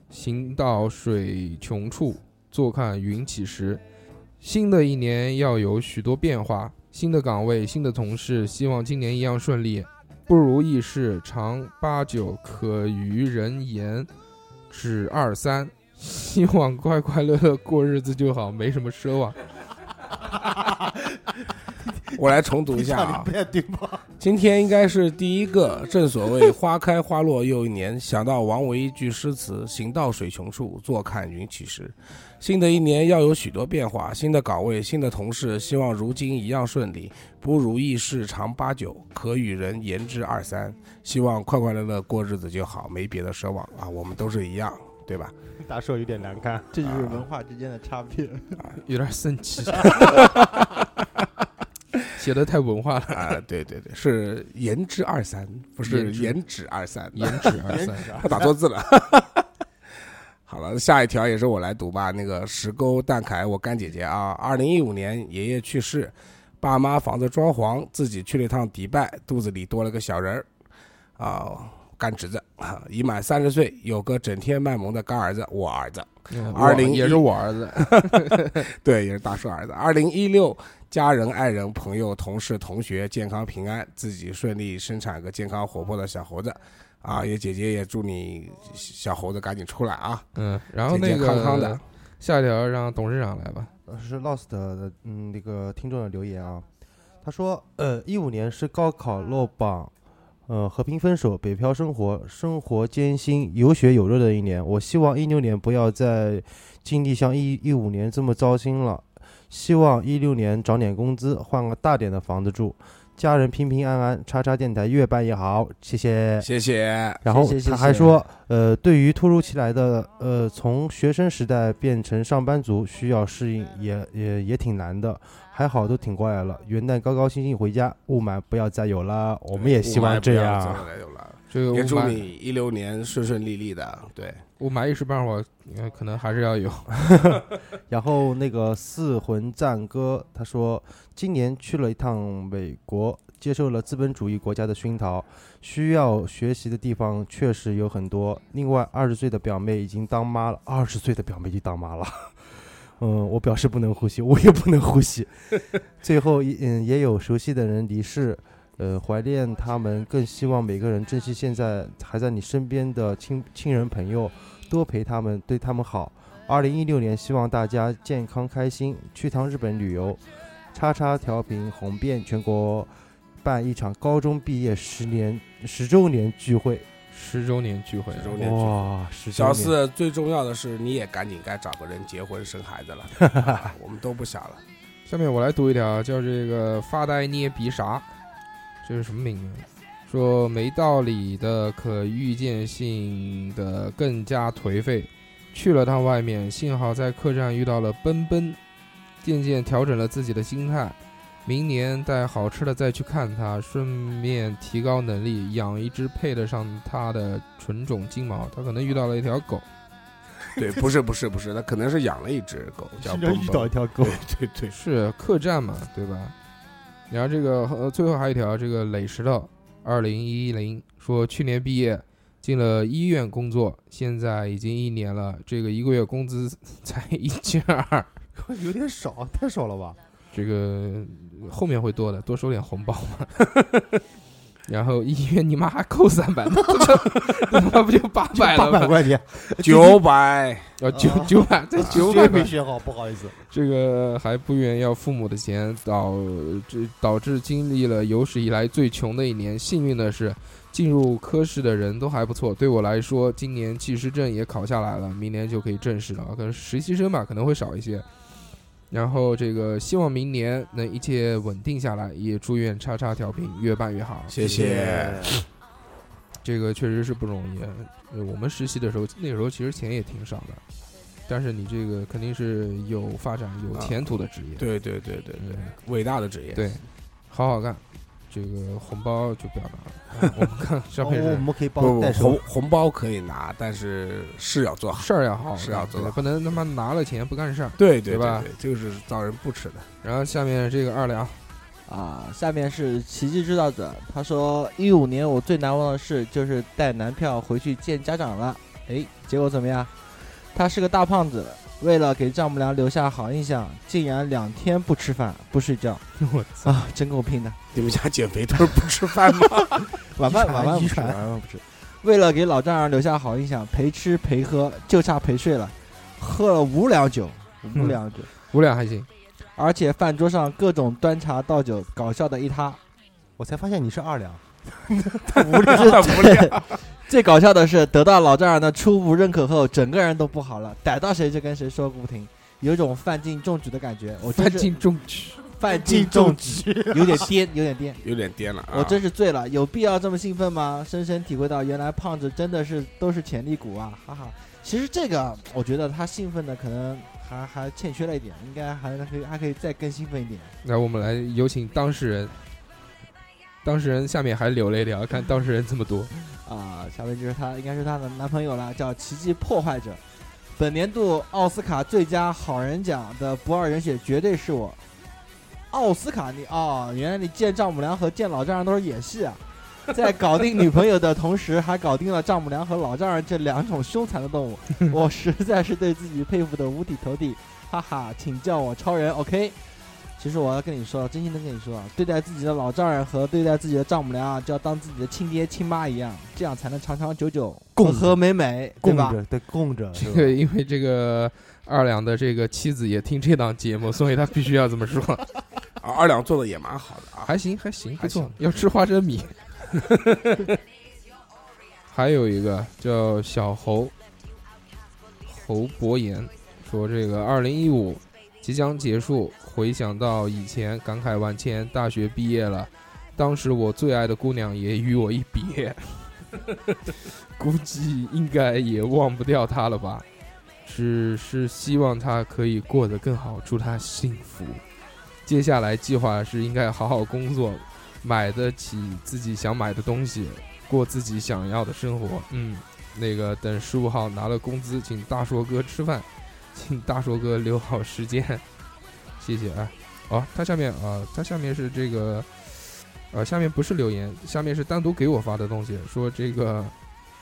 [SPEAKER 5] 行到水穷处，坐看云起时。新的一年要有许多变化，新的岗位，新的同事，希望今年一样顺利。不如意事常八九，可与人言止二三。希望快快乐乐过日子就好，没什么奢望。
[SPEAKER 3] 我来重读一下啊
[SPEAKER 1] 你，别对吧？
[SPEAKER 3] 今天应该是第一个。正所谓花开花落又一年，想到王维一句诗词：“行到水穷处，坐看云起时。”新的一年要有许多变化，新的岗位，新的同事，希望如今一样顺利。不如意事常八九，可与人言之二三。希望快快乐乐过日子就好，没别的奢望啊，我们都是一样，对吧？
[SPEAKER 1] 大寿有点难看，
[SPEAKER 6] 这就是文化之间的差别。
[SPEAKER 5] 有点生 气，写的太文化了，
[SPEAKER 3] 啊，对对对，是言之二三，不是
[SPEAKER 5] 言之
[SPEAKER 3] 言止二三。
[SPEAKER 5] 颜值啊二三。
[SPEAKER 3] 他打错字了。好了，下一条也是我来读吧。那个石沟蛋凯，我干姐姐啊，二零一五年爷爷去世，爸妈房子装潢，自己去了一趟迪拜，肚子里多了个小人儿，啊，干侄子，啊已满三十岁，有个整天卖萌的干儿子，我儿子。
[SPEAKER 5] 嗯
[SPEAKER 3] 二零一
[SPEAKER 5] 也是我儿子，
[SPEAKER 3] 对，也是大叔儿子。二零一六，家人、爱人、朋友、同事、同学健康平安，自己顺利生产个健康活泼的小猴子。啊，也姐姐也祝你小猴子赶紧出来啊，
[SPEAKER 5] 嗯，然后
[SPEAKER 3] 健
[SPEAKER 5] 那
[SPEAKER 3] 健
[SPEAKER 5] 个
[SPEAKER 3] 康康的。
[SPEAKER 5] 下一条让董事长来吧。
[SPEAKER 1] 是 Lost 的嗯那个听众的留言啊，他说呃一五年是高考落榜，呃和平分手，北漂生活，生活艰辛，有血有肉的一年。我希望一六年不要再经历像一一五年这么糟心了，希望一六年涨点工资，换个大点的房子住，家人平平安安，叉叉电台越办越好，谢谢。
[SPEAKER 3] 谢谢。
[SPEAKER 1] 然后
[SPEAKER 7] 谢谢
[SPEAKER 1] 他还
[SPEAKER 7] 谢谢
[SPEAKER 1] 说，呃，对于突如其来的，呃，从学生时代变成上班族，需要适应也也也挺难的，还好都挺过来了。元旦高高兴兴回家，雾霾不要再有了，我们也希望这
[SPEAKER 3] 哎雾霾不
[SPEAKER 1] 样。
[SPEAKER 3] 要再有了
[SPEAKER 5] 这个雾
[SPEAKER 3] 也祝
[SPEAKER 5] 霾，
[SPEAKER 3] 你一六年顺顺利利的。对，
[SPEAKER 5] 雾霾一时半会儿呃可能还是要有。
[SPEAKER 1] 然后那个四魂战歌，他说今年去了一趟美国，接受了资本主义国家的熏陶，需要学习的地方确实有很多。另外，二十岁的表妹已经当妈了，二十岁的表妹已经当妈了。嗯，我表示不能呼吸，我也不能呼吸。最后，嗯，也有熟悉的人离世，呃，怀念他们，更希望每个人珍惜现在还在你身边的亲亲人朋友，多陪他们，对他们好。二零一六年，希望大家健康开心，去趟日本旅游。叉叉调频红遍全国，办一场高中毕业十年十周年聚会。
[SPEAKER 5] 十周年聚会啊，
[SPEAKER 3] 十周年
[SPEAKER 1] 哇，十周
[SPEAKER 3] 小
[SPEAKER 1] 年
[SPEAKER 3] 四最重要的是，你也赶紧该找个人结婚生孩子了， 啊我们都不想了。
[SPEAKER 5] 下面我来读一条，叫这个发呆捏鼻啥，这是什么名字？说没道理的可预见性的更加颓废。去了趟外面，幸好在客栈遇到了奔奔，渐渐调整了自己的心态。明年带好吃的再去看他，顺便提高能力，养一只配得上他的纯种金毛。他可能遇到了一条狗，
[SPEAKER 3] 对，不是不是不是，他可能是养了一只 狗叫
[SPEAKER 6] 经
[SPEAKER 3] 蹦
[SPEAKER 6] 常遇到
[SPEAKER 3] 蹦
[SPEAKER 6] 一。条狗，
[SPEAKER 3] 对对，
[SPEAKER 5] 是客栈嘛，对吧？然后这个呃，最后还有一条，这个磊石头，二零一零说去年毕业进了医院工作，现在已经一年了，这个一个月工资 才一千二，
[SPEAKER 1] 有点少，太少了吧？
[SPEAKER 5] 这个后面会多的，多收点红包嘛。 然后医院你妈还扣三百， 他妈不就八百
[SPEAKER 6] 八
[SPEAKER 5] 了
[SPEAKER 6] 百
[SPEAKER 5] 吗？
[SPEAKER 6] 块钱，
[SPEAKER 3] 九百，
[SPEAKER 5] 呃，九九百，这九百
[SPEAKER 6] 学没学好，不好意思。
[SPEAKER 5] 这个还不愿要父母的钱，导致导致经历了有史以来最穷的一年。幸运的是，进入科室的人都还不错。对我来说，今年技师证也考下来了，明年就可以正式了。可能实习生吧，可能会少一些。然后这个希望明年能一切稳定下来，也祝愿叉叉调频越办越好。
[SPEAKER 3] 谢谢。
[SPEAKER 5] 这个确实是不容易。呃我们实习的时候，那时候其实钱也挺少的，但是你这个肯定是有发展、有
[SPEAKER 3] 啊
[SPEAKER 5] 前途的职业。
[SPEAKER 3] 对对对对对，
[SPEAKER 5] 嗯
[SPEAKER 3] 伟大的职业。
[SPEAKER 5] 对，好好干。这个红包就不要拿 了，我们看上
[SPEAKER 6] 我
[SPEAKER 3] 哦
[SPEAKER 5] 面
[SPEAKER 6] 我
[SPEAKER 5] 是
[SPEAKER 6] 们可以
[SPEAKER 3] 不
[SPEAKER 6] 帮
[SPEAKER 3] 不
[SPEAKER 6] 代收
[SPEAKER 3] 红，红包可以拿，但是事要做好。
[SPEAKER 5] 事儿要好好
[SPEAKER 3] 是要
[SPEAKER 5] 干
[SPEAKER 3] 做
[SPEAKER 5] 对
[SPEAKER 3] 到
[SPEAKER 5] 不能他妈拿了钱不干事儿。
[SPEAKER 3] 对对
[SPEAKER 5] 对吧
[SPEAKER 3] 对，这个是遭人不齿的。
[SPEAKER 5] 然后下面这个二两，
[SPEAKER 6] 啊。下面是奇迹制造者，他说一五年我最难忘的事就是带男票回去见家长了。哎，结果怎么样？他是个大胖子，为了给丈母娘留下好印象，竟然两天不吃饭不睡 觉
[SPEAKER 5] 我
[SPEAKER 6] 啊，真够拼的。
[SPEAKER 3] 你们家减肥都是不吃饭吗？
[SPEAKER 6] 晚饭晚饭
[SPEAKER 1] 遗
[SPEAKER 6] 不吃，
[SPEAKER 1] 传
[SPEAKER 6] 晚饭不吃。为了给老丈人留下好印象，陪吃陪喝，就差陪睡了，喝了五两酒，五
[SPEAKER 5] 嗯
[SPEAKER 6] 两酒，
[SPEAKER 5] 五两还行，
[SPEAKER 6] 而且饭桌上各种端茶倒酒，搞笑的一塌。
[SPEAKER 1] 我才发现你是二两，
[SPEAKER 6] 无聊，无聊。最搞笑的是，得到老丈人的初步认可后，整个人都不好了，逮到谁就跟谁说个不停，有种范进中举的感觉。我
[SPEAKER 5] 范
[SPEAKER 6] 真是
[SPEAKER 5] 进中举。
[SPEAKER 6] 范进中举，有点颠，有点颠。
[SPEAKER 3] 有点颠了啊！
[SPEAKER 6] 我真是醉了，有必要这么兴奋吗？深深体会到，原来胖子真的是都是潜力股啊，哈哈。其实这个，我觉得他兴奋的可能还还欠缺了一点，应该还可以还可以再更兴奋一点。
[SPEAKER 5] 来，我们来有请当事人。当事人下面还留了一条，看当事人这么多，
[SPEAKER 6] 啊，下面就是她，应该是她的男朋友了，叫《奇迹破坏者》。本年度奥斯卡最佳好人奖的不二人选绝对是我。奥斯卡你哦，原来你见丈母娘和见老丈人都是演戏啊！在搞定女朋友的同时，还搞定了丈母娘和老丈人这两种凶残的动物，我实在是对自己佩服的五体投地，哈哈，请叫我超人，OK。其实我要跟你说，真心的跟你说啊，对待自己的老丈人和对待自己的丈母娘啊，就要当自己的亲爹亲妈一样，这样才能长长久久、
[SPEAKER 1] 供
[SPEAKER 6] 和和美美，对
[SPEAKER 1] 供
[SPEAKER 6] 吧？
[SPEAKER 1] 着，对，供着，
[SPEAKER 5] 这
[SPEAKER 1] 是吧
[SPEAKER 5] 个因为这个二两的这个妻子也听这档节目，所以他必须要这么说。
[SPEAKER 3] 啊二两做的也蛮好的 啊。
[SPEAKER 5] 还行还行，不
[SPEAKER 3] 还
[SPEAKER 5] 错
[SPEAKER 3] 行，
[SPEAKER 5] 要吃花生米。 还有一个叫小侯侯伯言说，这个二零一五即将结束，回想到以前，感慨万千。大学毕业了，当时我最爱的姑娘也与我一别， 估计应该也忘不掉她了吧。只是希望她可以过得更好，祝她幸福。接下来计划是应该好好工作，买得起自己想买的东西，过自己想要的生活。嗯，那个等十五号拿了工资，请大硕哥吃饭， 请大硕哥留好时间，谢谢啊。哦，他下面啊、呃他下面是这个，呃，下面不是留言，下面是单独给我发的东西，说这个。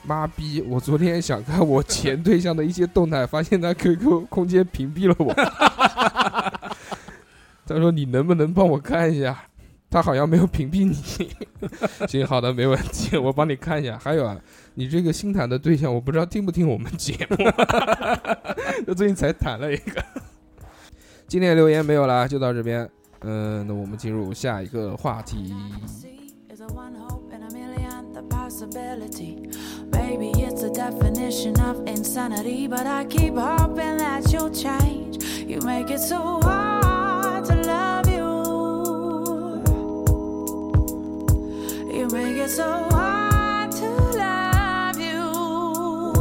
[SPEAKER 5] 妈逼！我昨天想看我前对象的一些动态，发现他 QQ 空间屏蔽了我，他说：“你能不能帮我看一下？他好像没有屏蔽你。”行，好的，没问题，我帮你看一下。还有啊，你这个新谈的对象，我不知道听不听我们节目。 我最近才谈了一个。今天的留言没有啦，就到这边。嗯、那我们进入下一个话题。
[SPEAKER 10] Is a one hope in a million the possibility? Maybe it's the definition of insanity, but I keep hoping that you'll change. You make it so hard to love you. You make it so hard to love you.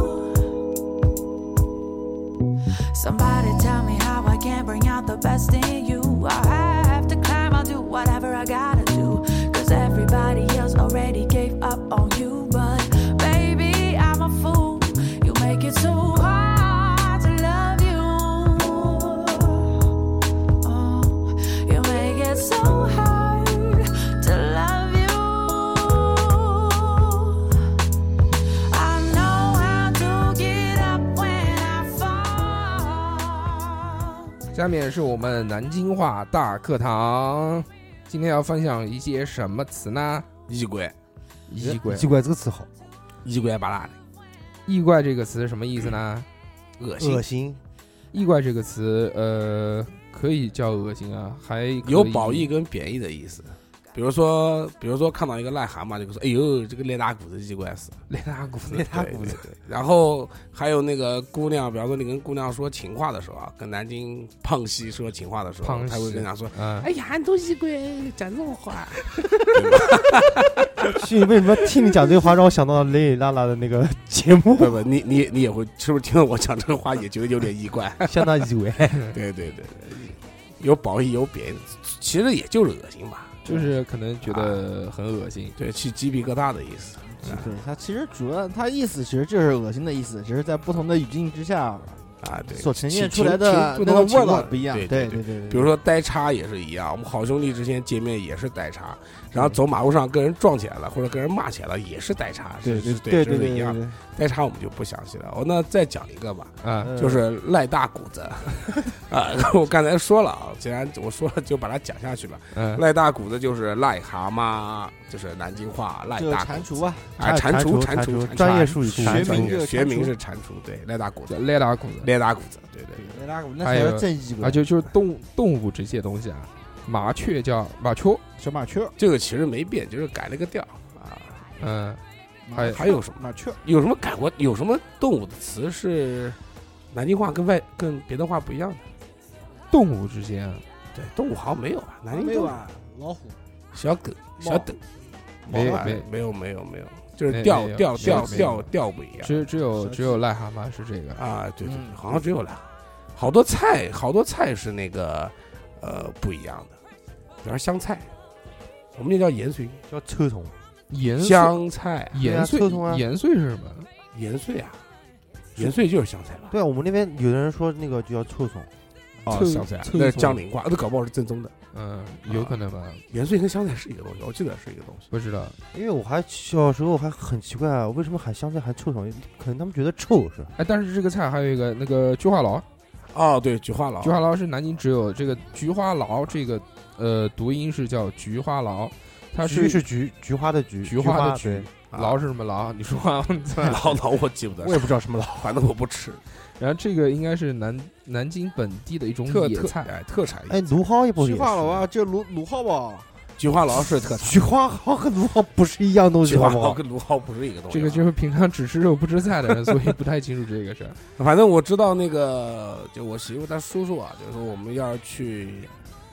[SPEAKER 10] Somebody tell me how I can bring out the best in you. I have to climb, I'll do whatever I gotta do. Cause everybody else already gave up on you. But baby, I'm a fool. You make it so hard to love you. Oh, you make it so hard to love you. I know how to get up when I fall.
[SPEAKER 5] 下面是我们南京话大课堂，今天要分享一些什么词呢？
[SPEAKER 3] 衣柜，
[SPEAKER 5] 衣怪，
[SPEAKER 1] 奇怪这个词好，
[SPEAKER 3] 衣柜巴拉的，
[SPEAKER 5] 易怪这个词是什么意思呢？
[SPEAKER 3] 恶心
[SPEAKER 1] 恶，心，
[SPEAKER 5] 易怪这个词，呃，可以叫恶心啊，还可以
[SPEAKER 3] 有褒义跟贬义的意思。比如说，比如说看到一个癞蛤蟆，就说：“哎呦，这个癞大骨头鸡怪死。”
[SPEAKER 5] 雷达骨
[SPEAKER 3] 对对对然后还有那个姑娘，比方说你跟姑娘说情话的时候啊，跟南京胖西说情话的时候
[SPEAKER 5] 胖，西
[SPEAKER 3] 他会跟她说
[SPEAKER 5] 嗯，：“
[SPEAKER 3] 哎呀，你都是鬼，讲这种话。
[SPEAKER 1] 去，为什么听你讲这个话让我想到了雷里拉拉的那个节”目
[SPEAKER 3] 不？不，你你你也会，是不是听了我讲这个话也觉得有点意 怪？
[SPEAKER 1] 相当以为，
[SPEAKER 3] 对对对，有褒义有贬义，其实也就是恶心吧，
[SPEAKER 5] 就是可能觉得很恶心。
[SPEAKER 3] 对起鸡皮疙瘩的意思。
[SPEAKER 6] 对，它其实主要它意思其实就是恶心的意思，只是在不同的语境之下
[SPEAKER 3] 啊，对，
[SPEAKER 6] 所呈
[SPEAKER 3] 情
[SPEAKER 6] 现出
[SPEAKER 3] 情
[SPEAKER 6] 来的
[SPEAKER 3] 情不
[SPEAKER 6] 那个
[SPEAKER 3] 同的情
[SPEAKER 6] 味道
[SPEAKER 3] 况
[SPEAKER 6] 不一样。
[SPEAKER 3] 对
[SPEAKER 6] 对
[SPEAKER 3] 对。
[SPEAKER 6] 对，
[SPEAKER 3] 比如说呆叉也是一样，我们好兄弟之间见面也是呆叉，然后走马路上跟人撞起来了或者跟人骂起来了也是呆叉，
[SPEAKER 6] 对
[SPEAKER 3] 是
[SPEAKER 6] 对
[SPEAKER 3] 是
[SPEAKER 6] 对
[SPEAKER 3] 对
[SPEAKER 6] 对
[SPEAKER 3] 一
[SPEAKER 6] 对嗯
[SPEAKER 3] 样。啊
[SPEAKER 6] 对，
[SPEAKER 3] 呆叉我们就不详细了。我那再讲一个吧，
[SPEAKER 5] 啊，
[SPEAKER 6] 呃
[SPEAKER 3] 就是赖大骨子 啊， 我刚才说了啊，既然我说了就把它讲下去吧。
[SPEAKER 5] 嗯，
[SPEAKER 3] 赖大骨子就是癞蛤蟆，就是南京话赖
[SPEAKER 6] 就是
[SPEAKER 3] 大
[SPEAKER 6] 蟾
[SPEAKER 3] 骨子
[SPEAKER 6] 蜍啊，
[SPEAKER 3] 啊，
[SPEAKER 1] 蟾
[SPEAKER 3] 蟾
[SPEAKER 1] 蜍蟾
[SPEAKER 3] 蟾蜍
[SPEAKER 1] 蜍
[SPEAKER 3] 蟾蜍，
[SPEAKER 1] 专业术语
[SPEAKER 3] 学
[SPEAKER 1] 蟾
[SPEAKER 6] 蜍
[SPEAKER 3] 名是
[SPEAKER 6] 就是
[SPEAKER 3] 学
[SPEAKER 6] 蟾
[SPEAKER 3] 名
[SPEAKER 6] 蜍
[SPEAKER 3] 是蟾蜍，对，赖大骨子，
[SPEAKER 5] 雷达骨子
[SPEAKER 3] 赖大骨子，对对。
[SPEAKER 6] 对那个那
[SPEAKER 5] 还
[SPEAKER 6] 才
[SPEAKER 5] 有
[SPEAKER 6] 是正义鬼
[SPEAKER 5] 啊，，就就是动动物这些东西啊，麻雀叫麻雀，
[SPEAKER 6] 小马雀，
[SPEAKER 3] 这个其实没变，就是改了个调啊。
[SPEAKER 5] 嗯，还
[SPEAKER 3] 还有什么？
[SPEAKER 6] 马雀，
[SPEAKER 3] 有什么改过？有什么动物的词是南京话跟外跟别的话不一样的？
[SPEAKER 5] 动物之间啊
[SPEAKER 3] 对，动物好像没有啊，南京
[SPEAKER 6] 没
[SPEAKER 3] 动
[SPEAKER 6] 有
[SPEAKER 3] 物
[SPEAKER 6] 啊，老虎，
[SPEAKER 3] 小狗、
[SPEAKER 6] 猫
[SPEAKER 3] 小狗，
[SPEAKER 5] 没
[SPEAKER 3] 猫啊
[SPEAKER 5] 没
[SPEAKER 3] 没有没有没有，就是
[SPEAKER 5] 没
[SPEAKER 3] 调
[SPEAKER 5] 没有
[SPEAKER 3] 调
[SPEAKER 5] 没
[SPEAKER 3] 调
[SPEAKER 5] 有没
[SPEAKER 3] 调
[SPEAKER 5] 有
[SPEAKER 3] 调不一样
[SPEAKER 5] 只只有
[SPEAKER 6] 蛇
[SPEAKER 5] 只有癞蛤蟆是这个
[SPEAKER 3] 啊，对对，对
[SPEAKER 6] 嗯
[SPEAKER 3] 好像只有俩，好多菜好多菜是那个呃不一样的，比方香菜，我们也叫盐水，
[SPEAKER 1] 叫臭虫，
[SPEAKER 5] 盐碎
[SPEAKER 3] 香菜
[SPEAKER 5] 盐碎
[SPEAKER 1] 对啊臭虫啊
[SPEAKER 5] 盐碎是什么？
[SPEAKER 3] 盐碎啊，盐碎就是香菜吧？
[SPEAKER 1] 对啊，我们那边有的人说那个就叫臭虫，
[SPEAKER 3] 哦，
[SPEAKER 5] 臭
[SPEAKER 3] 香菜啊
[SPEAKER 5] 臭
[SPEAKER 3] 那是
[SPEAKER 5] 虫
[SPEAKER 3] 江陵话，那搞不好是正宗的。
[SPEAKER 5] 嗯，有可能吧，
[SPEAKER 3] 盐碎跟香菜是一个东西，我记得是一个东西。
[SPEAKER 5] 不知道。
[SPEAKER 1] 因为我还小时候还很奇怪啊，为什么喊香菜喊臭虫？可能他们觉得臭是吧？
[SPEAKER 5] 哎，但是这个菜还有一个那个菊花劳，
[SPEAKER 3] 哦，对，菊花老
[SPEAKER 5] 菊花劳是南京只有这个菊花劳这个呃读音是叫菊花劳，它
[SPEAKER 1] 菊
[SPEAKER 5] 是
[SPEAKER 1] 是菊，菊花的菊，
[SPEAKER 5] 菊花的
[SPEAKER 1] 对
[SPEAKER 5] 菊，劳是什么劳？ 你说啊？
[SPEAKER 3] 啊老 老我记不得
[SPEAKER 1] 我，也不知道什么劳。
[SPEAKER 3] 反正我不吃。
[SPEAKER 5] 然后这个应该是南南京本地的一种
[SPEAKER 3] 特
[SPEAKER 5] 野
[SPEAKER 3] 特
[SPEAKER 5] 菜，
[SPEAKER 3] 哎特产
[SPEAKER 1] 哎，卢蒿也不
[SPEAKER 6] 菊
[SPEAKER 1] 也
[SPEAKER 6] 花老
[SPEAKER 1] 是？
[SPEAKER 6] 啊，就卢卢浩吧，
[SPEAKER 3] 菊花劳是特产，
[SPEAKER 1] 菊花蒿和卢蒿不是一样东西，
[SPEAKER 3] 菊花
[SPEAKER 1] 好不
[SPEAKER 3] 劳
[SPEAKER 1] 好？
[SPEAKER 3] 跟芦蒿不是一个东西
[SPEAKER 5] 这
[SPEAKER 3] 啊。
[SPEAKER 5] 个就是平常只吃肉不吃菜的人，所以不太清楚这个 事儿。
[SPEAKER 3] 反正我知道那个，就我媳妇她叔叔啊，就是说我们要是去，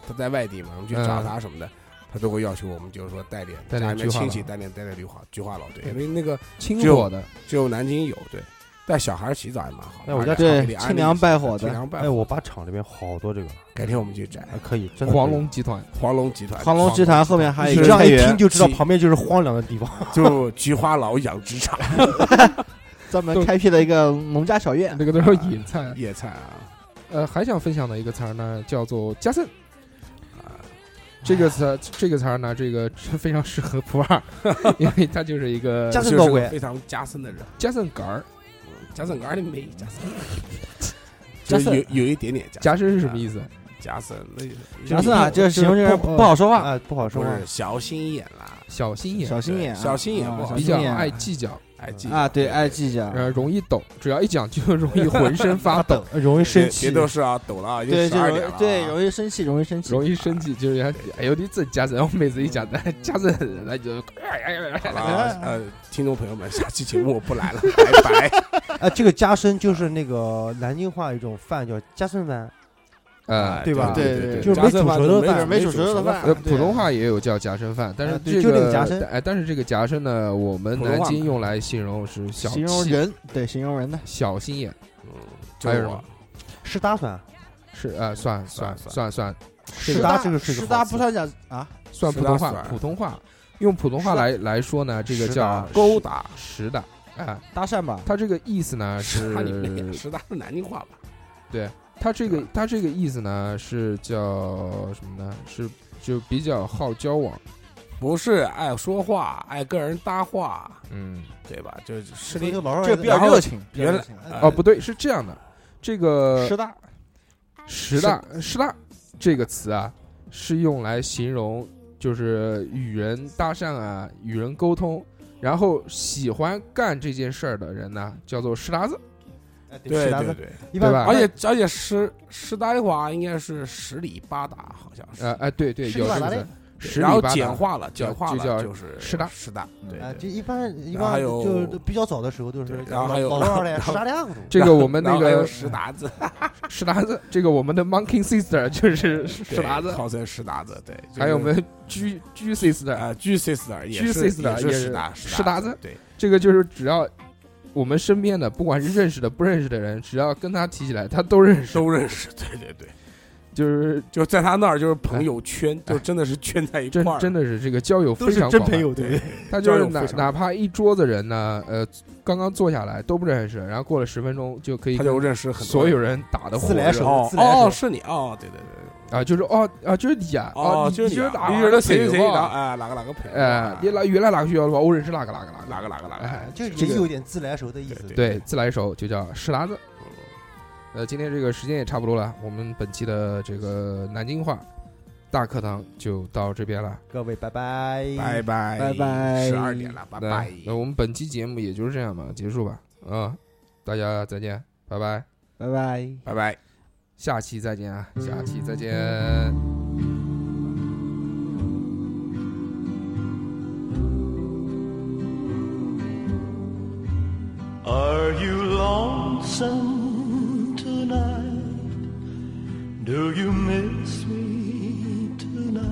[SPEAKER 3] 他在外地嘛，我们去找他什么的，他都会要求我们就是说带点
[SPEAKER 5] 带点
[SPEAKER 3] 家里面
[SPEAKER 5] 菊花
[SPEAKER 3] 亲戚
[SPEAKER 5] 老
[SPEAKER 3] 带点带点菊花菊花老对，因为那个
[SPEAKER 5] 清
[SPEAKER 3] 只有
[SPEAKER 5] 火的，
[SPEAKER 3] 只有南京有对，带小孩洗澡也蛮好。
[SPEAKER 1] 哎我家
[SPEAKER 3] 对
[SPEAKER 6] 对清凉败火
[SPEAKER 3] 清
[SPEAKER 6] 的，
[SPEAKER 3] 凉啊拌
[SPEAKER 1] 哎，，我爸厂里面好多这个，
[SPEAKER 3] 改天我们去摘
[SPEAKER 1] 还可以，真的可以
[SPEAKER 5] 黄龙集 团，
[SPEAKER 3] 黄啊龙集团，
[SPEAKER 6] 黄龙集团后面还有
[SPEAKER 1] 你
[SPEAKER 6] 一个
[SPEAKER 1] 这样
[SPEAKER 6] 菜
[SPEAKER 1] 一
[SPEAKER 6] 园
[SPEAKER 1] 听就知道
[SPEAKER 3] 鸡
[SPEAKER 1] 旁边就是荒凉的地方。
[SPEAKER 3] 就菊花老养殖场
[SPEAKER 6] 专门开辟了一个农家小院，
[SPEAKER 5] 那个都是野菜。
[SPEAKER 3] 野菜啊，
[SPEAKER 5] 呃，还想分享的一个词儿呢，叫做加森。这个词儿，这个词儿呢，这个 非常适合普洱，因为它就是一个
[SPEAKER 6] 加森
[SPEAKER 3] 就是
[SPEAKER 6] 高
[SPEAKER 3] 个
[SPEAKER 6] 贵
[SPEAKER 3] 非常加深的人，
[SPEAKER 5] 加森杆儿，
[SPEAKER 3] 加森杆儿的美加森。就是
[SPEAKER 6] 森
[SPEAKER 3] 有有一点点夹
[SPEAKER 5] 夹生是什么意思？
[SPEAKER 3] 夹森类的，
[SPEAKER 6] 夹森啊，就是形容这人
[SPEAKER 5] 不
[SPEAKER 6] 不好说话，
[SPEAKER 1] 啊，不好说
[SPEAKER 3] 不
[SPEAKER 1] 话。
[SPEAKER 3] 是小心眼啦，
[SPEAKER 5] 小心眼，
[SPEAKER 6] 小心眼啊，
[SPEAKER 3] 对小心眼
[SPEAKER 6] 啊
[SPEAKER 3] 不好
[SPEAKER 6] 小
[SPEAKER 5] 比
[SPEAKER 6] 心
[SPEAKER 5] 较
[SPEAKER 6] 眼
[SPEAKER 5] 爱计较，
[SPEAKER 3] 爱哎记
[SPEAKER 6] 啊，对，爱计较，
[SPEAKER 5] 然后容易抖，只要一讲就容易浑身发抖，
[SPEAKER 1] 呃容易生
[SPEAKER 3] 别
[SPEAKER 1] 气
[SPEAKER 3] 别，都是啊，抖了啊，已经
[SPEAKER 6] 对，
[SPEAKER 3] 十
[SPEAKER 6] 就
[SPEAKER 3] 二
[SPEAKER 6] 容
[SPEAKER 3] 点
[SPEAKER 6] 易
[SPEAKER 3] 了啊，
[SPEAKER 6] 对容易生气，容易生气，
[SPEAKER 5] 容易生气，就是人家哎呦你这夹子，然后每次一讲的 夹子，那就哎
[SPEAKER 3] 好了啊，呃，听众朋友们，下期节目我不 来了，拜拜。
[SPEAKER 1] 啊，这个加深就是那个南京话一种饭叫加深饭，
[SPEAKER 5] 呃
[SPEAKER 1] 对吧
[SPEAKER 3] 对
[SPEAKER 6] 对
[SPEAKER 1] 就是没
[SPEAKER 3] 夹
[SPEAKER 1] 煮
[SPEAKER 3] 生饭
[SPEAKER 1] 熟的
[SPEAKER 3] 就没
[SPEAKER 1] 饭
[SPEAKER 3] 煮
[SPEAKER 6] 没
[SPEAKER 3] 没
[SPEAKER 6] 煮熟
[SPEAKER 3] 熟
[SPEAKER 6] 的
[SPEAKER 3] 的
[SPEAKER 6] 饭
[SPEAKER 3] 饭
[SPEAKER 5] 呃，
[SPEAKER 6] 对
[SPEAKER 5] 普通话也有叫夹生饭，但是
[SPEAKER 1] 呃对
[SPEAKER 5] 这
[SPEAKER 1] 就那个夹
[SPEAKER 5] 个
[SPEAKER 1] 生
[SPEAKER 5] 哎，但是这个夹生呢，我们
[SPEAKER 3] 普通
[SPEAKER 5] 南
[SPEAKER 3] 话
[SPEAKER 5] 京
[SPEAKER 3] 嘛
[SPEAKER 5] 用来形容是小
[SPEAKER 6] 形容
[SPEAKER 5] 气、
[SPEAKER 6] 人，对，形容人的
[SPEAKER 5] 小心眼，
[SPEAKER 3] 嗯，
[SPEAKER 5] 还有
[SPEAKER 3] 就
[SPEAKER 5] 什
[SPEAKER 3] 我
[SPEAKER 5] 么
[SPEAKER 1] 湿搭算，
[SPEAKER 5] 是呃，算
[SPEAKER 3] 算
[SPEAKER 5] 算算算
[SPEAKER 1] 湿搭这个是一
[SPEAKER 6] 十
[SPEAKER 1] 个
[SPEAKER 6] 大
[SPEAKER 1] 好
[SPEAKER 6] 不
[SPEAKER 1] 词，
[SPEAKER 6] 算讲啊，
[SPEAKER 5] 算
[SPEAKER 3] 是
[SPEAKER 5] 普
[SPEAKER 3] 的
[SPEAKER 5] 通话
[SPEAKER 3] 算，
[SPEAKER 5] 普通话用普通话
[SPEAKER 6] 是的
[SPEAKER 5] 来来说呢，这个
[SPEAKER 3] 十
[SPEAKER 5] 叫
[SPEAKER 3] 大勾搭，
[SPEAKER 5] 实的啊，
[SPEAKER 6] 搭讪吧，
[SPEAKER 5] 它这个意思
[SPEAKER 6] 呃
[SPEAKER 5] 呢
[SPEAKER 3] 十大你
[SPEAKER 5] 是
[SPEAKER 3] 妹十大是南京话吧？
[SPEAKER 5] 它这个它这个意思呢是叫什么呢？是就比较好交往，
[SPEAKER 3] 不是爱说话，爱跟人搭话，
[SPEAKER 5] 嗯，
[SPEAKER 3] 对吧？就是吃
[SPEAKER 1] 这
[SPEAKER 3] 力
[SPEAKER 1] 个老
[SPEAKER 6] 这个
[SPEAKER 1] 让人
[SPEAKER 6] 比较
[SPEAKER 3] 然后
[SPEAKER 6] 热情，比较
[SPEAKER 3] 原
[SPEAKER 6] 热
[SPEAKER 3] 来呃
[SPEAKER 6] 情
[SPEAKER 1] 呃
[SPEAKER 5] 哦，不对，是这样的，这个
[SPEAKER 6] 十大
[SPEAKER 5] 十大十大这个词啊，是用来形容就是与人搭讪啊，与人沟通，然后喜欢干这件事儿的人呢，叫做十达子。
[SPEAKER 1] 哎
[SPEAKER 3] 对
[SPEAKER 1] 湿搭
[SPEAKER 3] 对
[SPEAKER 1] 算，
[SPEAKER 3] 对，
[SPEAKER 1] 一般
[SPEAKER 5] 对吧
[SPEAKER 3] 而且而且十十大的话应该是十里八达，好像是
[SPEAKER 5] 呃，哎，对对，
[SPEAKER 1] 十
[SPEAKER 5] 有
[SPEAKER 1] 里八
[SPEAKER 5] 这个词
[SPEAKER 1] 达嘞，
[SPEAKER 5] 十
[SPEAKER 3] 然
[SPEAKER 5] 里
[SPEAKER 3] 后
[SPEAKER 5] 八
[SPEAKER 3] 简
[SPEAKER 5] 达。呃
[SPEAKER 3] 化了，简
[SPEAKER 5] 就
[SPEAKER 3] 化
[SPEAKER 5] 叫
[SPEAKER 3] 了就是
[SPEAKER 5] 十嗯大
[SPEAKER 3] 十大，对
[SPEAKER 1] 啊，就
[SPEAKER 3] 对。
[SPEAKER 1] 一般一
[SPEAKER 3] 然后还
[SPEAKER 1] 般
[SPEAKER 3] 有
[SPEAKER 1] 就是比较早的时候就是
[SPEAKER 3] 对然后还有
[SPEAKER 1] 老老二嘞
[SPEAKER 3] 然，后
[SPEAKER 1] 十大亮子，
[SPEAKER 5] 这个我们
[SPEAKER 3] 然
[SPEAKER 5] 那
[SPEAKER 3] 后还有
[SPEAKER 5] 个
[SPEAKER 3] 石达子，
[SPEAKER 5] 石达子，这个我们的 Monkey Sister 就是石达子，
[SPEAKER 3] 号称石达子，对。就是
[SPEAKER 5] 还有我们 G G Sister，
[SPEAKER 3] 啊，G sister 也
[SPEAKER 5] G
[SPEAKER 3] 是
[SPEAKER 5] sister
[SPEAKER 3] 也
[SPEAKER 5] 也
[SPEAKER 3] 是
[SPEAKER 5] 是
[SPEAKER 3] 石达
[SPEAKER 5] 石达子，
[SPEAKER 3] 对，
[SPEAKER 5] 这个就是只要我们身边的，不管是认识的不认识的人，只要跟他提起来，他都认识，
[SPEAKER 3] 都认识，对对对，
[SPEAKER 5] 就是
[SPEAKER 3] 就在他那儿就是朋友圈，就真的是圈在一块
[SPEAKER 5] 哎真
[SPEAKER 3] 儿，
[SPEAKER 5] 真的是这个交友
[SPEAKER 1] 都
[SPEAKER 5] 非
[SPEAKER 1] 是
[SPEAKER 5] 常
[SPEAKER 1] 真
[SPEAKER 5] 广
[SPEAKER 1] 朋
[SPEAKER 5] 泛，
[SPEAKER 1] 友，对不 对？
[SPEAKER 5] 他就是
[SPEAKER 3] 交友
[SPEAKER 5] 哪
[SPEAKER 3] 非常
[SPEAKER 5] 哪怕一桌子人呢，呃，刚刚坐下来都不认识，然后过了十分钟就可以
[SPEAKER 3] 他
[SPEAKER 5] 跟
[SPEAKER 3] 就认识很多
[SPEAKER 5] 所有
[SPEAKER 3] 人
[SPEAKER 5] 人打的火
[SPEAKER 1] 自
[SPEAKER 5] 热
[SPEAKER 1] 来熟
[SPEAKER 3] 哦
[SPEAKER 1] 自来熟
[SPEAKER 3] 哦，是你哦，对对对，
[SPEAKER 5] 啊，就是哦啊，就是你啊，
[SPEAKER 3] 哦，
[SPEAKER 5] 你
[SPEAKER 3] 是
[SPEAKER 5] 就是
[SPEAKER 3] 啊你
[SPEAKER 5] 哪
[SPEAKER 3] 认识谁谁谁，然后
[SPEAKER 5] 啊，
[SPEAKER 3] 哎，哪个哪个朋友
[SPEAKER 5] 哎
[SPEAKER 3] 啊，，
[SPEAKER 5] 你来原来哪个学校的吧，我认识哪个哪个哪个
[SPEAKER 3] 哪个哪个哪个，
[SPEAKER 5] 哎，
[SPEAKER 1] 就
[SPEAKER 5] 这
[SPEAKER 1] 也
[SPEAKER 5] 个
[SPEAKER 1] 有点自来熟的意思。
[SPEAKER 5] 对，自来熟就叫石达子。嗯呃，今天这个时间也差不多了，我们本期的这个南京话大课堂就到这边了。
[SPEAKER 1] 各位拜拜，
[SPEAKER 3] 拜拜
[SPEAKER 6] 拜拜
[SPEAKER 3] 十二点了，拜啊拜
[SPEAKER 5] 那。那我们本期节目也就是这样吧，结束吧。啊，大家再见，拜拜，
[SPEAKER 6] 拜拜。
[SPEAKER 3] 拜拜。
[SPEAKER 5] 下期再见啊，下期再见。
[SPEAKER 8] Are you lonesome tonight? Do you miss me tonight?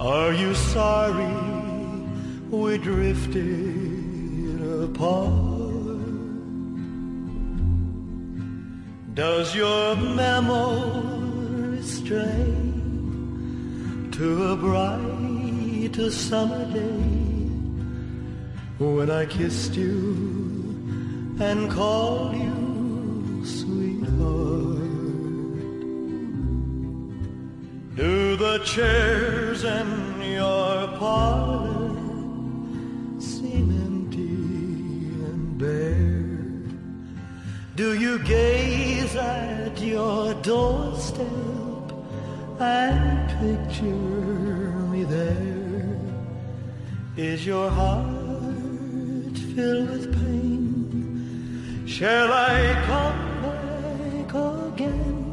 [SPEAKER 8] Are you sorry we drifted apart? Does your memory stray to a bright summer day? when I kissed you and called you sweetheart. Do the chairs in your parlor seem empty and bare? Do you gaze at your doorstep and picture me there? Is your heart filled with pain? Shall I come back again?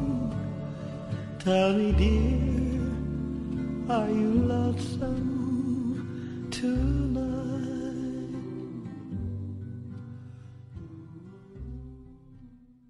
[SPEAKER 8] Tell me, dear, are you lonesome tonight?